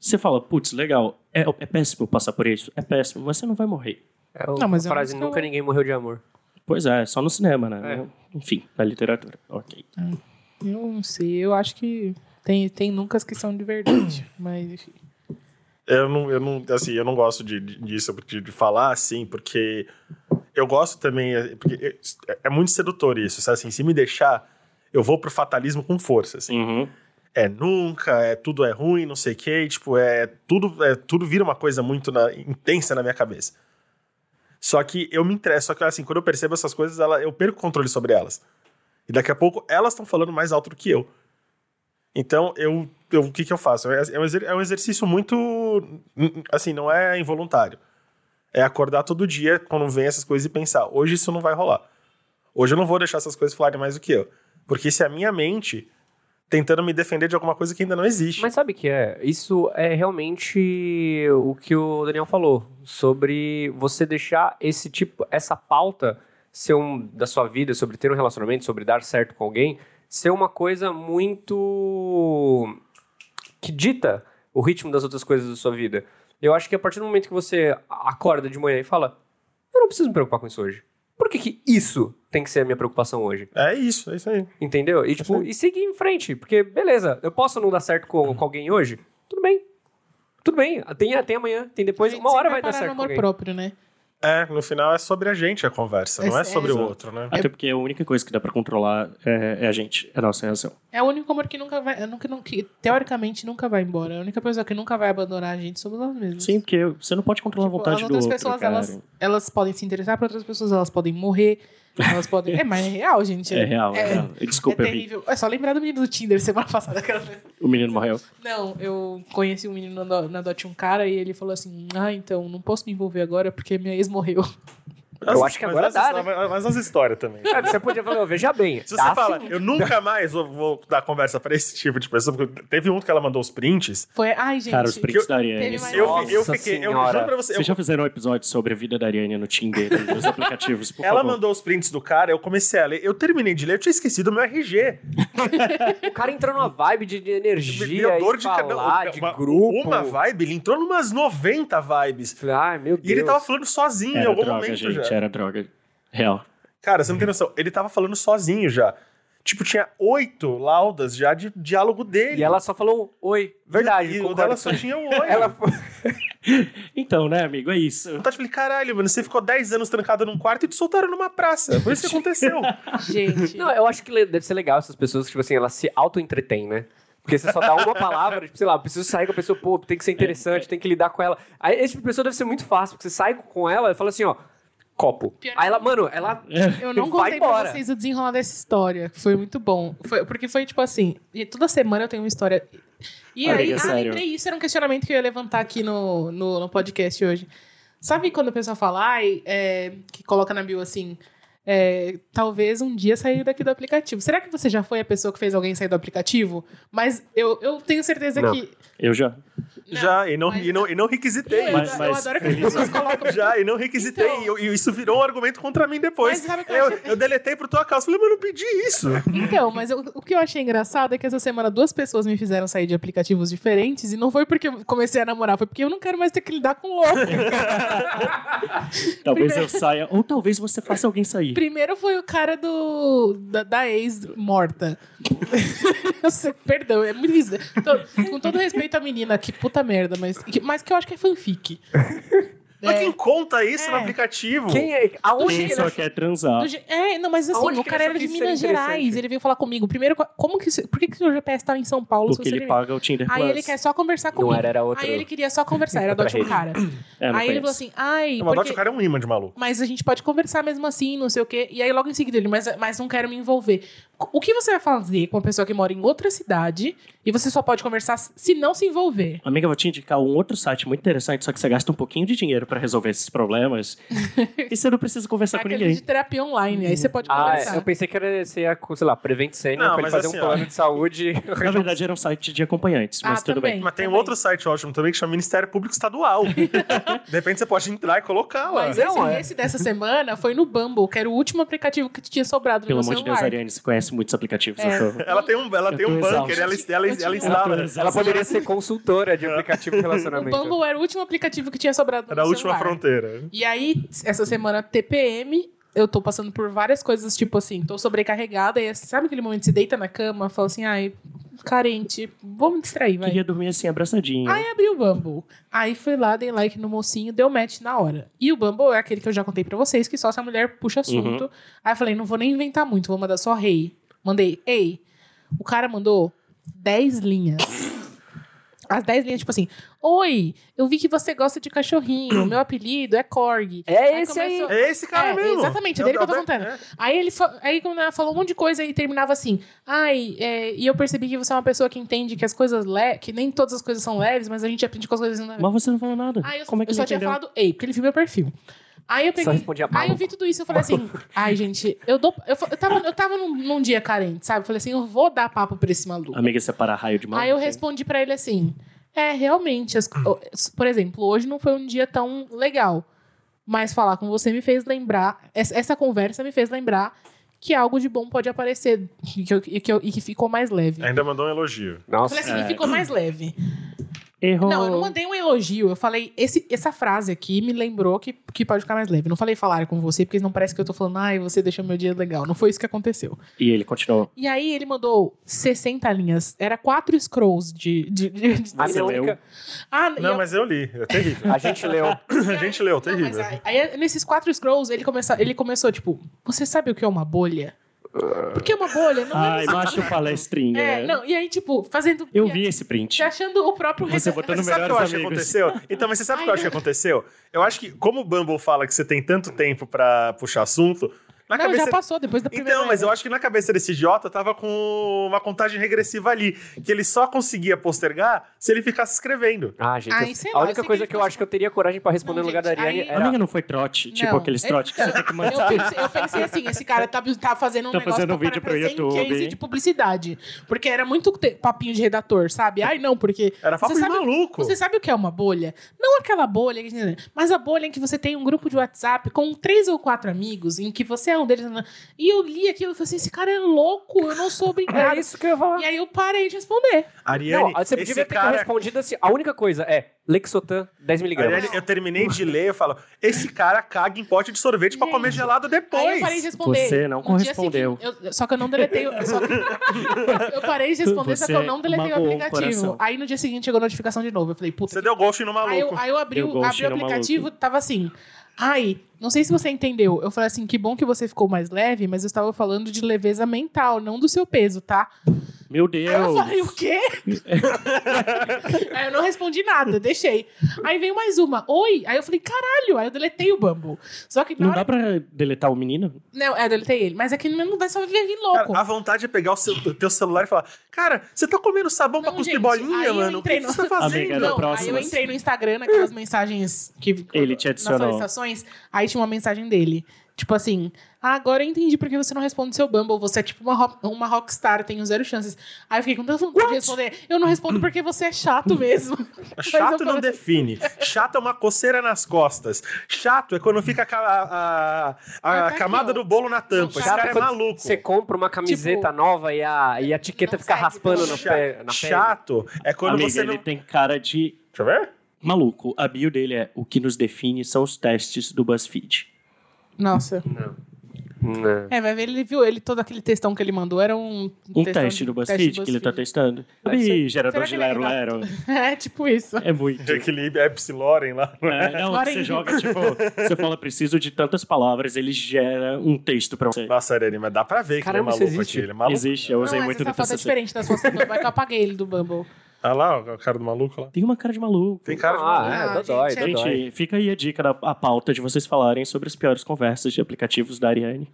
S4: você fala, putz, legal, é, é péssimo passar por isso, é péssimo, mas você não vai morrer.
S2: É o-
S1: Não, mas é
S2: a
S1: uma
S2: frase
S1: música-
S2: nunca ninguém morreu de amor.
S4: Pois é, só no cinema, né?
S1: É.
S4: Enfim, na literatura. Ok.
S1: Eu não sei. Eu acho que tem, tem nunca que são de verdade. mas enfim.
S3: Eu não, eu não, assim, eu não gosto de, de- disso, de, de falar assim, porque eu gosto também, é, porque é, é muito sedutor isso, sabe? Assim, se me deixar, eu vou pro fatalismo com força, assim.
S4: Uhum.
S3: é nunca, é tudo é ruim, não sei o quê, e, tipo, é tudo, é tudo vira uma coisa muito na- intensa na minha cabeça. Só que eu me interesso, só que assim, quando eu percebo essas coisas, ela, eu perco o controle sobre elas. E daqui a pouco elas estão falando mais alto do que eu. Então, eu, eu- o que que eu faço? É, é um exer- é um exercício muito, hum, assim, não é involuntário. É acordar todo dia quando vem essas coisas e pensar, hoje isso não vai rolar. Hoje eu não vou deixar essas coisas falarem mais do que eu. Porque se a minha mente tentando me defender de alguma coisa que ainda não existe.
S2: Mas sabe o que é? Isso é realmente o que o Daniel falou sobre você deixar esse tipo, essa pauta ser um, da sua vida, sobre ter um relacionamento, sobre dar certo com alguém, ser uma coisa muito que dita o ritmo das outras coisas da sua vida. Eu acho que a partir do momento que você acorda de manhã e fala, eu não preciso me preocupar com isso hoje. Por que, que isso tem que ser a minha preocupação hoje?
S3: É isso, é isso aí.
S2: Entendeu?
S3: Tá
S2: E, tipo, e seguir em frente. Porque, beleza, eu posso não dar certo com, com alguém hoje? Tudo bem. Tudo bem. Tem, tem amanhã, tem depois.
S1: A gente tá
S2: Uma hora
S1: sempre
S2: vai dar
S1: parar no
S2: certo com
S1: amor
S2: alguém.
S1: próprio, né?
S3: É, no final é sobre a gente a conversa, não
S1: É
S3: é sobre o
S1: sério.
S3: outro, né?
S1: É.
S4: Até porque a única coisa que dá pra controlar é, é a gente, é a nossa reação.
S1: É o único amor que nunca vai. Nunca, nunca, que teoricamente nunca vai embora. É A única pessoa que nunca vai abandonar a gente somos nós mesmos.
S4: Sim, porque você não pode controlar
S1: Tipo,
S4: a vontade
S1: as
S4: do
S1: outras
S4: outro,
S1: pessoas,
S4: cara.
S1: elas, elas podem se interessar por outras pessoas, elas podem morrer, elas podem. É, mas é real, gente.
S4: É real, é,
S1: É,
S4: real.
S1: é
S4: Desculpa, eu vi.
S1: terrível. É só lembrar do menino do Tinder semana passada. Aquela...
S4: o menino morreu.
S1: Não, eu conheci um menino na, na Dot um cara e ele falou assim: Ah, então, não posso me envolver agora porque minha ex morreu.
S2: Eu acho que
S3: Mas é
S2: agora
S3: essas-
S2: dá, né?
S3: Mas, mas as histórias também.
S2: É, Você podia falar, "Ô, veja bem. tá assim,
S3: Se você
S2: dá
S3: fala,
S2: sim."
S3: eu nunca mais vou, vou dar conversa pra esse tipo de pessoa, porque teve um que ela mandou os prints.
S1: Foi. Ai, gente.
S4: Cara, os prints
S3: eu-
S4: da Ariane.
S1: teve mais-
S3: Eu,
S2: Nossa
S3: eu fiquei, eu
S2: senhora.
S3: juro pra você, eu-
S4: Vocês já fizeram um episódio sobre a vida da Ariane no Tinder e nos aplicativos, por
S3: ela
S4: favor.
S3: mandou os prints do cara, eu comecei a ler, eu terminei de ler, eu tinha esquecido o meu RG.
S2: O cara entrou numa vibe de, de energia,
S3: Deu
S2: e falar,
S3: não,
S2: de
S3: uma-
S2: grupo.
S3: Uma vibe, ele entrou numas 90 vibes.
S2: Falei, Ai, meu Deus.
S3: E ele tava falando sozinho em
S4: Era
S3: algum
S4: droga,
S3: momento
S4: gente,
S3: já.
S4: era droga. Real.
S3: Cara, você não tem noção. Ele tava falando sozinho já. Tipo, tinha oito laudas já de diálogo dele.
S2: E ela só falou, um, oi, verdade,
S3: E o
S2: concordo
S3: dela
S2: com
S3: só
S2: você."
S3: tinha um oito.
S2: Ela
S3: ela...
S2: foi...
S4: Então, né, amigo, é isso.
S3: Eu tava, falei, caralho, mano, você ficou 10 anos trancado num quarto e te soltaram numa praça. Foi isso que aconteceu.
S1: Gente.
S2: Não, eu acho que le- deve ser legal essas pessoas que, tipo assim, elas se auto-entretêm, né? Porque você só dá uma palavra, tipo, sei lá, preciso sair com a pessoa, pô, tem que ser interessante, tem que lidar com ela. Aí esse tipo de pessoa deve ser muito fácil, porque você sai com ela e fala assim, ó, copo.
S1: Pior
S2: Aí ela, mano, ela.
S4: É,
S1: Eu não
S2: Vai
S1: contei pra
S2: embora.
S1: vocês o desenrolar dessa história. que Foi muito bom. Foi- porque foi tipo assim, e toda semana eu tenho uma história. E
S4: Olha,
S1: aí,
S4: é
S1: ah,
S4: sério.
S1: lembrei isso, era um questionamento que eu ia levantar aqui no, no, no podcast hoje. Sabe quando a pessoa fala, ai, é, que coloca na bio assim, é, talvez um dia sair daqui do aplicativo. Será que você já foi a pessoa que fez alguém sair do aplicativo? Mas eu, eu tenho certeza
S2: Não.
S1: que.
S4: Eu já.
S1: Não,
S3: já, e não,
S1: mas-
S3: e não, e não
S1: Eu,
S3: requisitei.
S1: eu-
S4: Mas-
S1: eu
S4: mas-
S1: adoro que as pessoas colocam.
S3: Já, e não requisitei.
S1: Então-
S3: E, eu- e isso virou um argumento contra mim depois.
S1: Mas sabe o que eu
S3: eu,
S1: achei?
S3: eu deletei por tua causa. Falei, mas eu não pedi isso.
S1: Então, mas eu- o que eu achei engraçado é que essa semana duas pessoas me fizeram sair de aplicativos diferentes e não foi porque eu comecei a namorar, foi porque eu não quero mais ter que lidar com louco.
S4: Talvez eu saia, ou talvez você faça alguém sair.
S1: Primeiro foi o cara do da, da ex morta. Eu sei, Perdão, é muito isso. Tô- com todo respeito à menina, que puta merda, mas, que- mas que eu acho que é fanfic.
S3: Mas
S1: É.
S3: quem conta isso no
S1: É.
S3: aplicativo?
S2: Quem é? Aonde
S4: Quem
S2: que ele
S4: só
S2: achou?
S4: quer transar.
S1: Do je- É, não, mas assim,
S2: Aonde
S1: o
S2: que
S1: cara
S2: ele
S1: era de
S2: achou que isso era
S1: Minas Gerais.
S2: interessante?
S1: Ele veio falar comigo. Primeiro, co- como que. se- Por que, que o seu GPS tava tá em São Paulo? se
S4: Porque
S1: você
S4: ele
S1: quer-
S4: paga o Tinder
S1: Aí
S4: Plus.
S1: ele quer só conversar comigo.
S2: Não era, era outro.
S1: Aí ele queria só conversar, era do
S2: Outra
S1: ótimo
S2: rede.
S1: cara.
S4: É, não
S1: Aí ele falou
S4: conheço.
S1: assim: ai,
S3: O
S1: porque...
S3: Madote, o cara é um imã de maluco.
S1: mas a gente pode conversar mesmo assim, não sei o quê. E aí logo em seguida ele, mas, mas não quero me envolver. O que você vai fazer com uma pessoa que mora em outra cidade e você só pode conversar se não se envolver?
S4: Amiga, eu vou te indicar um outro site muito interessante, só que você gasta um pouquinho de dinheiro pra resolver esses problemas. e você não precisa conversar
S1: É
S4: com
S1: aquele
S4: ninguém.
S1: de terapia online, aí você pode
S2: Ah,
S1: conversar.
S2: eu pensei que era, sei lá, sei lá Prevent Senior,
S3: Não,
S2: pra ele
S3: mas
S2: fazer
S3: assim,
S2: um
S3: ó.
S2: plano de saúde.
S4: Na verdade, era um site de acompanhantes, mas
S1: Ah,
S4: tudo
S1: também.
S4: bem.
S3: Mas tem um outro site ótimo também que chama Ministério Público Estadual. de repente você pode entrar e colocar lá.
S1: Mas
S2: Não,
S1: esse,
S2: é.
S1: esse dessa semana foi no Bumble, que era o último aplicativo que tinha sobrado
S4: Pelo
S1: no meu
S4: amor de Deus,
S1: celular.
S4: Ariane, você conhece muitos aplicativos.
S1: É.
S4: eu tô-
S3: Ela tem um, ela
S4: Eu
S3: tem
S4: tô
S3: um bunker,
S4: exausto.
S3: ela, ela,
S1: Eu
S3: ela,
S1: tinha-
S3: instala.
S4: Eu tô
S2: Ela poderia ser consultora de aplicativo de
S1: o
S2: relacionamento.
S1: Bumble era o último aplicativo que tinha sobrado no
S3: Era a
S1: meu
S3: última
S1: celular.
S3: fronteira.
S1: E aí, essa semana, TPM, eu tô passando por várias coisas, tipo assim, tô sobrecarregada, e é, sabe aquele momento que se deita na cama, fala assim, ai, carente, vou me distrair, vai.
S4: Queria dormir assim, abraçadinho.
S1: Aí abri o Bumble. Aí fui lá, dei like no mocinho, deu match na hora. E o Bumble é aquele que eu já contei pra vocês, que só se a mulher puxa assunto. Aí eu falei, não vou nem inventar muito, vou mandar só rei. Mandei, ei. O cara mandou 10 linhas. As 10 linhas, tipo assim, oi, eu vi que você gosta de cachorrinho, meu apelido é Korg.
S2: É esse aí.
S1: começou-
S3: É esse cara
S1: É,
S3: mesmo.
S1: exatamente, é
S3: É o-
S1: dele que
S3: é
S1: eu tô
S3: o-
S1: contando.
S3: é.
S1: Aí ele fa- aí quando ela falou um monte de coisa e terminava assim. Ai, é, e eu percebi que você é uma pessoa que entende que as coisas le que nem todas as coisas são leves, mas a gente aprende com as coisas.
S4: Mas você não falou nada.
S1: Aí eu,
S4: Como é que
S1: eu
S4: ele
S1: só tinha
S4: entendeu?
S1: falado, ei, porque ele viu meu perfil. Aí eu
S2: Só
S1: peguei.
S2: respondia
S1: Aí eu
S2: mal.
S1: vi tudo isso e falei assim, ai, gente, eu dou. Eu, fa- eu tava, eu tava num, num dia carente, sabe? Eu Falei assim, eu vou dar papo pra esse maluco.
S4: Amiga, separa raio de mal.
S1: Aí eu respondi pra ele assim: É, realmente, as- o- por exemplo, hoje não foi um dia tão legal. Mas falar com você me fez lembrar, essa essa conversa me fez lembrar que algo de bom pode aparecer e que, eu- e que eu- e que ficou mais leve.
S3: Ainda mandou um elogio.
S1: Eu
S2: Nossa.
S1: falei assim,
S4: É.
S1: e ficou mais leve.
S4: Errou.
S1: Não, eu não mandei um elogio. Eu falei, esse- essa frase aqui me lembrou que, que pode ficar mais leve. Eu não falei falar com você, porque não parece que eu tô falando, ai, você deixou meu dia legal. Não foi isso que aconteceu.
S4: E ele continuou.
S1: E aí ele mandou 60 linhas. Era quatro scrolls de. de, de, de-
S2: A
S4: Você leu?
S2: única-
S1: Ah, e
S3: Não,
S1: eu-
S3: mas eu li. É terrível.
S2: A gente leu.
S3: A gente leu,
S1: Não, mas
S3: terrível.
S1: aí, aí nesses quatro scrolls, ele, começa, ele começou, tipo, você sabe o que é uma bolha? Porque uma bolha não é...
S4: Ai, macho palestrinha.
S1: É, não, e aí, tipo, fazendo...
S4: Eu
S1: e-
S4: vi esse print.
S1: Se achando o próprio...
S4: Você
S1: reda-
S4: botou
S3: Mas
S4: no
S3: você sabe o que
S4: Melhores
S3: eu acho que
S4: Amigos.
S3: aconteceu? Então, mas você sabe o que eu acho que aconteceu? Eu acho que, como o Bumble fala que você tem tanto tempo pra puxar assunto, na
S1: Não,
S3: cabeça.
S1: já passou, depois da primeira...
S3: Então, mas eu
S1: vez.
S3: acho que na cabeça desse idiota tava com uma contagem regressiva ali, que ele só conseguia postergar se ele ficasse escrevendo.
S2: Ah, gente.
S1: Ai,
S2: eu-
S1: sei
S2: a
S1: lá, eu
S2: única
S1: sei
S2: coisa
S1: que
S2: que eu acho que eu teria coragem pra responder
S1: Não,
S2: no lugar da
S1: gente,
S2: Ariane
S1: aí-
S2: era.
S4: Amiga, não foi trote? Tipo
S1: Não.
S4: aqueles trote que você tem que
S1: Eu
S4: mandar.
S1: pensei, eu pensei assim, esse cara tá, tá fazendo um
S4: Tá
S1: negócio
S4: fazendo um
S1: pra
S4: vídeo pro
S1: aparecer em
S4: YouTube.
S1: case de publicidade. Porque era muito te- papinho de redator, sabe? Ai, não, porque...
S3: Era papo
S1: Você
S3: de
S1: sabe-
S3: maluco.
S1: Você sabe o que é uma bolha? Não aquela bolha, que- mas a bolha em que você tem um grupo de WhatsApp com três ou quatro amigos, em que você é um deles. E eu li aquilo e falei assim: esse cara é louco, eu não sou obrigado.
S2: É isso que eu ia falar.
S1: E aí eu parei de responder.
S2: Não,
S3: Ariane,
S2: você
S3: esse
S2: devia ter
S3: cara.
S2: respondido assim. A única coisa é Lexotan 10 miligramas.
S3: Ariane, eu terminei de ler, eu falo, esse cara caga em pote de sorvete pra comer gelado
S1: Aí eu
S3: depois.
S1: parei de responder.
S4: É Você não
S1: No dia
S4: correspondeu.
S1: seguinte, eu- só que eu não deletei. o- Só que, eu parei de responder, só que eu
S4: Você
S1: não deletei o
S4: magoou o
S1: aplicativo.
S4: coração.
S1: aí no dia seguinte chegou a notificação de novo. Eu falei, puta,
S3: Você deu ghost no
S1: Aí eu,
S3: maluco.
S1: aí eu abri,
S4: Eu
S1: o-
S4: gosto
S1: abri
S4: de
S1: o
S4: cheiro
S1: aplicativo, tava assim. Ai, não sei se você entendeu. Eu falei assim, que bom que você ficou mais leve, mas eu estava falando de leveza mental, não do seu peso, tá?
S4: Meu
S1: Aí eu
S4: Deus.
S1: falei, o quê? aí eu não respondi nada, deixei. Aí veio mais uma, oi. Aí eu falei, caralho, aí eu deletei o Bumble. Só que na
S4: Não
S1: hora.
S4: dá pra deletar o menino?
S1: Não, é, eu deletei ele, mas é que não vai só vir louco.
S3: Cara, a vontade é pegar o seu, o teu celular e falar: Cara, você tá comendo sabão pra
S1: Não,
S3: cuspir
S1: gente, aí
S3: bolinha,
S1: eu
S3: mano? O que
S1: entrei
S3: que
S1: no-
S3: você tá fazendo?
S4: Amiga,
S1: Não, aí
S4: próximas.
S1: eu entrei no Instagram, naquelas mensagens que
S4: Ele te
S1: nas
S4: adicionou.
S1: solicitações, aí tinha uma mensagem dele. Tipo assim, ah, agora eu entendi porque você não responde seu Bumble. Você é tipo uma, rock- uma rockstar, tenho zero chances. Aí eu fiquei com tanta vontade de responder. Eu não respondo porque você é chato mesmo. Mas eu
S3: Chato não
S1: falei-
S3: define. Chato é uma coceira nas costas. Chato é quando fica a, ca- a- a- a
S1: Ah, tá
S3: camada
S1: aqui, ó.
S3: do bolo na tampa. Esse
S1: Chato
S3: cara é
S2: quando
S3: maluco. Tipo,
S2: Você compra uma camiseta nova e a, e a etiqueta
S1: não
S2: fica
S1: segue,
S2: raspando
S1: não.
S2: no
S3: Chato-
S2: pé, na pele.
S3: Chato é quando
S4: Amiga,
S3: você
S4: ele
S3: não.
S4: tem cara de
S3: Deixa eu ver.
S4: maluco. A bio dele é o que nos define são os testes do BuzzFeed.
S1: Nossa.
S2: Não. Né?
S1: É, vai ver, ele viu, ele todo aquele textão que ele mandou era um,
S4: Um
S1: textão
S4: teste
S1: de-
S4: do BuzzFeed que ele tá
S1: BuzzFeed.
S4: testando.
S2: Deve
S4: Ih,
S2: ser-
S4: gerador
S1: Será
S4: de
S1: que ele é
S4: Lero Lero.
S1: gato? É, tipo isso.
S4: É muito.
S3: De equilíbrio, é Epsiloren lá.
S4: É, não,
S1: Agora
S4: você
S1: ele-
S4: joga, tipo, você fala, preciso de tantas palavras, ele gera um texto pra você.
S3: Nossa, Irene, mas dá pra ver que ele é
S2: Caramba, isso
S3: maluco
S2: existe?
S3: aqui. Ele é maluco.
S4: Existe, eu
S1: Não,
S4: usei
S1: essa
S4: muito no
S1: safada é
S4: TCC.
S1: diferente da sua safada, vai que eu apaguei ele do Bumble.
S3: Ah lá, o cara do maluco lá.
S4: Tem uma cara de maluco.
S3: Tem cara de
S2: ah,
S3: maluco. tipo,
S1: Ah,
S2: é, dodói,
S1: gente, é-
S2: dodói.
S4: Gente, fica aí a dica, da, a pauta de vocês falarem sobre as piores conversas de aplicativos da Ariane.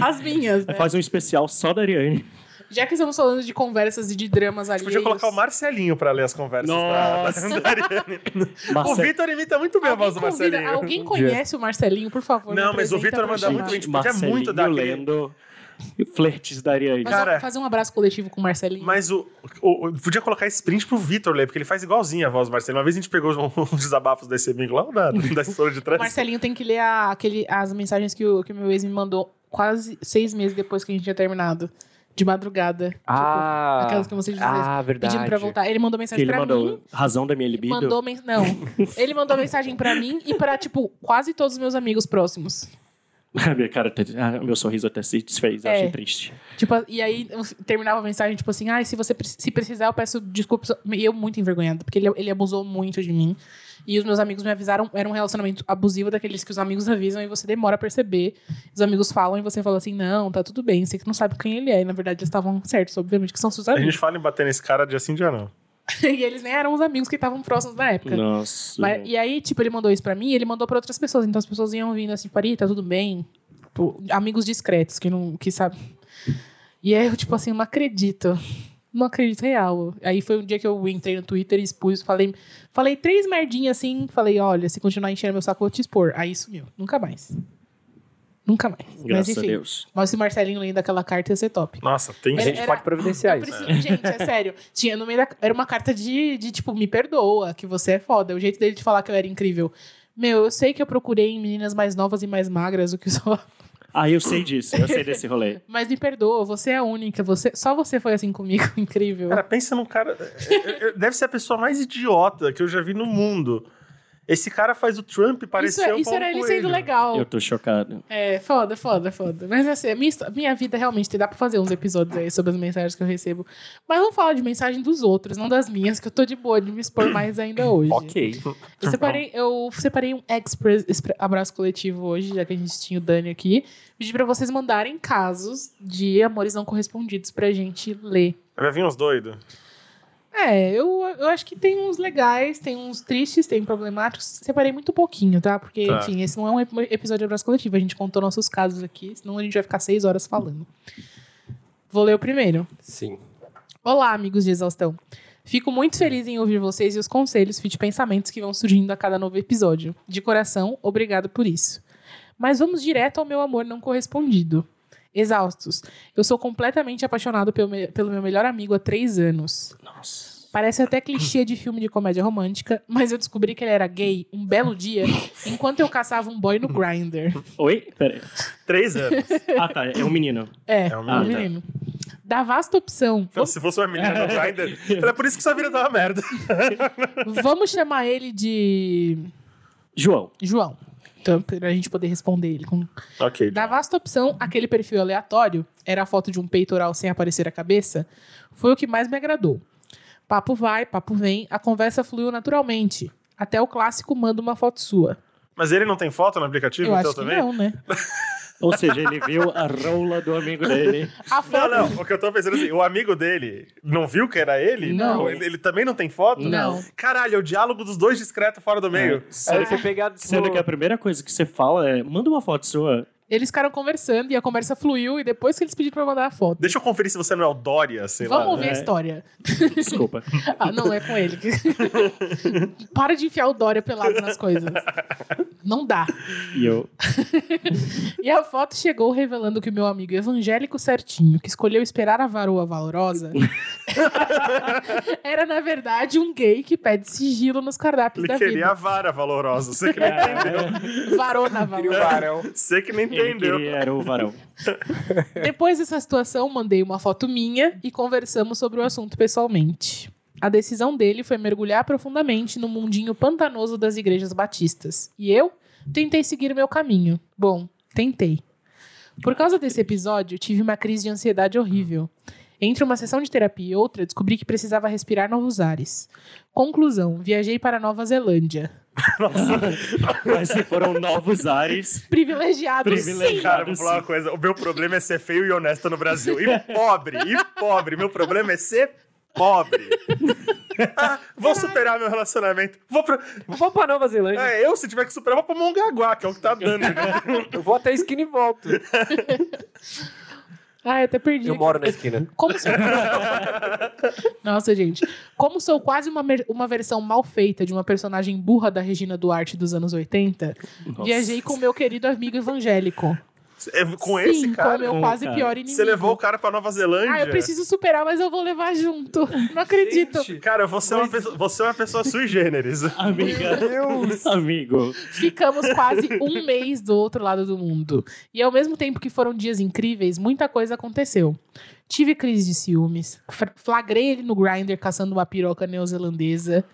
S1: As minhas, né?
S4: Faz um especial só da Ariane.
S1: Já que estamos falando de conversas e de dramas
S4: Tipo,
S1: ali.
S3: Podia colocar o Marcelinho pra ler as conversas.
S4: Nossa.
S3: da- da Ariane. O
S4: Marce-
S3: Vitor imita muito bem a voz do Marcelinho.
S1: alguém conhece o Marcelinho, por favor?
S3: Não,
S1: me
S3: mas o
S1: apresenta
S3: Vitor
S1: pra
S3: manda
S1: chamar.
S3: muito bem. gente podia
S4: Marcelinho
S3: muito dar aquele-
S4: lendo flertes da Ariane.
S1: Mas ó,
S3: Cara-
S1: fazer um abraço coletivo com o Marcelinho.
S3: Mas o, o- o- Podia colocar esse print pro Vitor ler, porque ele faz igualzinho a voz do Marcelinho. Uma vez a gente pegou os, os desabafos desse amigo lá da, da história de
S1: O
S3: trás.
S1: Marcelinho tem que ler a- aquele, as mensagens que o que o meu ex me mandou quase seis meses depois que a gente tinha terminado. De madrugada.
S2: ah,
S1: aquelas que vocês dizem,
S2: ah, verdade.
S1: pedindo pra voltar. Ele mandou
S4: que
S1: mensagem
S4: ele
S1: pra
S4: mandou
S1: mim.
S4: razão da minha libido.
S1: Mandou men- Não. Ele mandou mensagem pra mim e pra, tipo, quase todos os meus amigos próximos.
S4: A minha cara, até- ah, meu sorriso até se desfez, eu
S1: É.
S4: achei triste.
S1: Tipo, e aí eu terminava a mensagem, tipo assim, ai, se você pre- se precisar, eu peço desculpas. E eu muito envergonhada, porque ele, ele abusou muito de mim. E os meus amigos me avisaram, era um relacionamento abusivo daqueles que os amigos avisam e você demora a perceber. Os amigos falam e você fala assim, não, tá tudo bem, você que não sabe quem ele é. E na verdade eles estavam certos, obviamente, que são seus
S3: A
S1: amigos.
S3: gente fala em bater nesse cara de assim dia não.
S1: e eles nem eram os amigos que estavam próximos na época.
S4: Nossa.
S1: Mas- e aí, tipo, ele mandou isso pra mim e ele mandou pra outras pessoas. Então as pessoas iam vindo assim, Pari, tá tudo bem. Tipo, amigos discretos, que não. que sabe. E aí eu, tipo assim, não acredito. Não acredito real. Aí foi um dia que eu entrei no Twitter e expus, falei, falei três merdinhas assim, falei, olha, se continuar enchendo meu saco, eu vou te expor. Aí sumiu. Nunca mais. Nunca mais. Mas
S4: Graças a
S1: enfim.
S4: Deus.
S1: Mas se o Marcelinho lendo aquela carta ia ser top.
S3: Nossa, tem
S2: A
S3: gente.
S2: gente
S1: Era-
S2: pode providenciar
S1: Eu
S2: isso.
S1: preciso- Gente, é sério. Tinha no meio da- Era uma carta de, de, tipo, me perdoa, que você é foda. O jeito dele de falar que eu era incrível. Meu, eu sei que eu procurei em meninas mais novas e mais magras do que só.
S4: Ah, eu sei disso, eu sei desse rolê.
S1: Mas me perdoa, você é a única. Você... Só você foi assim comigo, incrível.
S3: Cara, pensa num cara. é- é- Deve ser a pessoa mais idiota que eu já vi no mundo. Esse cara faz o Trump
S1: isso
S3: parecer
S1: é-
S3: um
S1: isso
S3: Paulo
S1: era ele
S3: Coelho.
S1: sendo legal.
S4: Eu tô chocado.
S1: É, foda, foda, foda. Mas assim, a minha, histó- minha vida realmente dá pra fazer uns episódios aí sobre as mensagens que eu recebo. Mas vamos falar de mensagem dos outros, não das minhas, que eu tô de boa de me expor mais ainda hoje.
S2: Ok.
S1: Eu separei, eu separei um express expre- abraço coletivo hoje, já que a gente tinha o Dani aqui. Pedi pra vocês mandarem casos de amores não correspondidos pra gente ler.
S3: Vai vir uns doidos.
S1: É, eu, eu acho que tem uns legais, tem uns tristes, tem problemáticos. Separei muito pouquinho, tá? Porque,
S3: Tá.
S1: enfim, esse não é um ep- episódio de abraço coletivo. A gente contou nossos casos aqui, senão a gente vai ficar seis horas falando. Vou ler o primeiro.
S2: Sim.
S1: Olá, amigos de Exaustão. Fico muito feliz em ouvir vocês e os conselhos, fit pensamentos que vão surgindo a cada novo episódio. De coração, obrigado por isso. Mas vamos direto ao meu amor não correspondido. Exaustos. Eu sou completamente apaixonado pelo, me- pelo meu melhor amigo há três anos.
S4: Nossa.
S1: Parece até clichê de filme de comédia romântica, mas eu descobri que ele era gay um belo dia, enquanto eu caçava um boy no Grindr.
S4: Oi? Pera aí.
S3: Três anos.
S4: Ah, tá, é um menino.
S1: É,
S3: É
S1: um
S3: um
S1: menino. Da vasta opção.
S3: Então, se fosse uma menina no Grindr, era é por isso que sua vida tava uma merda.
S1: Vamos chamar ele de.
S4: João.
S1: João. Então, pra gente poder responder ele. com-
S3: Ok.
S1: Da vasta opção, aquele perfil aleatório, era a foto de um peitoral sem aparecer a cabeça, foi o que mais me agradou. Papo vai, papo vem, a conversa fluiu naturalmente. Até o clássico manda uma foto sua.
S3: Mas ele não tem foto no aplicativo,
S1: Eu
S3: então
S1: acho que
S3: também?
S1: não, né?
S4: Ou seja, ele viu a rola do amigo dele.
S1: A
S3: Não,
S1: foto...
S3: não. O que eu tô pensando é assim, o amigo dele não viu que era ele?
S1: Não.
S3: Ele, ele também não tem foto?
S1: Não. É.
S3: Caralho, é o diálogo dos dois discreto fora do
S2: Aí
S3: meio.
S4: É, Sendo,
S2: ele foi pegado.
S4: sendo que a primeira coisa que você fala é: manda uma foto sua.
S1: Eles ficaram conversando e a conversa fluiu e depois que eles pediram pra mandar a foto.
S3: Deixa eu conferir se você não é o Dória, sei
S1: Vamos
S3: lá. né?
S1: ouvir a
S4: é.
S1: história.
S4: Desculpa.
S1: Ah, não, é com ele. Para de enfiar o Dória pelado nas coisas. Não dá.
S4: E eu.
S1: E a foto chegou revelando que o meu amigo evangélico certinho, que escolheu esperar a varoa valorosa, era na verdade um gay que pede sigilo nos cardápios
S3: Ele
S1: da
S3: queria
S1: vida.
S3: a vara valorosa. Você que não entendeu.
S4: É,
S1: Varona valorosa.
S3: Você que não
S4: ele
S3: entendeu.
S4: queria, era o varão.
S1: Depois dessa situação, mandei uma foto minha e conversamos sobre o assunto pessoalmente. A decisão dele foi mergulhar profundamente no mundinho pantanoso das igrejas batistas. E eu tentei seguir meu caminho. Bom, tentei. Por causa desse episódio, tive uma crise de ansiedade horrível. Entre uma sessão de terapia e outra, descobri que precisava respirar novos ares. Conclusão: viajei para Nova Zelândia.
S4: Mas se foram novos ares.
S1: Privilegiados,
S4: Privilegiado.
S1: sim!
S3: Cara, vou falar uma coisa. O meu problema é ser feio e honesto no Brasil. E pobre, e pobre. Meu problema é ser pobre. Ah, vou superar meu relacionamento. Vou pra...
S2: Vou pra Nova Zelândia.
S3: É, eu, se tiver que superar, vou pra Mongaguá, que é o que tá dando.
S2: Eu vou até a esquina e volto.
S1: Ah, eu até perdi.
S2: Eu
S1: aqui.
S2: moro na esquina.
S1: Como sou... Nossa, gente. Como sou quase uma, mer- uma versão mal feita de uma personagem burra da Regina Duarte dos anos 80, viajei com meu querido amigo evangélico.
S3: É, com
S1: Sim,
S3: esse
S1: com o
S3: cara,
S1: meu
S4: Com o
S1: quase
S4: cara.
S1: pior inimigo.
S3: você levou o cara pra Nova Zelândia.
S1: Ah, eu preciso superar, mas eu vou levar junto. Não acredito.
S2: Gente,
S3: Cara, você é uma pessoa, você é uma pessoa sui generis.
S4: Amiga.
S2: Deus.
S4: Amigo.
S1: Ficamos quase um mês do outro lado do mundo. E ao mesmo tempo que foram dias incríveis, muita coisa aconteceu. Tive crise de ciúmes, fra- flagrei ele no grinder caçando uma piroca neozelandesa,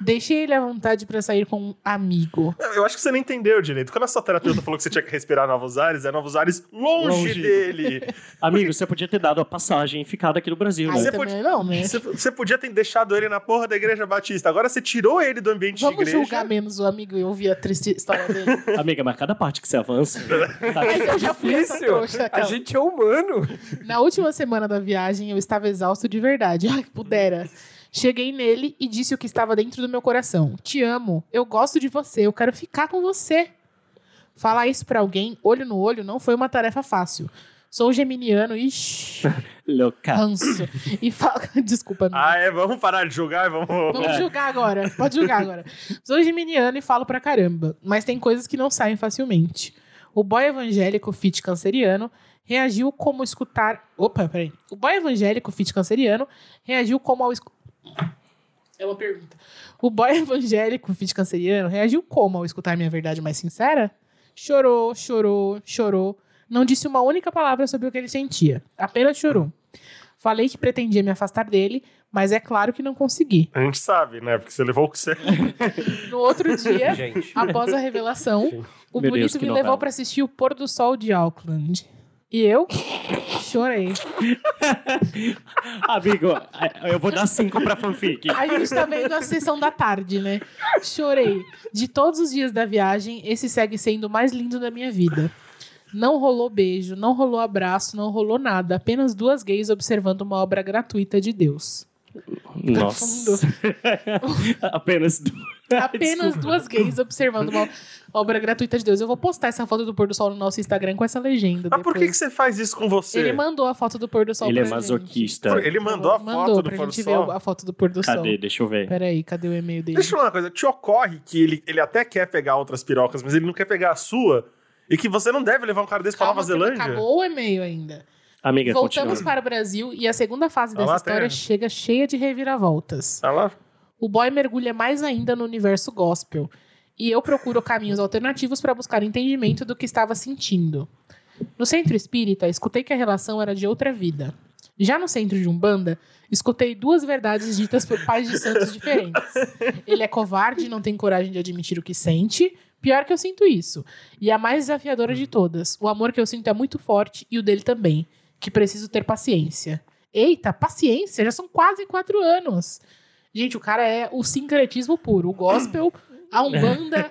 S1: deixei ele à vontade pra sair com um amigo.
S3: Eu acho que você não entendeu direito. Quando a sua terapeuta falou que você tinha que respirar novos ares, é novos ares longe,
S4: Longe.
S3: dele.
S4: Amigo, você podia ter dado a passagem e ficado aqui no Brasil,
S1: Aí
S3: você
S4: né?
S1: também
S3: pode-
S1: não, né?
S3: Você, você podia ter deixado ele na porra da igreja batista. Agora você tirou ele do ambiente
S1: Vamos
S3: de igreja.
S1: julgar menos o amigo e ouvir a triste história dele.
S4: Amiga, mas cada parte que você avança.
S1: Mas
S4: Tá,
S1: eu já fui essa
S2: Difícil.
S1: trouxa,
S2: A
S1: cara.
S2: gente é humano.
S1: Na última semana da viagem, eu estava exausto de verdade. Ai, que pudera. Cheguei nele e disse o que estava dentro do meu coração. Te amo, eu gosto de você, eu quero ficar com você. Falar isso pra alguém, olho no olho, não foi uma tarefa fácil. Sou geminiano, ixi,
S4: louca.
S1: ranço. E fala... Desculpa, amigo.
S3: Ah, é? Vamos parar de julgar e vamos.
S1: Vamos julgar agora. Pode julgar agora. Sou geminiano e falo pra caramba, mas tem coisas que não saem facilmente. O boy evangélico fit canceriano reagiu como escutar. Opa, peraí. O boy evangélico fit canceriano reagiu como ao. escu- É uma pergunta. O boy evangélico fit canceriano reagiu como ao escutar minha verdade mais sincera? Chorou, chorou, chorou. Não disse uma única palavra sobre o que ele sentia. Apenas chorou. Falei que pretendia me afastar dele, mas é claro que não consegui.
S3: A gente sabe, né? Porque você levou o que você.
S1: É, No outro dia,
S2: Gente.
S1: após a revelação, o
S4: Meu
S1: bonito
S4: Deus, que
S1: me
S4: novela.
S1: levou pra assistir o pôr do sol de Auckland. E eu chorei.
S4: Amigo, é, eu vou dar cinco pra fanfic.
S1: A gente tá vendo a sessão da tarde, né? Chorei. De todos os dias da viagem, esse segue sendo o mais lindo da minha vida. Não rolou beijo, não rolou abraço, não rolou nada. Apenas duas gays observando uma obra gratuita de Deus.
S4: Nossa. Apenas duas.
S1: Apenas duas gays observando uma obra gratuita de Deus. Eu vou postar essa foto do pôr do sol no nosso Instagram com essa legenda.
S3: Mas Ah, por que,
S1: depois.
S3: que você faz isso com você?
S1: Ele mandou a foto do pôr do sol
S4: Ele é
S1: pra gente.
S4: masoquista.
S3: Ele mandou a foto
S1: Mandou
S3: do
S1: pra
S3: pôr do
S1: gente
S3: sol.
S1: ver a foto do pôr do sol.
S4: Cadê? Deixa eu ver.
S1: Peraí, cadê o e-mail dele?
S3: Deixa eu falar uma coisa. Te ocorre que ele, ele até quer pegar outras pirocas, mas ele não quer pegar a sua? E que você não deve levar um cara desse pra
S1: Calma,
S3: Nova
S1: que não
S3: Zelândia?
S1: Acabou o e-mail ainda.
S4: Amiga,
S1: Voltamos
S4: continua.
S1: para o Brasil e a segunda fase
S3: Ah,
S1: dessa
S3: lá
S1: história
S3: tem.
S1: chega cheia de reviravoltas.
S3: Tá lá?
S1: O boy mergulha mais ainda no universo gospel. E eu procuro caminhos alternativos para buscar entendimento do que estava sentindo. No centro espírita, escutei que a relação era de outra vida. Já no centro de Umbanda, escutei duas verdades ditas por pais de santos diferentes. Ele é covarde, não tem coragem de admitir o que sente. Pior que eu sinto isso. E a mais desafiadora de todas. O amor que eu sinto é muito forte e o dele também. Que preciso ter paciência. Eita, paciência? Já são quase quatro anos. Gente, o cara é o sincretismo puro. O gospel, a umbanda,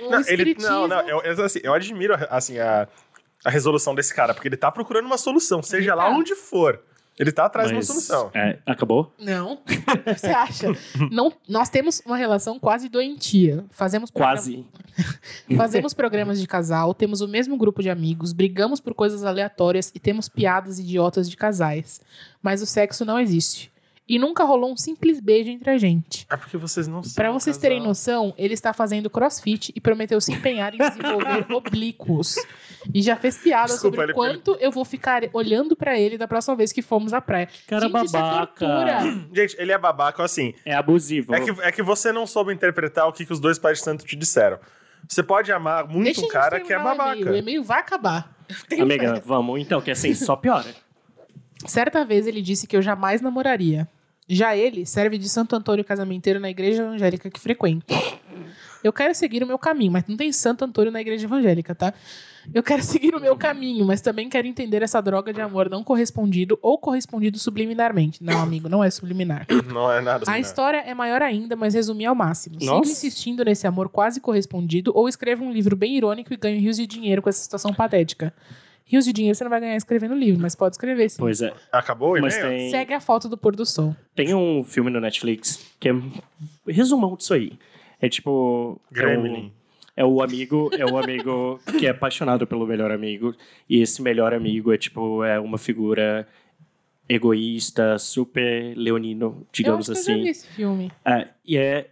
S1: o
S3: Não, ele,
S1: Um espiritismo.
S3: não, não. Eu, eu- assim, eu admiro assim, a, a resolução desse cara, porque ele tá procurando uma solução, seja lá
S1: tá.
S3: onde for. Ele tá atrás de uma
S4: Mas,
S3: solução.
S4: é, acabou?
S1: Não. Você acha? Não, nós temos uma relação quase doentia. Fazemos programa-
S4: Quase.
S1: fazemos programas de casal, temos o mesmo grupo de amigos, brigamos por coisas aleatórias e temos piadas idiotas de casais. Mas o sexo não existe. E nunca rolou um simples beijo entre a gente.
S3: É porque vocês não são.
S1: Pra vocês
S3: casal.
S1: terem noção, ele está fazendo crossfit e prometeu se empenhar em desenvolver oblíquos. E já fez piada
S3: Desculpa,
S1: sobre
S3: ele-
S1: quanto eu vou ficar olhando pra ele da próxima vez que formos à praia.
S4: Cara
S1: Gente, isso é
S4: babaca.
S1: tortura.
S3: Gente, ele é babaca, assim.
S4: É abusivo.
S3: É que, é que você não soube interpretar o que, que os dois pais de santo te disseram. Você pode amar muito
S1: Deixa
S3: um
S1: eu
S3: cara que é
S1: terminar né? O e-mail, o
S3: babaca.
S1: e-mail vai acabar.
S4: Amiga, vamos então, que assim só piora.
S1: Certa vez ele disse que eu jamais namoraria. Já ele serve de Santo Antônio casamenteiro na igreja evangélica que frequento. Eu quero seguir o meu caminho, mas não tem Santo Antônio na igreja evangélica, tá? Eu quero seguir o meu caminho, mas também quero entender essa droga de amor não correspondido ou correspondido subliminarmente. Não, amigo, não é subliminar.
S3: Não é nada.
S1: A história é maior ainda, mas resumir ao máximo. Sigo
S4: Nossa.
S1: insistindo nesse amor quase correspondido ou escreva um livro bem irônico e ganho rios de dinheiro com essa situação patética. Rios de dinheiro você não vai ganhar escrevendo livro, mas pode escrever sim.
S4: Pois é.
S3: Acabou o e-mail?
S4: Mas tem,
S1: Segue a foto do pôr do sol.
S4: tem um filme no Netflix que é resumão disso aí. É tipo.
S3: Gremlin.
S4: É o, é o amigo, é o amigo que é apaixonado pelo melhor amigo. E esse melhor amigo é tipo, é uma figura egoísta, super leonino, digamos
S1: eu acho que eu já
S4: assim.
S1: vi esse filme.
S4: Ah, e é,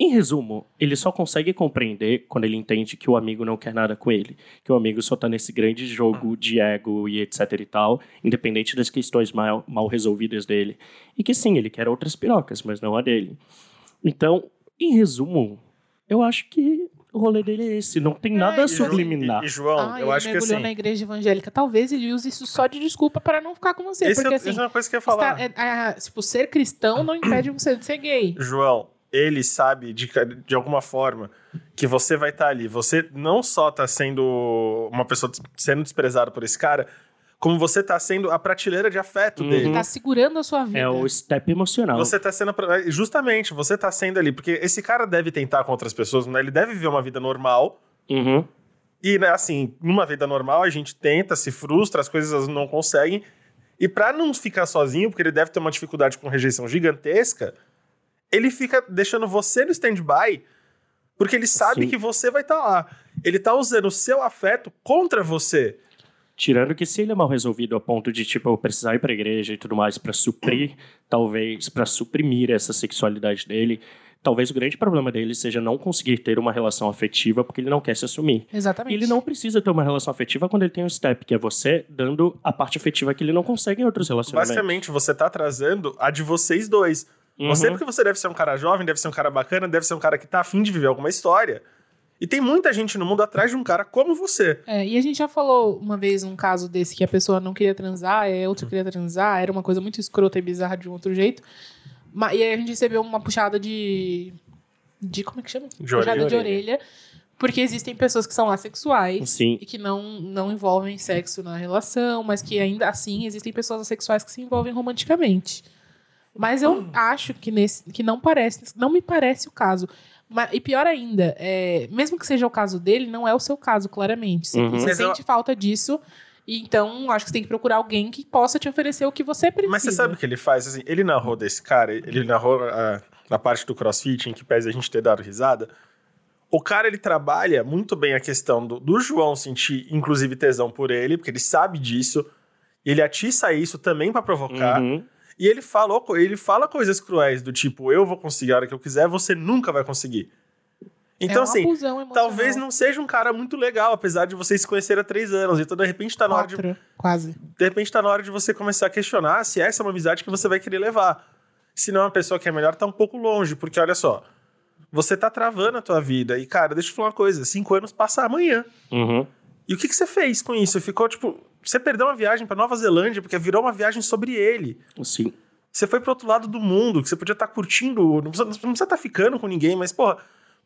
S4: em resumo, ele só consegue compreender quando ele entende que o amigo não quer nada com ele, que o amigo só tá nesse grande jogo de ego e etc e tal, independente das questões mal, mal resolvidas dele. E que sim, ele quer outras pirocas, mas não a dele. Então, em resumo, eu acho que o rolê dele é esse, não tem nada
S1: Ah, e-
S4: a
S3: E Ju-
S4: subliminar.
S3: E, e João,
S1: ah,
S3: eu
S1: ele
S3: acho que
S1: mergulhou na
S3: assim.
S1: igreja evangélica. Talvez ele use isso só de desculpa para não ficar com você.
S3: Esse é,
S1: porque assim,
S3: essa é uma coisa que eu ia falar.
S1: estar- é- é- tipo, ser cristão não impede você de ser gay.
S3: João, ele sabe de, ca- de alguma forma que você vai estar ali. Você não só tá sendo uma pessoa des- sendo desprezada por esse cara, como você tá sendo a prateleira de afeto
S4: Uhum.
S3: dele.
S1: Ele tá segurando a sua vida.
S4: É o step emocional.
S3: Você tá sendo. a pra- Justamente, você tá sendo ali. Porque esse cara deve tentar com outras pessoas, né? ele deve viver uma vida normal.
S4: Uhum.
S3: E, né, assim, numa vida normal, a gente tenta, se frustra, as coisas não conseguem. E pra não ficar sozinho, porque ele deve ter uma dificuldade com rejeição gigantesca, ele fica deixando você no stand-by, porque ele sabe
S4: Sim.
S3: que você vai estar lá. Ele tá usando o seu afeto contra você.
S4: Tirando que se ele é mal resolvido a ponto de, tipo, eu precisar ir pra igreja e tudo mais pra suprir, talvez, pra suprimir essa sexualidade dele, talvez o grande problema dele seja não conseguir ter uma relação afetiva porque ele não quer se assumir. E
S1: Exatamente.
S4: ele não precisa ter uma relação afetiva quando ele tem um step, que é você dando a parte afetiva que ele não consegue em outros relacionamentos.
S3: Basicamente, você tá trazendo a de vocês dois.
S4: Uhum.
S3: Você, porque você deve ser um cara jovem, deve ser um cara bacana, deve ser um cara que tá afim de viver alguma história. E tem muita gente no mundo atrás de um cara como você.
S1: É, e a gente já falou uma vez um caso desse que a pessoa não queria transar, é
S3: Hum.
S1: outra queria transar, era uma coisa muito escrota e bizarra de um outro jeito. Ma- e aí a gente recebeu uma puxada de. de como é que chama?
S3: De
S1: puxada
S3: orelha.
S1: de orelha. Porque existem pessoas que são assexuais
S4: Sim.
S1: e que não, não envolvem sexo na relação, mas que ainda assim existem pessoas assexuais que se envolvem romanticamente. Mas eu acho que, nesse, que não parece, não me parece o caso. Ma- e pior ainda, é, mesmo que seja o caso dele, não é o seu caso, claramente. Você,
S4: Uhum.
S1: você
S3: Mas eu-
S1: sente falta disso, e então acho que você tem que procurar alguém que possa te oferecer o que você precisa.
S3: Mas você sabe o que ele faz? Assim, ele narrou desse cara, ele narrou a, na parte do crossfit, em que pese a gente ter dado risada. O cara, ele trabalha muito bem a questão do, do João sentir, inclusive, tesão por ele, porque ele sabe disso. E ele atiça isso também pra provocar.
S4: Uhum.
S3: E ele, falou, co- ele fala coisas cruéis, do tipo, eu vou conseguir a hora que eu quiser, você nunca vai conseguir.
S1: é
S3: Então,
S1: né? um
S3: assim,
S1: abusão emocional.
S3: talvez não seja um cara muito legal, apesar de vocês se conhecerem há três anos. Então, de repente, tá na hora de
S1: Quatro, quase.
S3: de repente tá na hora de você começar a questionar se essa é uma amizade que você vai querer levar. Se não, é uma pessoa que é melhor tá um pouco longe, porque olha só, você tá travando a tua vida. E, cara, deixa eu te falar uma coisa: cinco anos passa amanhã.
S4: Uhum.
S3: E o que, que você fez com isso? Ficou tipo. Você perdeu uma viagem pra Nova Zelândia, porque virou uma viagem sobre ele.
S4: Sim.
S3: Você foi pro outro lado do mundo, que você podia estar curtindo. Não precisa estar ficando com ninguém, mas, porra,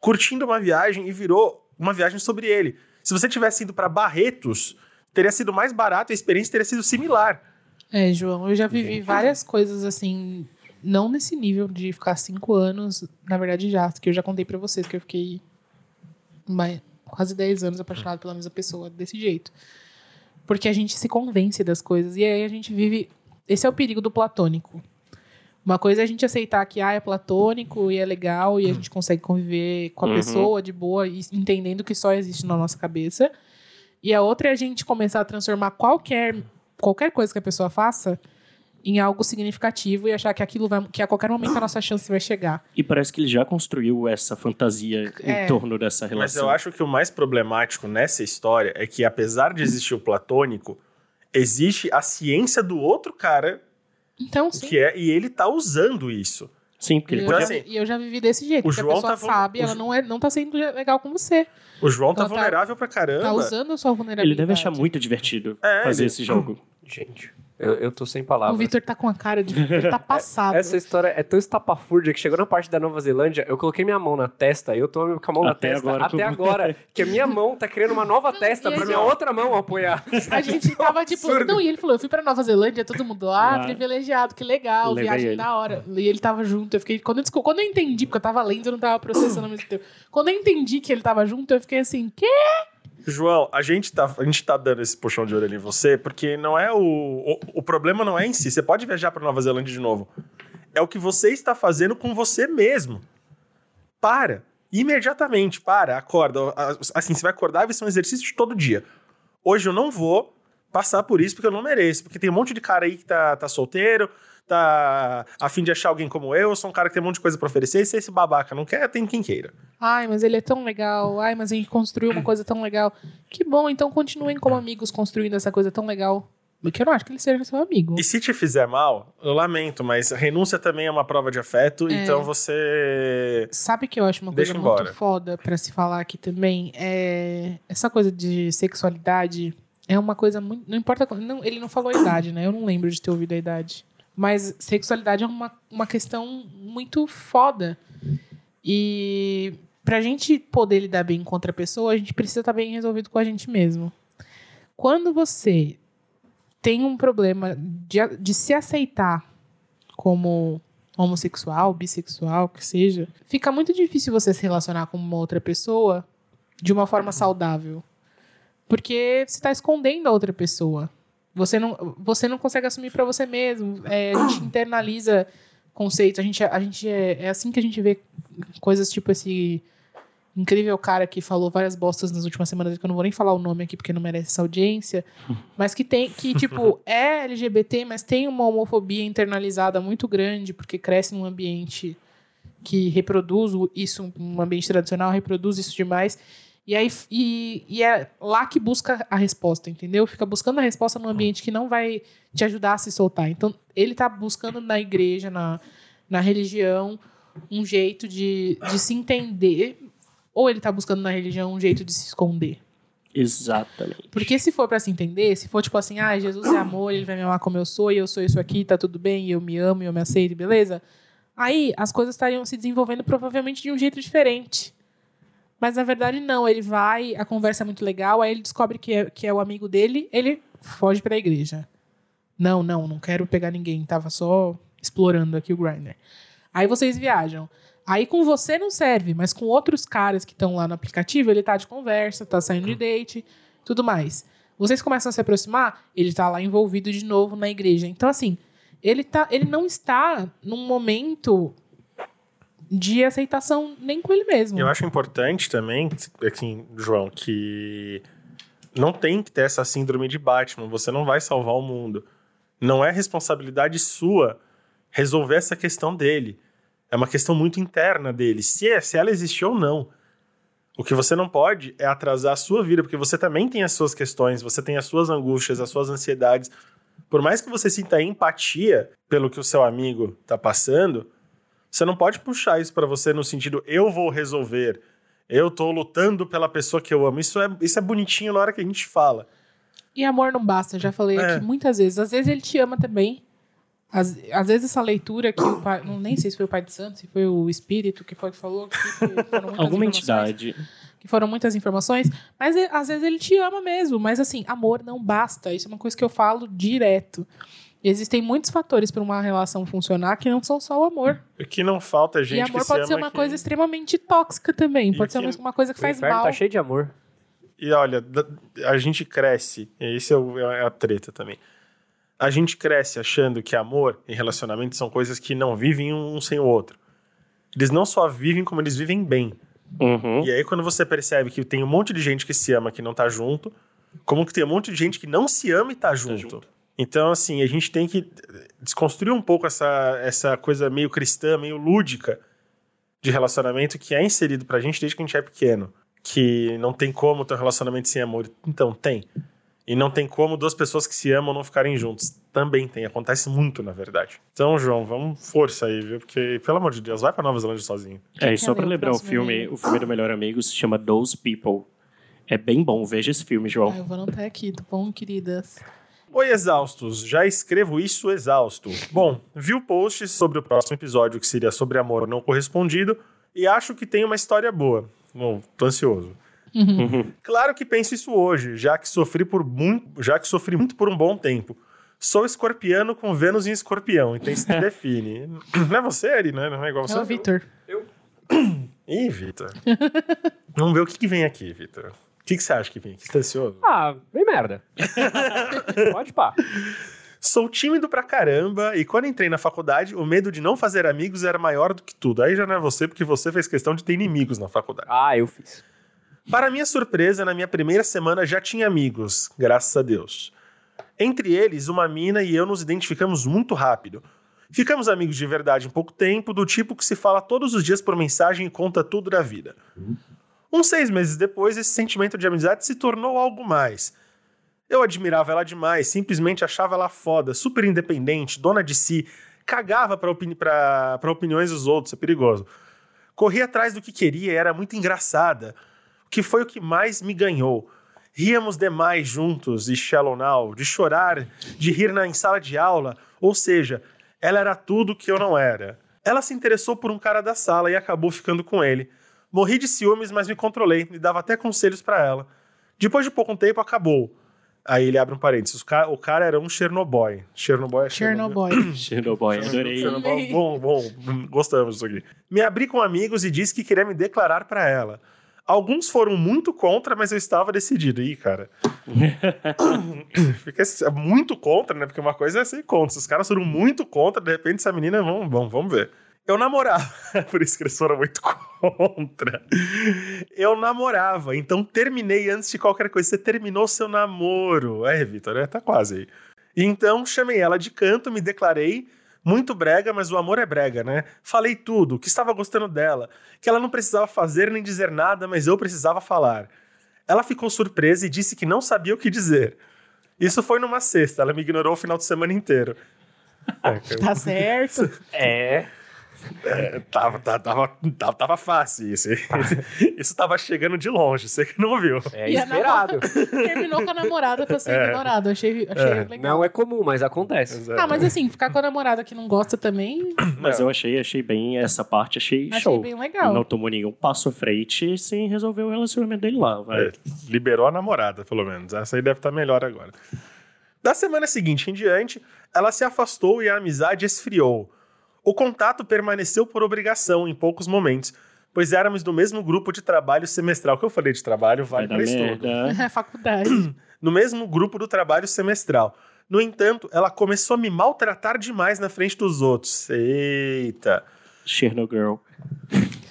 S3: curtindo uma viagem e virou uma viagem sobre ele. Se você tivesse ido pra Barretos, teria sido mais barato e a experiência teria sido similar.
S1: É, João, eu já vivi várias coisas assim, não nesse nível de ficar cinco anos, na verdade já, que eu já contei pra vocês, que eu fiquei mais- quase 10 anos apaixonado pela mesma pessoa desse jeito. Porque a gente se convence das coisas e aí a gente vive. Esse é o perigo do platônico. Uma coisa é a gente aceitar que ah, é platônico e é legal e a gente consegue conviver com a
S4: Uhum.
S1: pessoa de boa e entendendo que só existe na nossa cabeça. E a outra é a gente começar a transformar qualquer, qualquer coisa que a pessoa faça em algo significativo e achar que aquilo vai, que a qualquer momento a nossa chance vai chegar.
S4: E parece que ele já construiu essa fantasia
S1: É.
S4: em torno dessa relação.
S3: Mas eu acho que o mais problemático nessa história é que, apesar de existir o platônico, existe a ciência do outro cara
S1: Então, sim.
S3: que é e ele tá usando isso.
S4: Sim, porque
S1: E
S4: ele
S1: eu,
S3: Então,
S1: já,
S4: podia...
S3: assim,
S1: vi- e eu já vivi desse jeito.
S3: o
S1: porque
S3: João
S1: a pessoa
S3: tá vul-
S1: sabe,
S3: o
S1: ela
S3: Ju-
S1: não, é, não tá sendo legal com você.
S3: O João tá
S1: Então tá-
S3: vulnerável pra caramba.
S1: Tá usando a sua vulnerabilidade.
S4: ele deve achar muito divertido
S3: É,
S4: fazer
S3: ele-
S4: esse jogo.
S2: Gente. Eu, eu tô sem
S1: O
S2: palavras.
S1: Vitor tá com a cara de. Ele tá passado.
S2: Essa história é tão estapafúrdia que chegou na parte da Nova Zelândia, eu coloquei minha mão na testa e eu tô com a mão na
S4: Até
S2: testa
S4: agora,
S2: até
S4: tudo.
S2: agora, que a minha mão tá criando uma nova
S1: Não,
S2: testa
S1: e
S2: pra
S1: aí,
S2: minha
S1: ó.
S2: outra mão apoiar. é um
S1: A gente tava tipo.
S2: Absurdo.
S1: Não, e ele falou: eu fui pra Nova Zelândia, todo mundo, ah,
S4: é Ah.
S1: privilegiado, que legal,
S4: Levei
S1: viagem
S4: ele.
S1: da hora. E ele tava junto, eu fiquei. Quando eu, desco- quando eu entendi, porque eu tava lendo, eu não tava processando ao mesmo tempo. Quando eu entendi que ele tava junto, eu fiquei assim, quê?
S3: João, a gente, tá, a gente tá dando esse puxão de orelha em você, porque não é o, o. o problema não é em si. Você pode viajar pra Nova Zelândia de novo. É o que você está fazendo com você mesmo. Para. Imediatamente, para, acorda. A- Assim, você vai acordar e vai ser um exercício de todo dia. Hoje eu não vou passar por isso porque eu não mereço. Porque tem um monte de cara aí que tá, tá solteiro, tá a fim de achar alguém como eu. Eu sou um cara que tem um monte de coisa pra oferecer. E se esse babaca não quer, tem quem queira.
S1: Ai, mas ele é tão legal. Ai, mas a gente construiu uma coisa tão legal. Que bom, então continuem como amigos construindo essa coisa tão legal. Porque eu não acho que ele seja seu amigo.
S3: E se te fizer mal, eu lamento, mas renúncia também é uma prova de afeto, então você.
S1: Sabe que eu acho uma coisa
S3: Deixa embora.
S1: muito foda pra se falar aqui também? É essa coisa de sexualidade é uma coisa muito. Não importa. qual- Não, ele não falou a idade, né? Eu não lembro de ter ouvido a idade. Mas sexualidade é uma, uma questão muito foda. E pra gente poder lidar bem com outra pessoa, a gente precisa estar bem resolvido com a gente mesmo. Quando você tem um problema de, a- de se aceitar como homossexual, bissexual, que seja, fica muito difícil você se relacionar com uma outra pessoa de uma forma saudável. Porque você está escondendo a outra pessoa. Você não, você não consegue assumir para você mesmo. É, a gente internaliza conceitos. A gente, a gente é, é assim que a gente vê coisas tipo esse incrível cara que falou várias bostas nas últimas semanas, que eu não vou nem falar o nome aqui porque não merece essa audiência, mas que tem que tipo é LGBT, mas tem uma homofobia internalizada muito grande porque cresce num ambiente que reproduz o- isso, um ambiente tradicional reproduz isso demais. E aí f- e, e é lá que busca a resposta, entendeu? Fica buscando a resposta num ambiente que não vai te ajudar a se soltar. Então, ele tá buscando na igreja, na, na religião, um jeito de, de se entender, ou ele tá buscando na religião um jeito de se esconder.
S4: Exatamente.
S1: Porque se for pra se entender, se for tipo assim, ah, Jesus é amor, ele vai me amar como eu sou, e eu sou isso aqui, tá tudo bem, e eu me amo, e eu me aceito, beleza? Aí as coisas estariam se desenvolvendo provavelmente de um jeito diferente. Mas na verdade não, ele vai, a conversa é muito legal, aí ele descobre que é, que é o amigo dele, ele foge pra igreja. Não, não, não quero pegar ninguém, tava só explorando aqui o grinder. Aí vocês viajam. Aí com você não serve, mas com outros caras que estão lá no aplicativo, ele tá de conversa, tá saindo de date, tudo mais. Vocês começam a se aproximar, ele tá lá envolvido de novo na igreja. Então, assim, ele, tá, ele não está num momento de aceitação nem com ele mesmo.
S3: Eu acho importante também, assim, João, que não tem que ter essa síndrome de Batman. Você não vai salvar o mundo. Não é responsabilidade sua resolver essa questão dele. É uma questão muito interna dele, se, é- se ela existe ou não. O que você não pode é atrasar a sua vida, porque você também tem as suas questões, você tem as suas angústias, as suas ansiedades. Por mais que você sinta empatia pelo que o seu amigo está passando, você não pode puxar isso para você no sentido eu vou resolver, eu tô lutando pela pessoa que eu amo. Isso é, isso é bonitinho na hora que a gente fala.
S1: E amor não basta, já falei
S3: É.
S1: aqui muitas vezes. Às vezes ele te ama também. Às, às vezes essa leitura que o pai. Não, nem sei se foi o Pai de Santo, se foi o Espírito que foi que falou. Que, que foram muitas
S4: Alguma
S1: informações.
S4: entidade.
S1: que foram muitas informações, mas é, às vezes ele te ama mesmo, mas assim, amor não basta. Isso é uma coisa que eu falo direto. Existem muitos fatores para uma relação funcionar que não são só o amor.
S3: O que não falta é gente
S1: e
S3: que
S1: amor
S3: se
S1: pode ser
S3: ama
S1: uma
S3: que- é
S1: coisa extremamente tóxica também.
S3: E
S1: Pode ser
S3: que-
S1: uma, uma coisa que
S2: O
S1: faz
S2: inferno
S1: mal.
S2: tá cheio de amor.
S3: E olha, da- a gente cresce, e isso é, o- é a treta também. A gente cresce achando que amor e relacionamento são coisas que não vivem um sem o outro. Eles não só vivem, como eles vivem bem.
S4: Uhum.
S3: E aí, quando você percebe que tem um monte de gente que se ama que não tá junto, como que tem um monte de gente que não se ama e tá junto.
S4: junto.
S3: Então, assim, a gente tem que desconstruir um pouco essa, essa coisa meio cristã, meio lúdica de relacionamento que é inserido pra gente desde que a gente é pequeno. Que não tem como ter um relacionamento sem amor. Então, tem. E não tem como duas pessoas que se amam não ficarem juntos. Também tem, acontece muito, na verdade. Então, João, vamos força aí, viu? Porque, pelo amor de Deus, vai pra Nova Zelândia sozinho.
S4: É, e
S1: quer
S4: só pra
S1: ler o
S4: lembrar, o
S1: próximo
S4: filme,
S1: e-mail?
S4: o filme do Melhor Amigo se chama Those People. É bem bom, veja esse filme, João.
S1: Ah, eu vou anotar aqui, tá bom, queridas?
S3: Oi, exaustos. Já escrevo isso exausto. Bom, vi o post sobre o próximo episódio, que seria sobre amor não correspondido, e acho que tem uma história boa. Bom, tô ansioso.
S4: Uhum.
S3: Claro que penso isso hoje, já que sofri por muito, já que sofri muito por um bom tempo. Sou escorpiano com Vênus em escorpião, então isso me define. Não é você, Ari, né? Não é igual você.
S1: É o Vitor.
S3: Ih, Vitor. Vamos ver o que, que vem aqui, Vitor. O que, que você acha que vem aqui? Você tá ansioso?
S2: Ah, bem merda. Pode pá.
S3: Sou tímido pra caramba e quando entrei na faculdade, o medo de não fazer amigos era maior do que tudo. Aí já não é você, porque você fez questão de ter inimigos na faculdade.
S2: Ah, eu fiz.
S3: Para minha surpresa, na minha primeira semana já tinha amigos, graças a Deus. Entre eles, uma mina e eu nos identificamos muito rápido. Ficamos amigos de verdade em pouco tempo, do tipo que se fala todos os dias por mensagem e conta tudo da vida. Uns seis meses depois, esse sentimento de amizade se tornou algo mais. Eu admirava ela demais, simplesmente achava ela foda, super independente, dona de si, cagava para opini pra- pra opiniões dos outros, é perigoso. Corria atrás do que queria e era muito engraçada, o que foi o que mais me ganhou. Ríamos demais juntos e Shallow Now, de chorar, de rir na, em sala de aula, ou seja, ela era tudo que eu não era. Ela se interessou por um cara da sala e acabou ficando com ele. Morri de ciúmes, mas me controlei e dava até conselhos pra ela. Depois de pouco tempo, acabou. Aí ele abre um parênteses. O cara, o cara era um Chernobyl. Chernobyl é
S1: Chernobyl.
S4: Chernobyl, adorei.
S1: Adorei.
S3: Bom, bom, gostamos disso aqui. Me abri com amigos e disse que queria me declarar pra ela. Alguns foram muito contra, mas eu estava decidido. Ih, cara. Fica esse- é muito contra, né? Porque uma coisa é ser contra. Se os caras foram muito contra, de repente essa menina, vamos, vamos, vamos ver. Eu namorava, por isso que eles foram muito contra. Eu namorava, então terminei antes de qualquer coisa. Você terminou seu namoro. É, Vitor, é, tá quase aí. Então chamei ela de canto, me declarei muito brega, mas o amor é brega, né? Falei tudo, que estava gostando dela, que ela não precisava fazer nem dizer nada, mas eu precisava falar. Ela ficou surpresa e disse que não sabia o que dizer. Isso foi numa sexta, ela me ignorou o final de semana inteiro. É, que eu-
S1: Tá certo.
S2: É.
S3: tava, tava, tava, tava, tava fácil isso. Isso tava chegando de longe, você que não viu.
S2: É
S1: E a
S2: esperado.
S1: Terminou com a namorada pra ser ignorado. Achei, achei legal.
S2: Não é comum, mas acontece.
S1: Ah, mas assim, ficar com a namorada que não gosta também,
S4: Mas eu achei, achei bem essa parte, achei,
S1: achei
S4: show.
S1: bem legal.
S4: Não tomou nenhum passo à frente sem resolver o relacionamento dele lá, vai.
S3: É, liberou a namorada, pelo menos. Essa aí deve estar melhor agora. Da semana seguinte em diante, ela se afastou e a amizade esfriou. O contato permaneceu por obrigação em poucos momentos, pois éramos do mesmo grupo de trabalho semestral. O que eu falei de trabalho
S4: vai
S3: vale
S4: dar
S3: para estudo.
S4: merda.
S1: É faculdade.
S3: No mesmo grupo do trabalho semestral. No entanto, ela começou a me maltratar demais na frente dos outros. Eita!
S4: Chernobyl.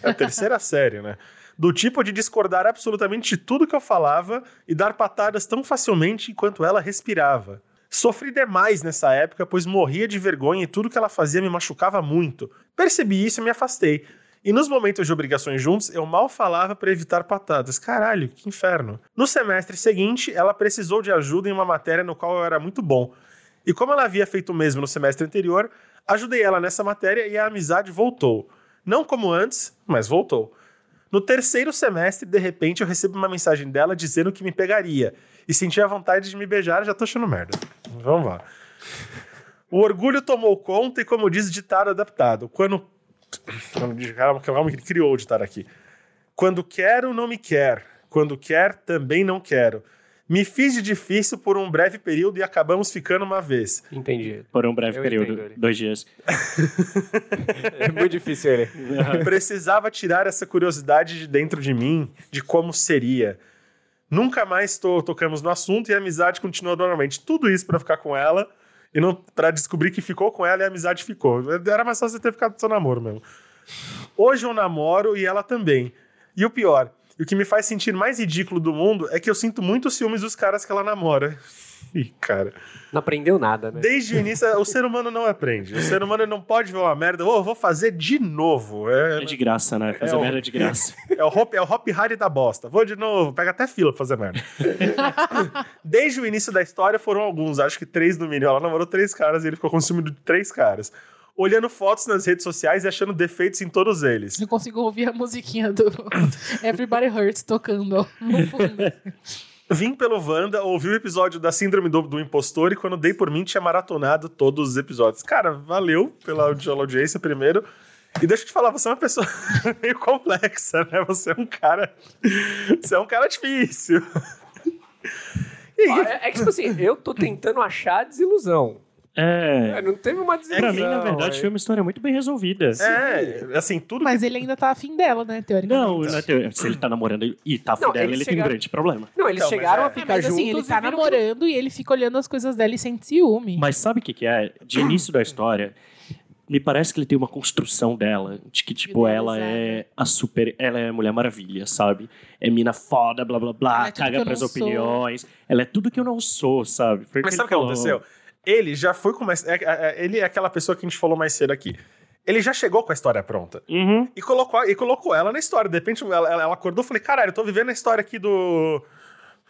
S3: É a terceira série, né? Do tipo de discordar absolutamente de tudo que eu falava e dar patadas tão facilmente enquanto ela respirava. Sofri demais nessa época, pois morria de vergonha e tudo que ela fazia me machucava muito. Percebi isso e me afastei. E nos momentos de obrigações juntos, eu mal falava para evitar patadas. Caralho, que inferno. No semestre seguinte, ela precisou de ajuda em uma matéria no qual eu era muito bom. E como ela havia feito o mesmo no semestre anterior, ajudei ela nessa matéria e a amizade voltou. Não como antes, mas voltou. No terceiro semestre, de repente, eu recebo uma mensagem dela dizendo que me pegaria. E senti a vontade de me beijar, já tô achando merda. Vamos lá. O orgulho tomou conta e, como diz o ditado adaptado, quando. quando- Calma, calma, que ele criou o ditado aqui. Quando quero, não me quer. Quando quer, também não quero. Me fiz de difícil por um breve período e acabamos ficando uma vez.
S2: Entendi.
S4: Por um breve
S2: Eu
S4: período,
S2: entendo ele.
S4: dois dias.
S2: É muito difícil ele.
S3: Precisava tirar essa curiosidade de dentro de mim, de como seria. Nunca mais to- tocamos no assunto e a amizade continuou normalmente. Tudo isso pra ficar com ela e não para descobrir que ficou com ela e a amizade ficou. Era mais fácil você ter ficado com seu namoro mesmo. Hoje eu namoro e ela também. E o pior, e o que me faz sentir mais ridículo do mundo é que eu sinto muito ciúmes dos caras que ela namora. Ih, cara.
S2: Não aprendeu nada, né?
S3: Desde o início, o ser humano não aprende. O ser humano não pode ver uma merda. Ô, vou fazer de novo. É,
S4: É de graça, né? Fazer
S3: É, ó.
S4: merda de graça.
S3: é o Hop, é o hop Harry da bosta. Vou de novo, pega até fila pra fazer merda. Desde o início da história foram alguns, acho que três no mínimo. Ela namorou três caras e ele ficou consumido de três caras. Olhando fotos nas redes sociais e achando defeitos em todos eles.
S1: Eu consigo ouvir a musiquinha do Everybody Hurts tocando ó, no fundo.
S3: Vim pelo Wanda, ouvi o episódio da Síndrome do, do Impostor e quando dei por mim tinha maratonado todos os episódios. Cara, valeu pela, audi- pela audiência primeiro. E deixa eu te falar, você é uma pessoa meio complexa, né? Você é um cara. Você é um cara difícil. E-
S2: Ah, É, é que, tipo assim, eu tô tentando achar a desilusão. É,
S4: É.
S2: não teve uma desilusão.
S4: Pra mim, na verdade,
S2: é.
S4: foi uma história muito bem resolvida.
S3: É, assim, tudo
S1: Mas ele ainda tá afim dela, né, teoricamente.
S4: Não, na teoria, se ele tá namorando e tá afim
S2: Não,
S4: dela,
S2: eles
S4: ele tem
S2: chegaram-
S4: um grande problema.
S2: Não, eles
S3: Então, mas
S2: chegaram
S3: é-
S2: a
S1: É,
S2: ficar
S1: mas
S2: juntos
S1: assim, ele tá
S2: e viram que-
S1: namorando e ele fica olhando as coisas dela e sente ciúme.
S4: Mas sabe o que, que é? De início da história, me parece que ele tem uma construção dela, de que, tipo, ela é a super. Ela é a Mulher Maravilha, sabe? É mina foda, blá blá blá,
S1: Ela é tudo que
S4: caga
S1: eu não
S4: pras
S1: sou.
S4: opiniões. Ela é tudo que eu não sou, sabe? Foi
S3: Mas
S4: ele
S3: sabe o que
S4: falou.
S3: aconteceu? Ele já foi com uma- é- é- é- Ele é aquela pessoa que a gente falou mais cedo aqui. Ele já chegou com a história pronta.
S4: Uhum.
S3: E colocou, e colocou ela na história. De repente, ela, ela- ela acordou e falei, caralho, eu tô vivendo a história aqui do.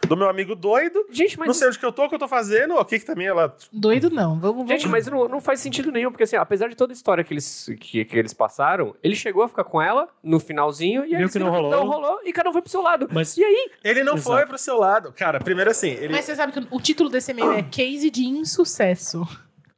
S3: Do meu amigo doido.
S2: Gente, mas
S3: não sei onde que eu tô, o que eu tô fazendo. O que que também ela.
S1: Doido não, vamos, vamos.
S2: Gente, mas não, não faz sentido nenhum, porque assim, apesar de toda a história que eles, que, que eles passaram, ele chegou a ficar com ela no finalzinho e aí
S4: Viu
S2: eles
S4: que não
S2: viram
S4: rolou.
S2: rolou e cada um foi pro seu lado.
S4: Mas-
S2: E aí?
S3: Ele não
S4: Exato.
S3: foi pro seu lado. Cara, primeiro assim, ele.
S1: Mas você sabe que o título desse e-mail é Case de Insucesso.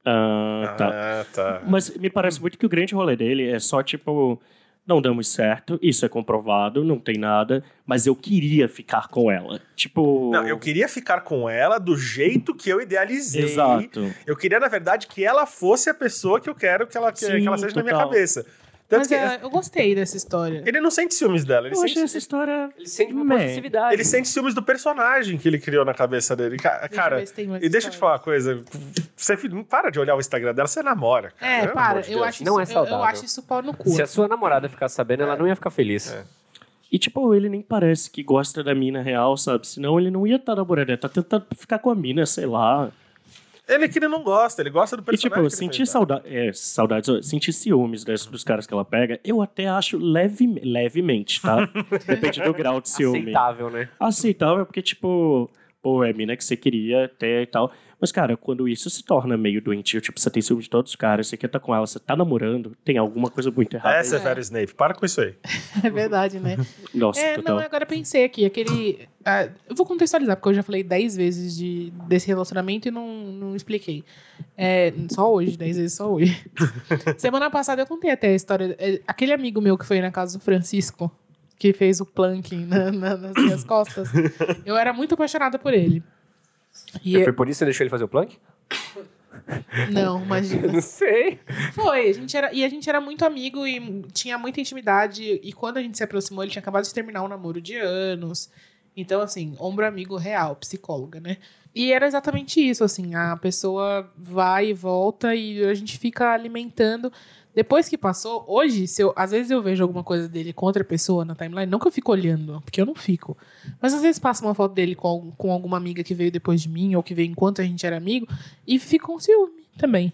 S4: Ah, tá.
S3: Ah, tá.
S4: Mas me parece muito que o grande rolê dele é só tipo. Não damos certo, isso é comprovado, não tem nada, mas eu queria ficar com ela. Tipo.
S3: Não, eu queria ficar com ela do jeito que eu idealizei.
S4: Exato.
S3: Eu queria, na verdade, que ela fosse a pessoa que eu quero que ela, que,
S4: Sim,
S3: que ela seja na minha
S4: total.
S3: cabeça. Tanto
S1: Mas
S3: que
S1: é, eu gostei dessa história.
S3: ele não sente ciúmes dela. Ele
S4: Eu achei
S3: sente
S1: assim,
S4: essa história.
S2: Ele sente uma
S4: Man.
S2: possessividade.
S3: Ele sente ciúmes do personagem que ele criou na cabeça dele. Ca-
S1: Deixa
S3: Cara,
S1: eu ver se tem mais
S3: e deixa eu te falar
S1: história.
S3: uma coisa. Você fi- não para de olhar o Instagram dela, você namora. Cara.
S1: É,
S3: Pelo
S1: para,
S3: amor de
S1: eu
S3: Deus.
S1: acho, isso,
S2: Não é
S1: eu- eu,
S2: saudável.
S1: acho isso pau no cu. é
S2: Se a sua namorada ficar sabendo, ela não ia ficar feliz.
S3: É.
S4: E, tipo, ele nem parece que gosta da mina real, sabe? Senão ele não ia estar namorando. Ele tá tentando ficar com a mina, sei lá.
S3: Ele é que ele não gosta, ele gosta do
S4: E,
S3: personagem.
S4: tipo,
S3: que ele
S4: sentir
S3: fez. né? tá?
S4: saudade, é, saudades, ó, sentir ciúmes des- dos caras que ela pega, eu até acho leve, levemente, tá? Depende do grau de ciúme.
S2: Aceitável, né?
S4: aceitável, porque, tipo, pô, é a mina que você queria ter e tal. Mas, cara, quando isso se torna meio doentio, tipo, você tem ciúme de todos os caras, você quer estar com ela, você tá namorando, tem alguma coisa muito errada.
S3: É, Severo Snape, para com isso aí.
S1: É verdade, né?
S4: Nossa,
S1: É,
S4: total.
S1: não, agora eu pensei aqui, aquele. ah, eu vou contextualizar, porque eu já falei 10 vezes de, desse relacionamento e não, não expliquei. É, só hoje, 10 vezes só hoje. Semana passada eu contei até a história. é, aquele amigo meu que foi na casa do Francisco, que fez o planking na- na- nas minhas costas, eu era muito apaixonada por ele. E
S2: Foi por isso que você deixou ele fazer o plank?
S1: não, imagina.
S2: Não sei.
S1: Foi, a gente era, e a gente era muito amigo e tinha muita intimidade. E quando a gente se aproximou, ele tinha acabado de terminar um namoro de anos. Então, assim, ombro amigo real, psicóloga, né? E era exatamente isso, assim, a pessoa vai e volta e a gente fica alimentando. Depois que passou, hoje, se eu, às vezes eu vejo alguma coisa dele com outra pessoa na timeline, não que eu fico olhando, porque eu não fico. Mas às vezes passa uma foto dele com, algum- com alguma amiga que veio depois de mim, ou que veio enquanto a gente era amigo, e fica com ciúme também.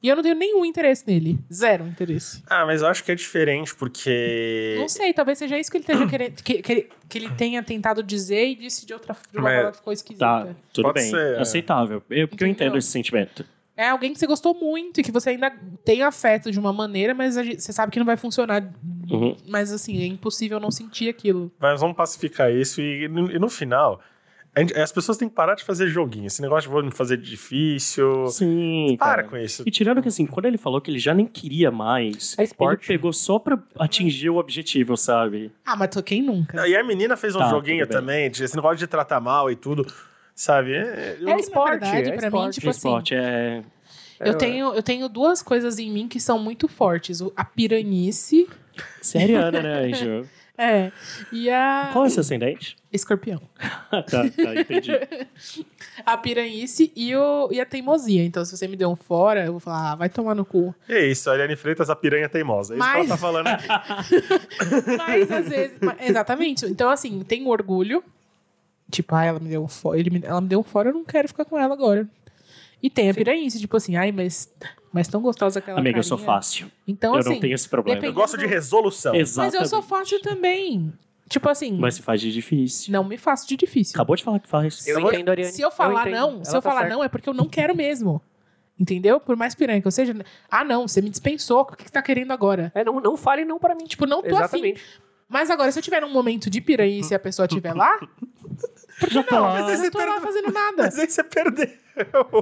S1: E eu não tenho nenhum interesse nele. Zero interesse.
S3: Ah, mas eu acho que é diferente, porque.
S1: Não sei, talvez seja isso que ele esteja querendo. Que, que- que ele tenha tentado dizer e disse de outra de uma
S3: Mas-
S1: forma que ficou esquisita.
S4: Tá, tudo
S3: Pode
S4: bem.
S3: ser, é.
S4: Aceitável. Eu, porque eu entendo
S1: Entendeu?
S4: esse sentimento.
S1: É alguém que você gostou muito e que você ainda tem afeto de uma maneira, mas a gente- você sabe que não vai funcionar.
S4: Uhum.
S1: Mas assim, é impossível não sentir aquilo.
S3: Mas vamos pacificar isso e, no- e no final. a gente- As pessoas têm que parar de fazer joguinho. Esse negócio de vou me fazer difícil.
S4: Sim,
S3: Para
S4: cara.
S3: com isso.
S4: E tirando que, assim, quando ele falou que ele já nem queria mais,
S2: É esporte.
S4: ele pegou só pra atingir o objetivo, sabe?
S1: Ah, mas tô- quem nunca?
S3: E a menina fez um
S4: Tá,
S3: joguinho
S4: tudo bem.
S3: também, de- esse negócio de tratar mal e tudo, sabe? É- eu-
S1: É esporte, verdade, pra
S2: é
S1: mim,
S2: esporte,
S1: tipo
S4: o
S1: assim,
S4: esporte é...
S1: eu, tenho, eu tenho duas coisas em mim que são muito fortes. O- A piranice
S4: Seriana, né, Anjo?
S1: é, e a
S4: Qual é o seu ascendente?
S1: escorpião.
S4: Ah, tá, tá, entendi.
S1: É A piranhice e, o, e a teimosia. Então, se você me deu um fora, eu vou falar, ah, vai tomar no cu.
S3: É isso, a Ariane Freitas, a piranha teimosa. É isso que
S1: Mas-
S3: ela tá falando aqui.
S1: Mas às vezes. mas- exatamente. Então, assim, tem o orgulho. Tipo, ah, ela me deu um fora. ele me- ela me deu um fora, eu não quero ficar com ela agora. E tem a piranhice, tipo assim, ai, mas, mas tão gostosa aquela
S4: Amiga, eu sou
S1: carinha.
S4: fácil.
S1: Então,
S4: eu
S1: assim.
S4: não tenho esse problema.
S3: Eu
S1: depende-
S3: gosto de resolução.
S1: mas
S4: Exatamente.
S1: eu sou fácil também. Tipo assim,
S4: Mas se faz de difícil.
S1: não me faço de difícil.
S4: Acabou de falar que faz.
S2: Eu entendo, Ariane.
S1: Se eu falar
S2: entendo.
S1: não, se
S2: Ela
S1: eu
S2: tá
S1: falar
S2: certa.
S1: não, é porque eu não quero mesmo. Entendeu? Por mais piranha que eu seja. Ah, não, você me dispensou. O que que você tá querendo agora?
S2: É, não, não fale não pra mim.
S1: Tipo, não tô afim.
S2: Exatamente.
S1: Mas agora, se eu tiver num momento de piranha e se a pessoa estiver lá,
S4: Já tô lá.
S1: Mas assim, eu não tô lá fazendo nada.
S3: Mas aí você perdeu.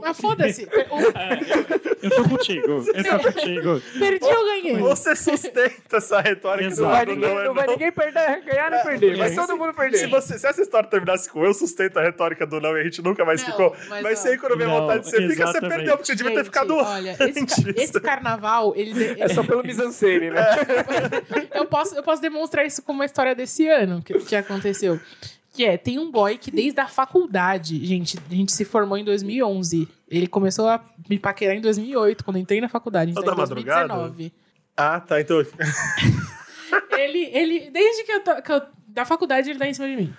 S1: Mas foda-se. Eu-
S4: Eu tô contigo. Eu tô contigo.
S1: Perdi ou ganhei?
S3: Ou você sustenta essa retórica
S4: Exato.
S2: Vai
S3: do lado,
S2: ninguém,
S3: não
S2: não,
S3: é
S2: vai
S3: não.
S2: ninguém perder, ganhar nem perder. Vai
S3: é
S2: todo mundo perder.
S3: Se, você- se essa história terminasse com eu sustento a retórica do não e a gente nunca mais
S1: Não,
S3: ficou,
S1: mas
S3: mas,
S1: ó.
S3: você aí quando vem a
S4: Não,
S3: vontade de você fica, você
S4: exatamente.
S3: perdeu, porque você devia ter
S1: Gente,
S3: ficado
S1: Olha, esse,
S3: antes.
S1: ca- esse carnaval, eles.
S2: É só pelo misancene, né?
S1: eu, posso, eu posso demonstrar isso com uma história desse ano que, que aconteceu. Que é, tem um boy que desde a faculdade, gente, a gente se formou em 2011. Ele começou a me paquerar em 2008, quando eu entrei na faculdade. A gente
S3: Toda
S1: tá em 2019.
S3: Ah, tá, então...
S1: Ele, ele, desde que eu, tô, que eu- da faculdade, ele tá em cima de mim.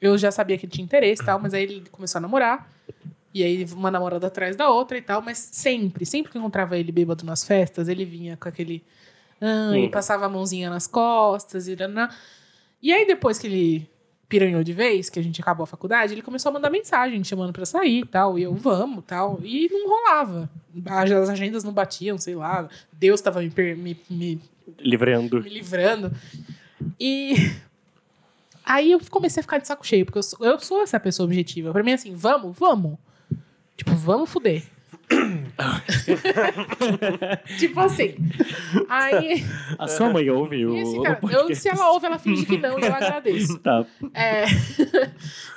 S1: Eu já sabia que ele tinha interesse e tal, mas aí ele começou a namorar. E aí, uma namorada atrás da outra e tal, mas sempre, sempre que eu encontrava ele bêbado nas festas, ele vinha com aquele. Ah, e
S2: Hum.
S1: passava a mãozinha nas costas e naná. E aí, depois que ele piranhou de vez, que a gente acabou a faculdade, ele começou a mandar mensagem chamando pra sair e tal. E eu, vamos tal. E não rolava. As agendas não batiam, sei lá. Deus tava me per- me- me
S4: Livrando.
S1: me livrando. E aí eu comecei a ficar de saco cheio, porque eu sou, eu sou essa pessoa objetiva. Pra mim é assim, vamos, vamos. Tipo, vamos fuder. tipo assim. Aí,
S4: A sua mãe ouve o.
S1: esse
S4: o
S1: assim, cara,
S4: podcast.
S1: eu, se ela ouve, ela finge que não, e eu agradeço.
S4: Tá.
S1: É.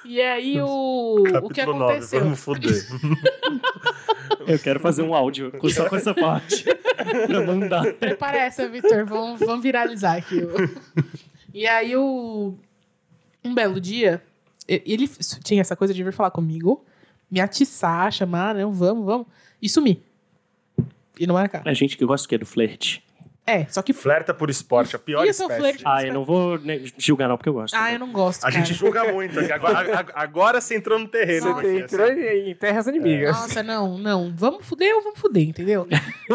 S1: e aí o, o que
S3: Capítulo 9,
S1: aconteceu?
S3: vamos foder.
S4: Eu quero fazer um áudio com- só com essa parte. pra mandar.
S1: Prepara essa, né, Vitor. Vamos, vamos viralizar aqui. E aí, o... um belo dia, e- ele f- tinha essa coisa de vir falar comigo, me atiçar, chamar, não, vamos, vamos, e sumir. E não marcar.
S4: A gente que gosta o quê? Do flerte.
S1: É, só que.
S3: Flerta por esporte, a pior
S1: Ih, eu sou
S3: espécie.
S1: flerte.
S4: Ah, eu não vou né, julgar, não, porque eu gosto. né?
S1: Ah, eu não gosto.
S3: A
S1: cara.
S3: gente julga muito. aqui. Agora, a- agora você entrou no terreno.
S1: Nossa.
S3: aqui,
S2: Você entrou em em terras inimigas.
S1: Nossa, não, não. Vamos fuder ou vamos fuder, entendeu?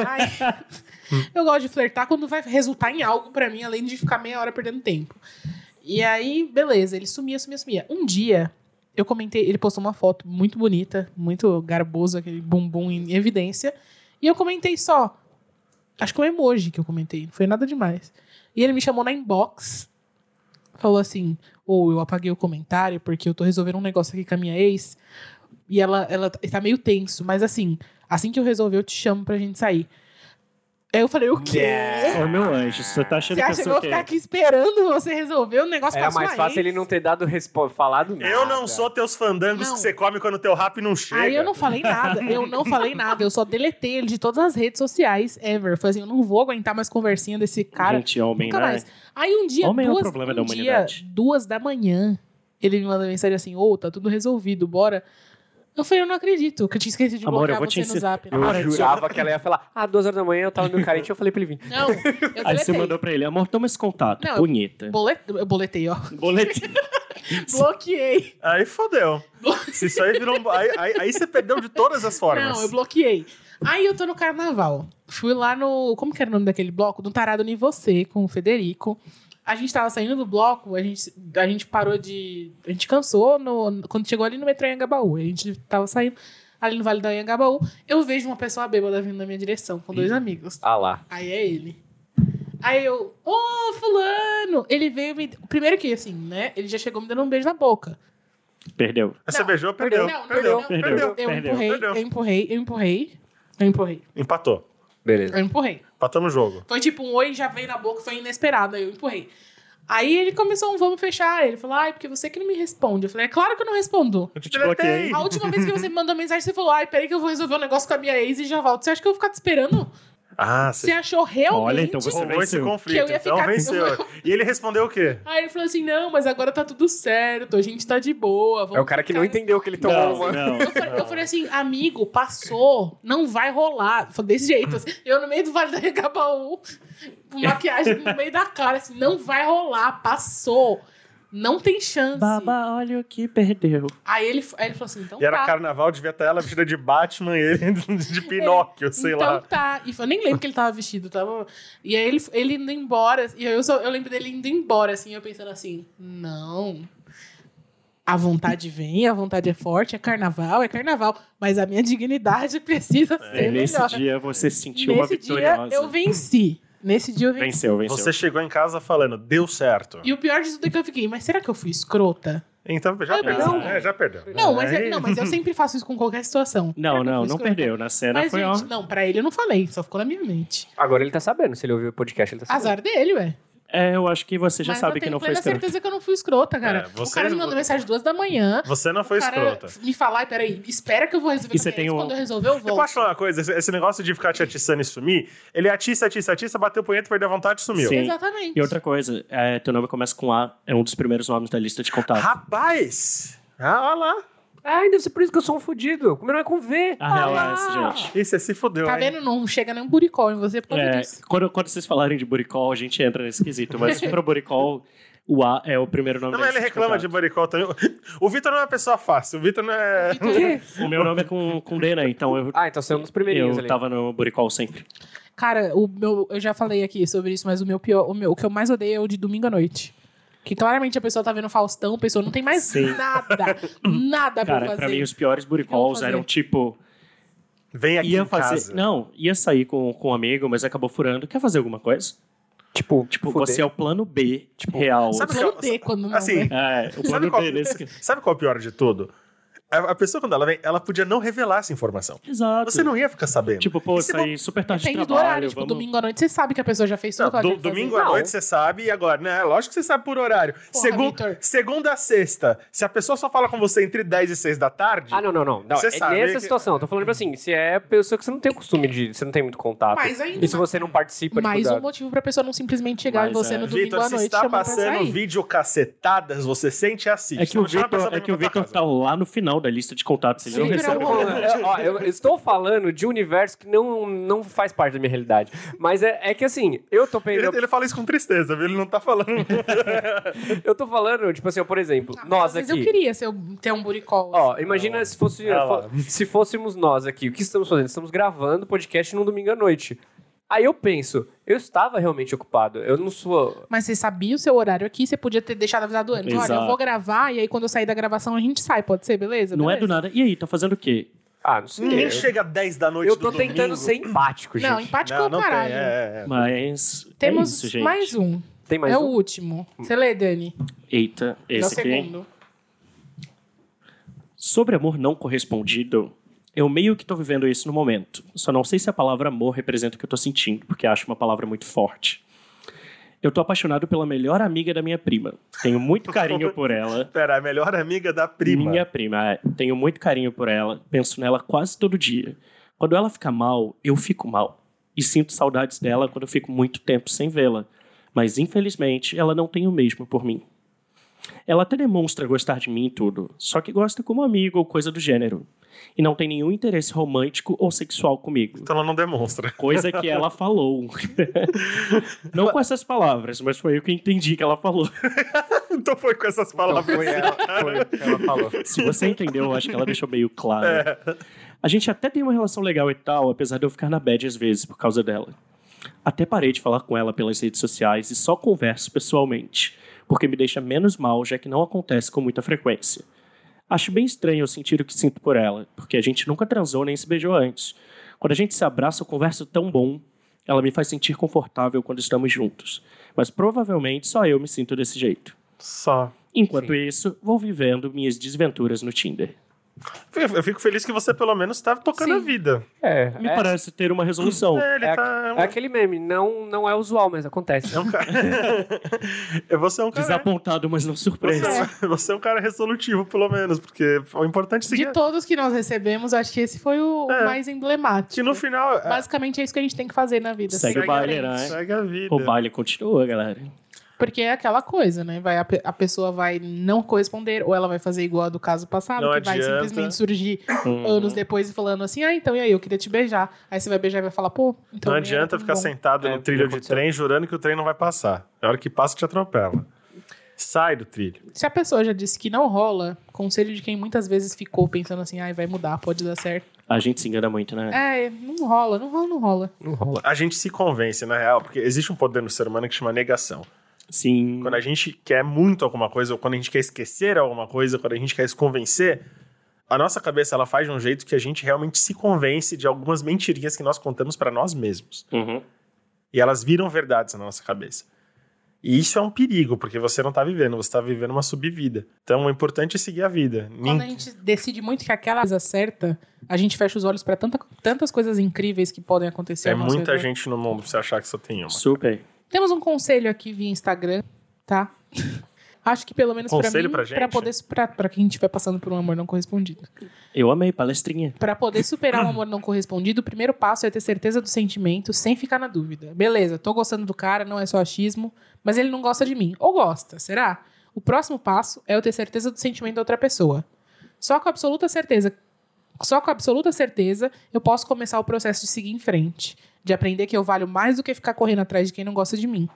S1: Aí, eu gosto de flertar quando vai resultar em algo pra mim, além de ficar meia hora perdendo tempo. E aí, beleza, ele sumia, sumia, sumia. Um dia, eu comentei, ele postou uma foto muito bonita, muito garboso, aquele bumbum em evidência. E eu comentei só. Acho que é um emoji que eu comentei, não foi nada demais. E ele me chamou na inbox, falou assim: ou eu apaguei o comentário porque eu tô resolvendo um negócio aqui com a minha ex. E ela, ela tá meio tenso, mas assim, assim que eu resolver, eu te chamo pra gente sair. Aí eu falei, o quê?
S2: Yeah.
S4: Ô, meu anjo, você tá achando
S1: Você
S4: que
S1: acha que eu
S4: eu sou o
S1: vou
S4: quê?
S1: ficar aqui esperando você resolver o negócio com
S2: Era
S1: a sua
S2: mais fácil
S1: ex?
S2: ele não ter dado respo- falado nada.
S3: Eu não sou teus fandangos
S1: Não.
S3: que você come quando teu rap não chega.
S1: Aí eu não falei nada, eu não falei nada, eu só deletei ele de todas as redes sociais ever. Falei assim, eu não vou aguentar mais conversinha desse cara.
S4: Gente, homem,
S1: Nunca
S4: né?
S1: mais. Aí um dia,
S4: Homem é o
S1: duas,
S4: problema
S1: um
S4: da
S1: dia,
S4: humanidade.
S1: duas da manhã, ele me manda mensagem assim, ô, tá tudo resolvido, bora. Eu falei, eu não acredito, que eu tinha esquecido de
S4: Amor,
S1: bloquear
S4: eu vou te
S1: você no
S4: ensinar-
S1: zap.
S4: eu
S1: Não,
S2: Eu jurava que ela ia falar, ah, duas horas da manhã eu tava meio carente, eu falei pra ele vir.
S1: Não, eu
S4: Aí você
S1: deletei.
S4: mandou pra ele, amor, toma esse contato.
S1: Não, eu-
S4: Bonita.
S1: Bolet... Eu boletei, ó.
S4: Boletim.
S1: Bloqueei.
S3: Aí fodeu. Se isso aí virou um... aí, aí, aí você perdeu de todas as formas.
S1: Não, eu bloqueei. Aí eu tô no carnaval. Fui lá no. Como que era o nome daquele bloco? Do Tarado Nem Você, com o Federico. A gente tava saindo do bloco, a gente, a gente parou de. A gente cansou no- quando chegou ali no metrô Anhangabaú. A gente tava saindo ali no Vale da Anhangabaú. Eu vejo uma pessoa bêbada vindo na minha direção, com dois amigos.
S2: Ah lá.
S1: Aí é ele. Aí eu, ô, fulano! Ele veio me. Primeiro que, assim, né? Ele já chegou me dando um beijo na boca.
S4: Perdeu.
S3: Você
S1: Não,
S3: beijou, perdeu.
S1: não, não,
S3: perdeu,
S1: não,
S3: perdeu.
S4: perdeu.
S1: Eu empurrei,
S3: Perdeu.
S1: eu empurrei, eu empurrei, eu empurrei,
S3: Empatou.
S2: Beleza.
S1: eu empurrei.
S3: Empatamos o jogo.
S1: Foi tipo um oi, já veio na boca, foi inesperado, aí eu empurrei. Aí ele começou um vamos fechar. Ele falou, ai, porque você que não me responde. Eu falei, é claro que eu não respondo.
S3: Eu te
S4: bloqueei.
S1: A última vez que você me mandou mensagem, você falou, ai, peraí que eu vou resolver um negócio com a minha ex e já volto. Você acha que eu vou ficar te esperando?
S3: Ah,
S1: Você
S3: você
S1: achou realmente?
S4: Olha, então você
S3: rolou esse
S4: venceu.
S3: conflito.
S1: Que eu ia
S3: então
S1: ficar-
S3: venceu. E ele respondeu o quê?
S1: Aí ele falou assim, não, mas agora tá tudo certo, a gente tá de boa. vamos
S2: É o cara que não
S1: ficar-
S2: entendeu que ele tomou né?
S4: Não,
S2: uma.
S4: não.
S1: Eu falei, eu falei assim, amigo, passou, não vai rolar. Eu falei, desse jeito, assim, eu no meio do Vale da Regabaú, com maquiagem no meio da cara, assim, não vai rolar, passou. Não tem chance.
S4: Baba, olha o que perdeu.
S1: Aí ele, aí ele falou assim, então
S3: E era
S1: tá.
S3: carnaval, devia estar ela vestida de Batman e ele de
S1: É,
S3: Pinóquio, sei
S1: então
S3: lá.
S1: tá. E eu nem lembro que ele tava vestido, tava. E aí ele, ele indo embora. E eu, só, eu lembro dele indo embora, assim, eu pensando assim, não. A vontade vem, a vontade é forte, é carnaval, é carnaval. Mas a minha dignidade precisa
S4: É,
S1: ser
S4: nesse
S1: melhor.
S4: dia você se sentiu uma
S1: Nesse dia
S4: vitoriosa.
S1: eu venci. Nesse dia eu venci.
S4: Venceu, venceu.
S3: Você chegou em casa falando, deu certo.
S1: E o pior disso tudo é que eu fiquei, mas será que eu fui escrota?
S3: Então já
S1: Ai,
S3: perdeu.
S1: não.
S3: É, já perdeu.
S1: Não mas,
S3: Aí-
S1: eu, não, mas eu sempre faço isso com qualquer situação.
S4: Não,
S1: Pra mim
S4: não,
S1: foi
S4: não
S1: escroto.
S4: perdeu. Na cena
S1: Mas,
S4: foi
S1: gente,
S4: ó.
S1: não, pra ele eu não falei, só ficou na minha mente.
S2: Agora ele tá sabendo. Se ele ouviu o podcast, ele tá sabendo.
S1: Azar dele, ué.
S4: É, eu acho que você já
S1: Mas
S4: sabe
S1: eu
S4: que
S1: tenho
S4: não foi
S1: plena
S4: escroto.
S1: certeza que eu não fui escrota, cara.
S3: É, vocês-
S1: O cara me mandou mensagem duas da manhã.
S3: Você não foi
S1: é- o cara é-
S3: escrota.
S1: me falar, peraí, espera que eu vou resolver.
S4: E você
S1: também.
S4: tem um-
S1: Quando eu resolver, eu
S3: Eu
S1: volto.
S3: posso falar uma coisa? Esse- Esse negócio de ficar te atiçando e sumir, ele atiça, atiça, atiça, bateu o punheta, perdeu a vontade e sumiu.
S4: Sim.
S1: Exatamente.
S4: assim, E outra coisa, é, teu nome começa com A, é um dos primeiros nomes da lista de contato.
S3: Rapaz! Ah, olha lá.
S2: Ai, deve ser por isso que eu sou um fudido. O meu nome é com V.
S4: A real é essa,
S2: ah.
S4: gente.
S3: Ih, você se fodeu,
S1: Tá
S3: hein?
S1: vendo? Não chega nem um buricol em você por causa
S4: É,
S1: disso.
S4: quando, quando vocês falarem de buricol, a gente entra nesse quesito, mas pro buricol, o A é o primeiro nome
S3: Não,
S4: da
S3: mas ele
S4: lista de
S3: reclama de
S4: contato.
S3: Boricol também. O Vitor não é uma pessoa fácil. O Vitor não é.
S4: O meu nome é com, com D, né? Então eu,
S2: Ah, então você é um dos primeirinhos
S4: eu
S2: ali.
S4: tava no buricol sempre.
S1: Tá Cara, o meu, eu já falei aqui sobre isso, mas o meu pior, o, meu, o que eu mais odeio é o de domingo à noite. Que claramente a pessoa tá vendo Faustão, a pessoa não tem mais
S4: Sim.
S1: nada, nada pra
S4: Cara,
S1: fazer.
S4: pra mim os piores
S1: Eu vou
S4: buricols
S1: fazer.
S4: eram tipo...
S3: Vem aqui
S4: Ia
S3: em
S4: fazer...
S3: casa.
S4: Não, ia sair com, com um amigo, mas acabou furando. Quer fazer alguma coisa?
S2: Tipo,
S4: Tipo,
S2: fuder.
S4: você é o plano B, tipo, real.
S3: Sabe-
S1: eu odeio quando não
S3: Assim,
S4: É, o
S3: Sabe
S4: plano
S3: qual-
S4: B nesse... que-
S3: Sabe qual é o pior de tudo? A a pessoa, quando ela vem, ela podia não revelar essa informação.
S4: Exato.
S3: Você não ia ficar sabendo.
S4: Tipo, pô,
S3: E se
S4: saí super tarde de
S1: Depende do
S4: trabalho,
S1: horário. Tipo,
S4: vamos...
S1: domingo à noite você sabe que Tipo, a pessoa já fez tudo
S3: Não,
S1: que ela
S3: do-
S1: tinha que fazer.
S3: domingo é à
S2: Não.
S3: noite você sabe, e agora? Né? Lógico que você sabe por horário.
S1: Porra,
S3: Segun-
S1: Vitor.
S3: Segunda a sexta, se a pessoa só fala com você entre 10 e 6 da tarde,
S2: Ah, não, não, não. não
S3: Você
S2: é
S3: sabe
S2: nessa
S3: que-
S2: situação. Tô falando tipo assim, se é pessoa que você não tem o costume de... Você não tem muito contato.
S1: Mais ainda.
S2: E se você não participa,
S1: Mais
S2: tipo,
S1: um motivo pra pessoa não simplesmente chegar em
S4: Mas,
S1: você
S4: é.
S1: no domingo
S3: Vitor,
S1: à
S3: se
S1: noite
S3: está
S1: chamando pra
S3: passando
S1: sair.
S3: vídeo cacetadas, você sente e assiste.
S4: É que o
S3: Não chama a
S4: Victor,
S3: pessoa pra
S4: é que o
S3: vir pra tua
S4: Victor
S3: casa.
S4: tá lá no final da lista de contatos. Ele não
S1: Victor é
S4: recebe.
S1: um
S2: Pô, é, ó, eu estou falando de um universo que não, não faz parte da minha realidade. Mas é, é que assim, eu tô
S3: Ele,
S2: pensando.
S3: ele fala isso com tristeza, viu? Ele não tá falando.
S2: Eu tô falando, tipo assim, ó, por exemplo,
S1: Ah, mas
S2: nós
S1: às vezes
S2: aqui.
S1: eu queria ser o- ter um buricol.
S2: Ó, imagina se, fosse,
S3: Ah lá.
S2: fo- se fôssemos nós aqui. O que estamos fazendo? Estamos gravando podcast num domingo à noite. Aí eu penso, eu estava realmente ocupado. Eu não sou.
S1: Mas você sabia o seu horário aqui, você podia ter deixado avisado antes. Olha, eu
S4: Exato.
S1: vou gravar e aí quando eu sair da gravação a gente sai, pode ser, beleza?
S4: Não é do
S1: Beleza.
S4: nada. E aí, tá fazendo o quê?
S2: Ah, não sei.
S3: Ninguém
S2: eu,
S3: chega às 10 da noite
S2: eu tô
S3: do
S2: tentando
S3: domingo.
S2: ser empático, gente.
S1: Não, empático é
S3: Não,
S1: o
S3: não tem.
S1: caralho.
S3: É, é, é.
S4: Mas
S1: Temos
S4: é isso, gente.
S1: mais um.
S2: Tem mais
S1: é o
S2: um?
S1: último. Você lê, Dani?
S4: Eita,
S1: é o
S4: esse aqui.
S1: segundo.
S4: Sobre amor não correspondido, eu meio que tô vivendo isso no momento. Só não sei se a palavra amor representa o que eu tô sentindo, porque acho uma palavra muito forte. Eu tô apaixonado pela melhor amiga da minha prima. Tenho muito carinho por ela.
S3: é. Pera, a melhor amiga da prima.
S4: Minha prima, é. Tenho muito carinho por ela. Penso nela quase todo dia. Quando ela fica mal, eu fico mal. E sinto saudades dela quando eu fico muito tempo sem vê-la. Mas, infelizmente, ela não tem o mesmo por mim. Ela até demonstra gostar de mim e tudo, só que gosta como amigo ou coisa do gênero. E não tem nenhum interesse romântico ou sexual comigo.
S3: Então ela não demonstra.
S4: Coisa que ela falou. não com essas palavras, mas foi eu que entendi que ela falou.
S3: Então foi com essas
S2: Então,
S3: palavras. assim,
S2: foi ela, foi o que ela falou.
S4: Se você entendeu, eu acho que ela deixou meio claro. A gente até tem uma relação legal e tal, apesar de eu ficar na bad às vezes por causa dela. Até parei de falar com ela pelas redes sociais e só converso pessoalmente, porque me deixa menos mal, já que não acontece com muita frequência. Acho bem estranho eu sentir o que sinto por ela, porque a gente nunca transou nem se beijou antes. Quando a gente se abraça, eu converso tão bom. Ela me faz sentir confortável quando estamos juntos. Mas provavelmente só eu me sinto desse jeito.
S3: Só.
S4: Enquanto isso, vou vivendo minhas desventuras no Tinder.
S3: Eu fico feliz que você pelo menos tá tocando
S1: Sim.
S3: a vida.
S2: É,
S4: Me
S2: é,
S4: parece ter uma resolução.
S3: É, ele
S2: é
S3: tá. é um-
S2: é aquele meme, não, não é usual, mas acontece.
S3: É um cara. Eu vou ser um
S1: é.
S3: cara.
S4: Desapontado, mas não surpreso.
S3: Você, você é um cara resolutivo, pelo menos, porque o importante é seguir.
S1: De todos que nós recebemos, eu acho que esse foi o
S3: É.
S1: mais emblemático.
S3: Que no final. é,
S1: Basicamente é isso que a gente tem que fazer na vida. assim.
S4: Segue
S1: seguir
S4: o baile,
S1: em frente.
S4: né?
S3: Segue a vida.
S4: O baile continua, galera.
S1: Porque é aquela coisa, né? Vai, a, pe- a pessoa vai não corresponder, ou ela vai fazer igual a do caso passado,
S3: Não
S1: que vai
S3: adianta.
S1: simplesmente surgir
S4: Hum.
S1: anos depois e falando assim, ah, então e aí, eu queria te beijar. Aí você vai beijar e vai falar, pô, então.
S4: é
S3: não
S1: nem era
S3: adianta
S1: tão
S3: ficar
S1: bom.
S3: sentado
S2: É,
S3: no trilho de
S2: aconteceu.
S3: trem jurando que o trem não vai passar. É A hora que passa, te atropela. Sai do trilho.
S1: Se a pessoa já disse que não rola, conselho de quem muitas vezes ficou pensando assim, ai, vai mudar, pode dar certo.
S4: A gente se engana muito, né?
S1: É, não rola, não rola, não rola.
S2: Não rola.
S3: A gente se convence, na real, porque existe um poder no ser humano que chama negação.
S4: Sim.
S3: Quando a gente quer muito alguma coisa, ou quando a gente quer esquecer alguma coisa, quando a gente quer se convencer, a nossa cabeça ela faz de um jeito que a gente realmente se convence de algumas mentirinhas que nós contamos pra nós mesmos.
S4: Uhum.
S3: E elas viram verdades na nossa cabeça. E isso é um perigo, porque você não tá vivendo, você tá vivendo uma subvida. Então, o importante é seguir a vida. Nin-
S1: Quando a gente decide muito que aquela coisa certa, a gente fecha os olhos pra tanta, tantas coisas incríveis que podem acontecer.
S3: É
S1: ao nosso
S3: muita
S1: redor.
S3: gente no mundo pra você achar que só tem uma.
S4: Super.
S1: Temos um conselho aqui via Instagram, tá? Acho que pelo menos pra
S3: Conselho
S1: mim,
S3: pra gente?
S1: pra poder pra, pra quem estiver passando por um amor não correspondido.
S4: Eu amei, palestrinha.
S1: Pra poder superar um amor não correspondido, o primeiro passo é ter certeza do sentimento sem ficar na dúvida. Beleza, tô gostando do cara, não é só achismo, mas ele não gosta de mim. Ou gosta, será? O próximo passo é eu ter certeza do sentimento da outra pessoa. Só com absoluta certeza. Só com absoluta certeza eu posso começar o processo de seguir em frente, de aprender que eu valho mais do que ficar correndo atrás de quem não gosta de mim.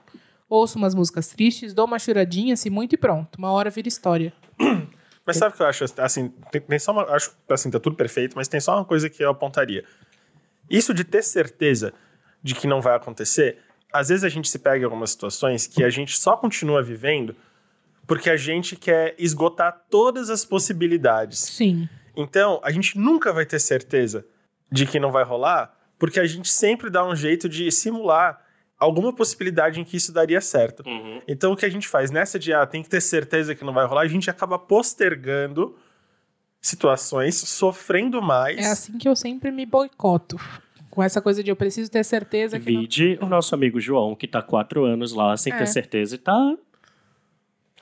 S1: Ouço umas músicas tristes, dou uma choradinha, se muito e pronto. Uma hora vira história.
S3: Mas sabe o que eu acho? Assim, tem, tem só uma. Acho assim, tá tudo perfeito, mas tem só uma coisa que eu apontaria. Isso de ter certeza de que não vai acontecer, às vezes a gente se pega em algumas situações que a gente só continua vivendo porque a gente quer esgotar todas as possibilidades.
S1: Sim.
S3: Então, a gente nunca vai ter certeza de que não vai rolar, porque a gente sempre dá um jeito de simular alguma possibilidade em que isso daria certo.
S1: Uhum.
S3: Então, o que a gente faz nessa de, ah, tem que ter certeza que não vai rolar, a gente acaba postergando situações, sofrendo mais.
S1: É assim que eu sempre me boicoto. Com essa coisa de eu preciso ter certeza que. não-
S4: é Vide o nosso amigo João, que tá quatro anos lá sem
S1: É.
S4: ter certeza e tá.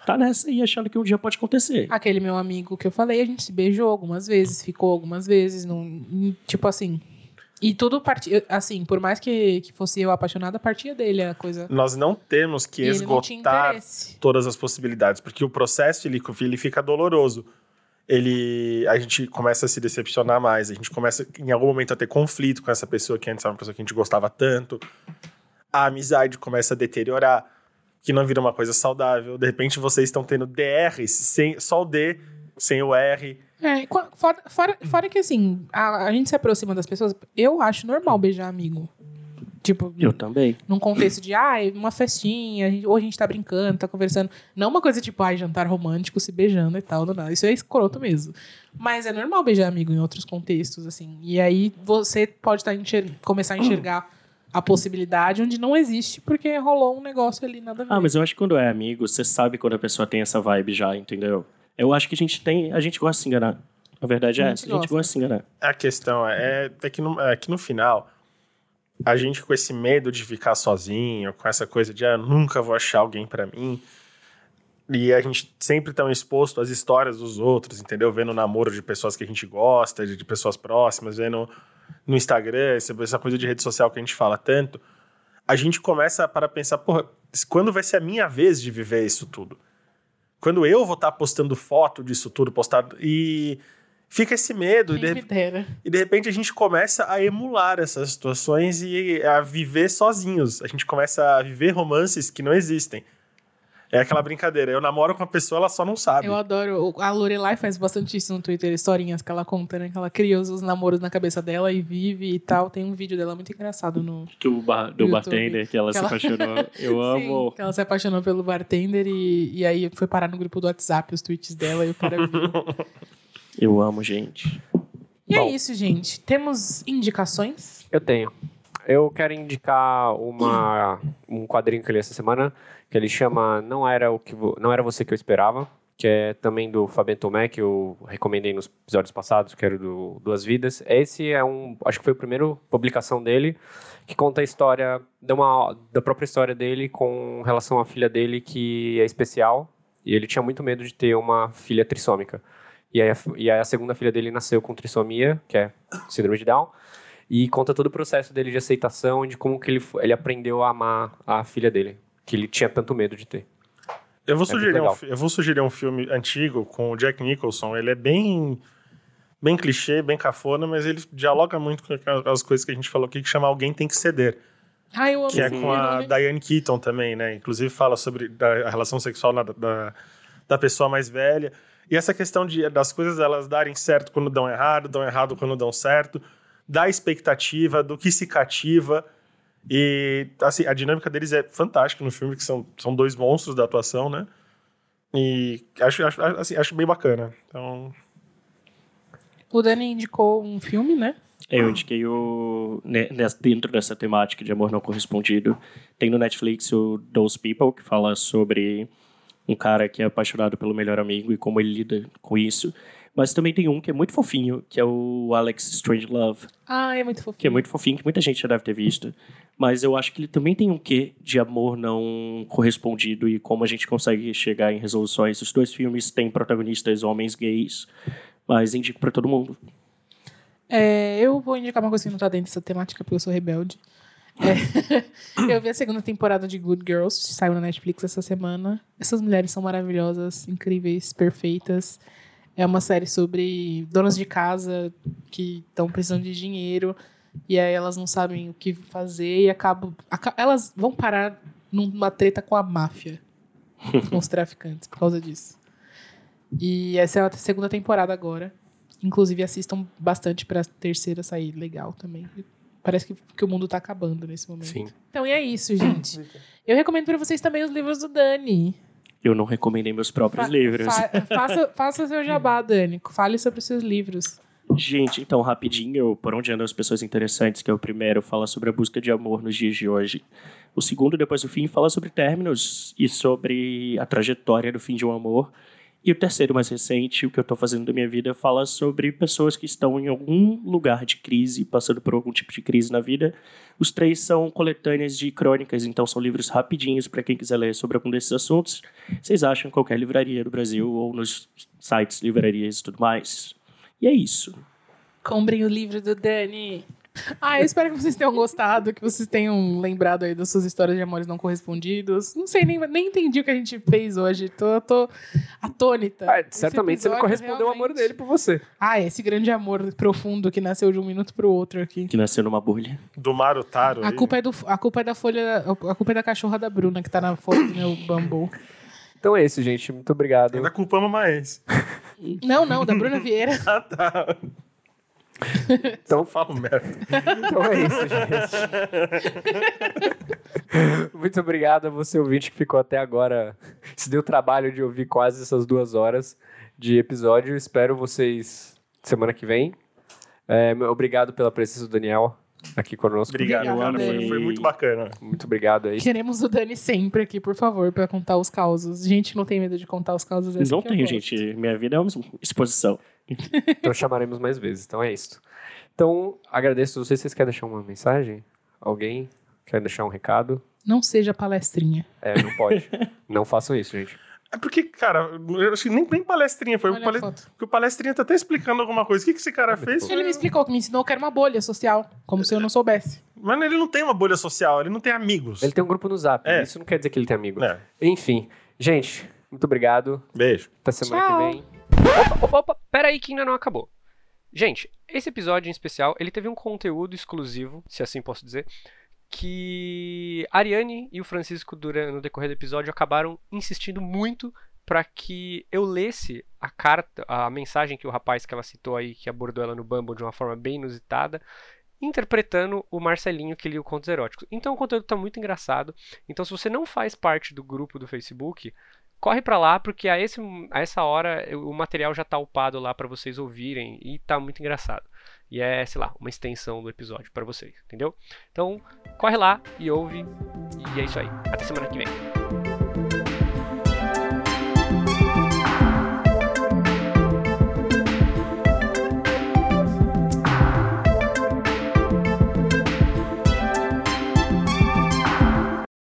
S4: Tá nessa e achando que um dia pode acontecer.
S1: Aquele meu amigo que eu falei, a gente se beijou algumas vezes, ficou algumas vezes, não... tipo assim. E tudo partia. Assim, por mais que, que fosse eu apaixonada, partia dele a coisa.
S3: Nós não temos que
S1: e ele não tinha
S3: esgotar
S1: interesse.
S3: todas as possibilidades, porque o processo ele, ele fica doloroso. Ele, a gente começa a se decepcionar mais, a gente começa em algum momento a ter conflito com essa pessoa que antes era uma pessoa que a gente gostava tanto. A amizade começa a deteriorar, que não vira uma coisa saudável. De repente vocês estão tendo DRs sem só o D, sem o R.
S1: É, qua- fora, fora, fora que assim, a, a gente se aproxima das pessoas. Eu acho normal beijar amigo. Tipo,
S4: Eu também.
S1: num contexto de, ah, é uma festinha, a gente- ou a gente tá brincando, tá conversando. Não uma coisa tipo, ai, jantar romântico, se beijando e tal, não, não. Isso é escroto mesmo. Mas é normal beijar amigo em outros contextos, assim. E aí você pode tá enxer- começar a enxergar a possibilidade onde não existe, porque rolou um negócio ali, nada a ver.
S4: Ah, mas eu acho que quando é amigo, você sabe quando a pessoa tem essa vibe já, entendeu? Eu acho que a gente tem. A gente gosta de se enganar. A verdade é
S1: A gente
S4: essa. A gente
S1: gosta.
S4: gosta de se enganar.
S3: A questão é, é que no, é que no final, a gente com esse medo de ficar sozinho, com essa coisa de ah, eu nunca vou achar alguém pra mim. E a gente sempre tão exposto às histórias dos outros, entendeu? Vendo o namoro de pessoas que a gente gosta, de, de pessoas próximas, vendo no Instagram, essa essa coisa de rede social que a gente fala tanto. A gente começa para pensar, porra, quando vai ser a minha vez de viver isso tudo? Quando eu vou estar postando foto disso tudo, postado. E fica esse medo, e de
S1: Quem me dera.
S3: e de repente a gente começa a emular essas situações e a viver sozinhos. A gente começa a viver romances que não existem. É aquela brincadeira. Eu namoro com uma pessoa, ela só não sabe.
S1: Eu adoro. o- A Lorelai faz bastante isso no Twitter, historinhas que ela conta, né? Que ela cria os, os namoros na cabeça dela e vive e tal. Tem um vídeo dela muito engraçado no,
S4: do, bar, do
S1: YouTube.
S4: bartender que ela se
S1: Ela-
S4: apaixonou. Eu
S1: Sim,
S4: amo.
S1: que ela se apaixonou pelo bartender e, e aí foi parar no grupo do WhatsApp os tweets dela e o cara viu.
S4: Eu amo, gente.
S1: E
S2: Bom.
S1: é isso, gente. Temos indicações?
S2: Eu tenho. Eu quero indicar uma, um quadrinho que eu li essa semana, que ele chama Não Era, o que Vo- Não Era Você Que Eu Esperava, que é também do Fabien Tomé, que eu recomendei nos episódios passados, que era do Duas Vidas. Esse é um, acho que foi a primeira publicação dele, que conta a história, de uma, da própria história dele com relação à filha dele, que é especial, e ele tinha muito medo de ter uma filha trissômica. E aí, a, f- e aí a segunda filha dele nasceu com trissomia, que é síndrome de Down, e conta todo o processo dele de aceitação e de como que ele, fo- ele aprendeu a amar a filha dele, que ele tinha tanto medo de ter.
S3: Eu vou,
S2: É muito
S3: sugerir um,
S2: legal.
S3: fi- eu vou sugerir um filme antigo com o Jack Nicholson. Ele é bem bem clichê, bem cafona, mas ele dialoga muito com aquelas- as coisas que a gente falou aqui, que chama Alguém Tem Que Ceder,
S1: Ah, eu amo
S3: que é
S1: esse
S3: com a
S1: nome.
S3: Diane Keaton também, né? Inclusive fala sobre da- a relação sexual na- da, da pessoa mais velha. E essa questão de, das coisas elas darem certo quando dão errado, dão errado quando dão certo, da expectativa, do que se cativa. E, assim, a dinâmica deles é fantástica no filme, que são, são dois monstros da atuação, né? E acho, acho, assim, acho bem bacana. Então,
S1: O Dani indicou um filme, né?
S4: É, Eu indiquei o. ne- nes- Dentro dessa temática de amor não correspondido, tem no Netflix o Those People, que fala sobre um cara que é apaixonado pelo melhor amigo e como ele lida com isso. Mas também tem um que é muito fofinho, que é o Alex Strangelove,
S1: Ah, é muito fofinho.
S4: que é muito fofinho, que muita gente já deve ter visto. Mas eu acho que ele também tem um quê de amor não correspondido e como a gente consegue chegar em resoluções. Os dois filmes têm protagonistas homens gays, mas indico pra todo mundo.
S1: É, eu vou indicar uma coisa que não tá dentro dessa temática, porque eu sou rebelde. É, eu vi a segunda temporada de Good Girls, que saiu na Netflix essa semana. Essas mulheres são maravilhosas, incríveis, perfeitas. É uma série sobre donas de casa que estão precisando de dinheiro e aí elas não sabem o que fazer e acabam. aca- elas vão parar numa treta com a máfia, com os traficantes, por causa disso. E essa é a segunda temporada agora. Inclusive, assistam bastante pra terceira sair legal também. Parece que, que o mundo tá acabando nesse momento.
S2: Sim.
S1: Então, e é isso, gente. Eu recomendo pra vocês também os livros do Dani.
S4: Eu não recomendei meus próprios
S1: Fa-
S4: livros.
S1: fa- faça, faça seu jabá, Dani. Fale sobre os seus livros.
S4: Gente, então, rapidinho, por onde andam as pessoas interessantes, que é o primeiro, fala sobre a busca de amor nos dias de hoje. O segundo, depois do fim, fala sobre términos e sobre a trajetória do fim de um amor. E o terceiro, mais recente, o que eu estou fazendo da minha vida, fala sobre pessoas que estão em algum lugar de crise, passando por algum tipo de crise na vida. Os três são coletâneas de crônicas, então são livros rapidinhos para quem quiser ler sobre algum desses assuntos. Vocês acham em qualquer livraria do Brasil ou nos sites, livrarias e tudo mais. E é isso.
S1: Comprem o livro do Dani. Ah, eu espero que vocês tenham gostado, que vocês tenham lembrado aí das suas histórias de amores não correspondidos. Não sei, nem, nem entendi o que a gente fez hoje. Tô, tô atônita.
S2: Ah,
S1: É, Esse
S2: certamente você não
S1: episódio
S2: correspondeu ao amor
S1: realmente-
S2: dele por você.
S1: Ah, esse grande amor profundo que nasceu de um minuto pro outro aqui.
S4: que nasceu numa bolha.
S3: Do Marotaro.
S1: A culpa, é do, a culpa é da folha. A culpa é da cachorra da Bruna que tá na foto do meu bambu.
S2: Então é isso, gente. Muito
S1: é
S2: obrigado.
S3: Ainda culpamos mais.
S1: Não, não, da Bruna Vieira.
S3: Ah, tá.
S2: Então,
S3: Fala merda.
S2: então é isso, gente. Muito obrigado a você, ouvinte, que ficou até agora. Se deu trabalho de ouvir quase essas duas horas de episódio. Espero vocês semana que vem. É, meu- obrigado pela presença do Daniel aqui conosco.
S3: Obrigado,
S1: Obrigada,
S3: cara. Foi,
S1: Dani.
S3: foi muito bacana.
S2: Muito obrigado aí.
S1: Queremos o Dani sempre aqui, por favor, pra contar os causos. Gente, não tem medo de contar os causos. é assim
S4: não
S1: que eu
S4: tenho,
S1: gosto.
S4: gente. Minha vida é uma exposição.
S2: Então chamaremos mais vezes. Então é isso. Então, agradeço. Não sei se vocês querem deixar uma mensagem? Alguém? Quer deixar um recado?
S1: Não seja palestrinha.
S2: É, não pode. não façam isso, gente.
S3: É porque, cara, eu acho que nem, nem palestrinha foi.
S1: Olha
S3: o
S1: a
S3: pale-
S1: foto.
S3: Porque o palestrinha tá até explicando alguma coisa. O que, que esse cara fez?
S2: tipo,
S1: Ele me explicou que me ensinou que era uma bolha social, como se eu não soubesse.
S3: Mano, ele não tem uma bolha social, ele não tem amigos.
S2: Ele tem um grupo no Zap.
S3: É.
S2: Isso não quer dizer que ele tem amigo.
S3: É.
S2: Enfim, gente, muito obrigado.
S3: Beijo.
S2: Até semana
S1: Tchau.
S2: que vem.
S5: Opa, opa, peraí que ainda não acabou. Gente, esse episódio em especial, ele teve um conteúdo exclusivo, se assim posso dizer, que a Ariane e o Francisco, durante, no decorrer do episódio, acabaram insistindo muito para que eu lesse a carta, a mensagem que o rapaz que ela citou aí, que abordou ela no Bumble de uma forma bem inusitada, interpretando o Marcelinho que lia o Contos Eróticos. Então o conteúdo tá muito engraçado. Então se você não faz parte do grupo do Facebook, corre pra lá, porque a, esse, a essa hora eu- o material já tá upado lá pra vocês ouvirem e tá muito engraçado. E é, sei lá, uma extensão do episódio pra vocês, entendeu? Então, corre lá e ouve. E é isso aí. Até semana que vem.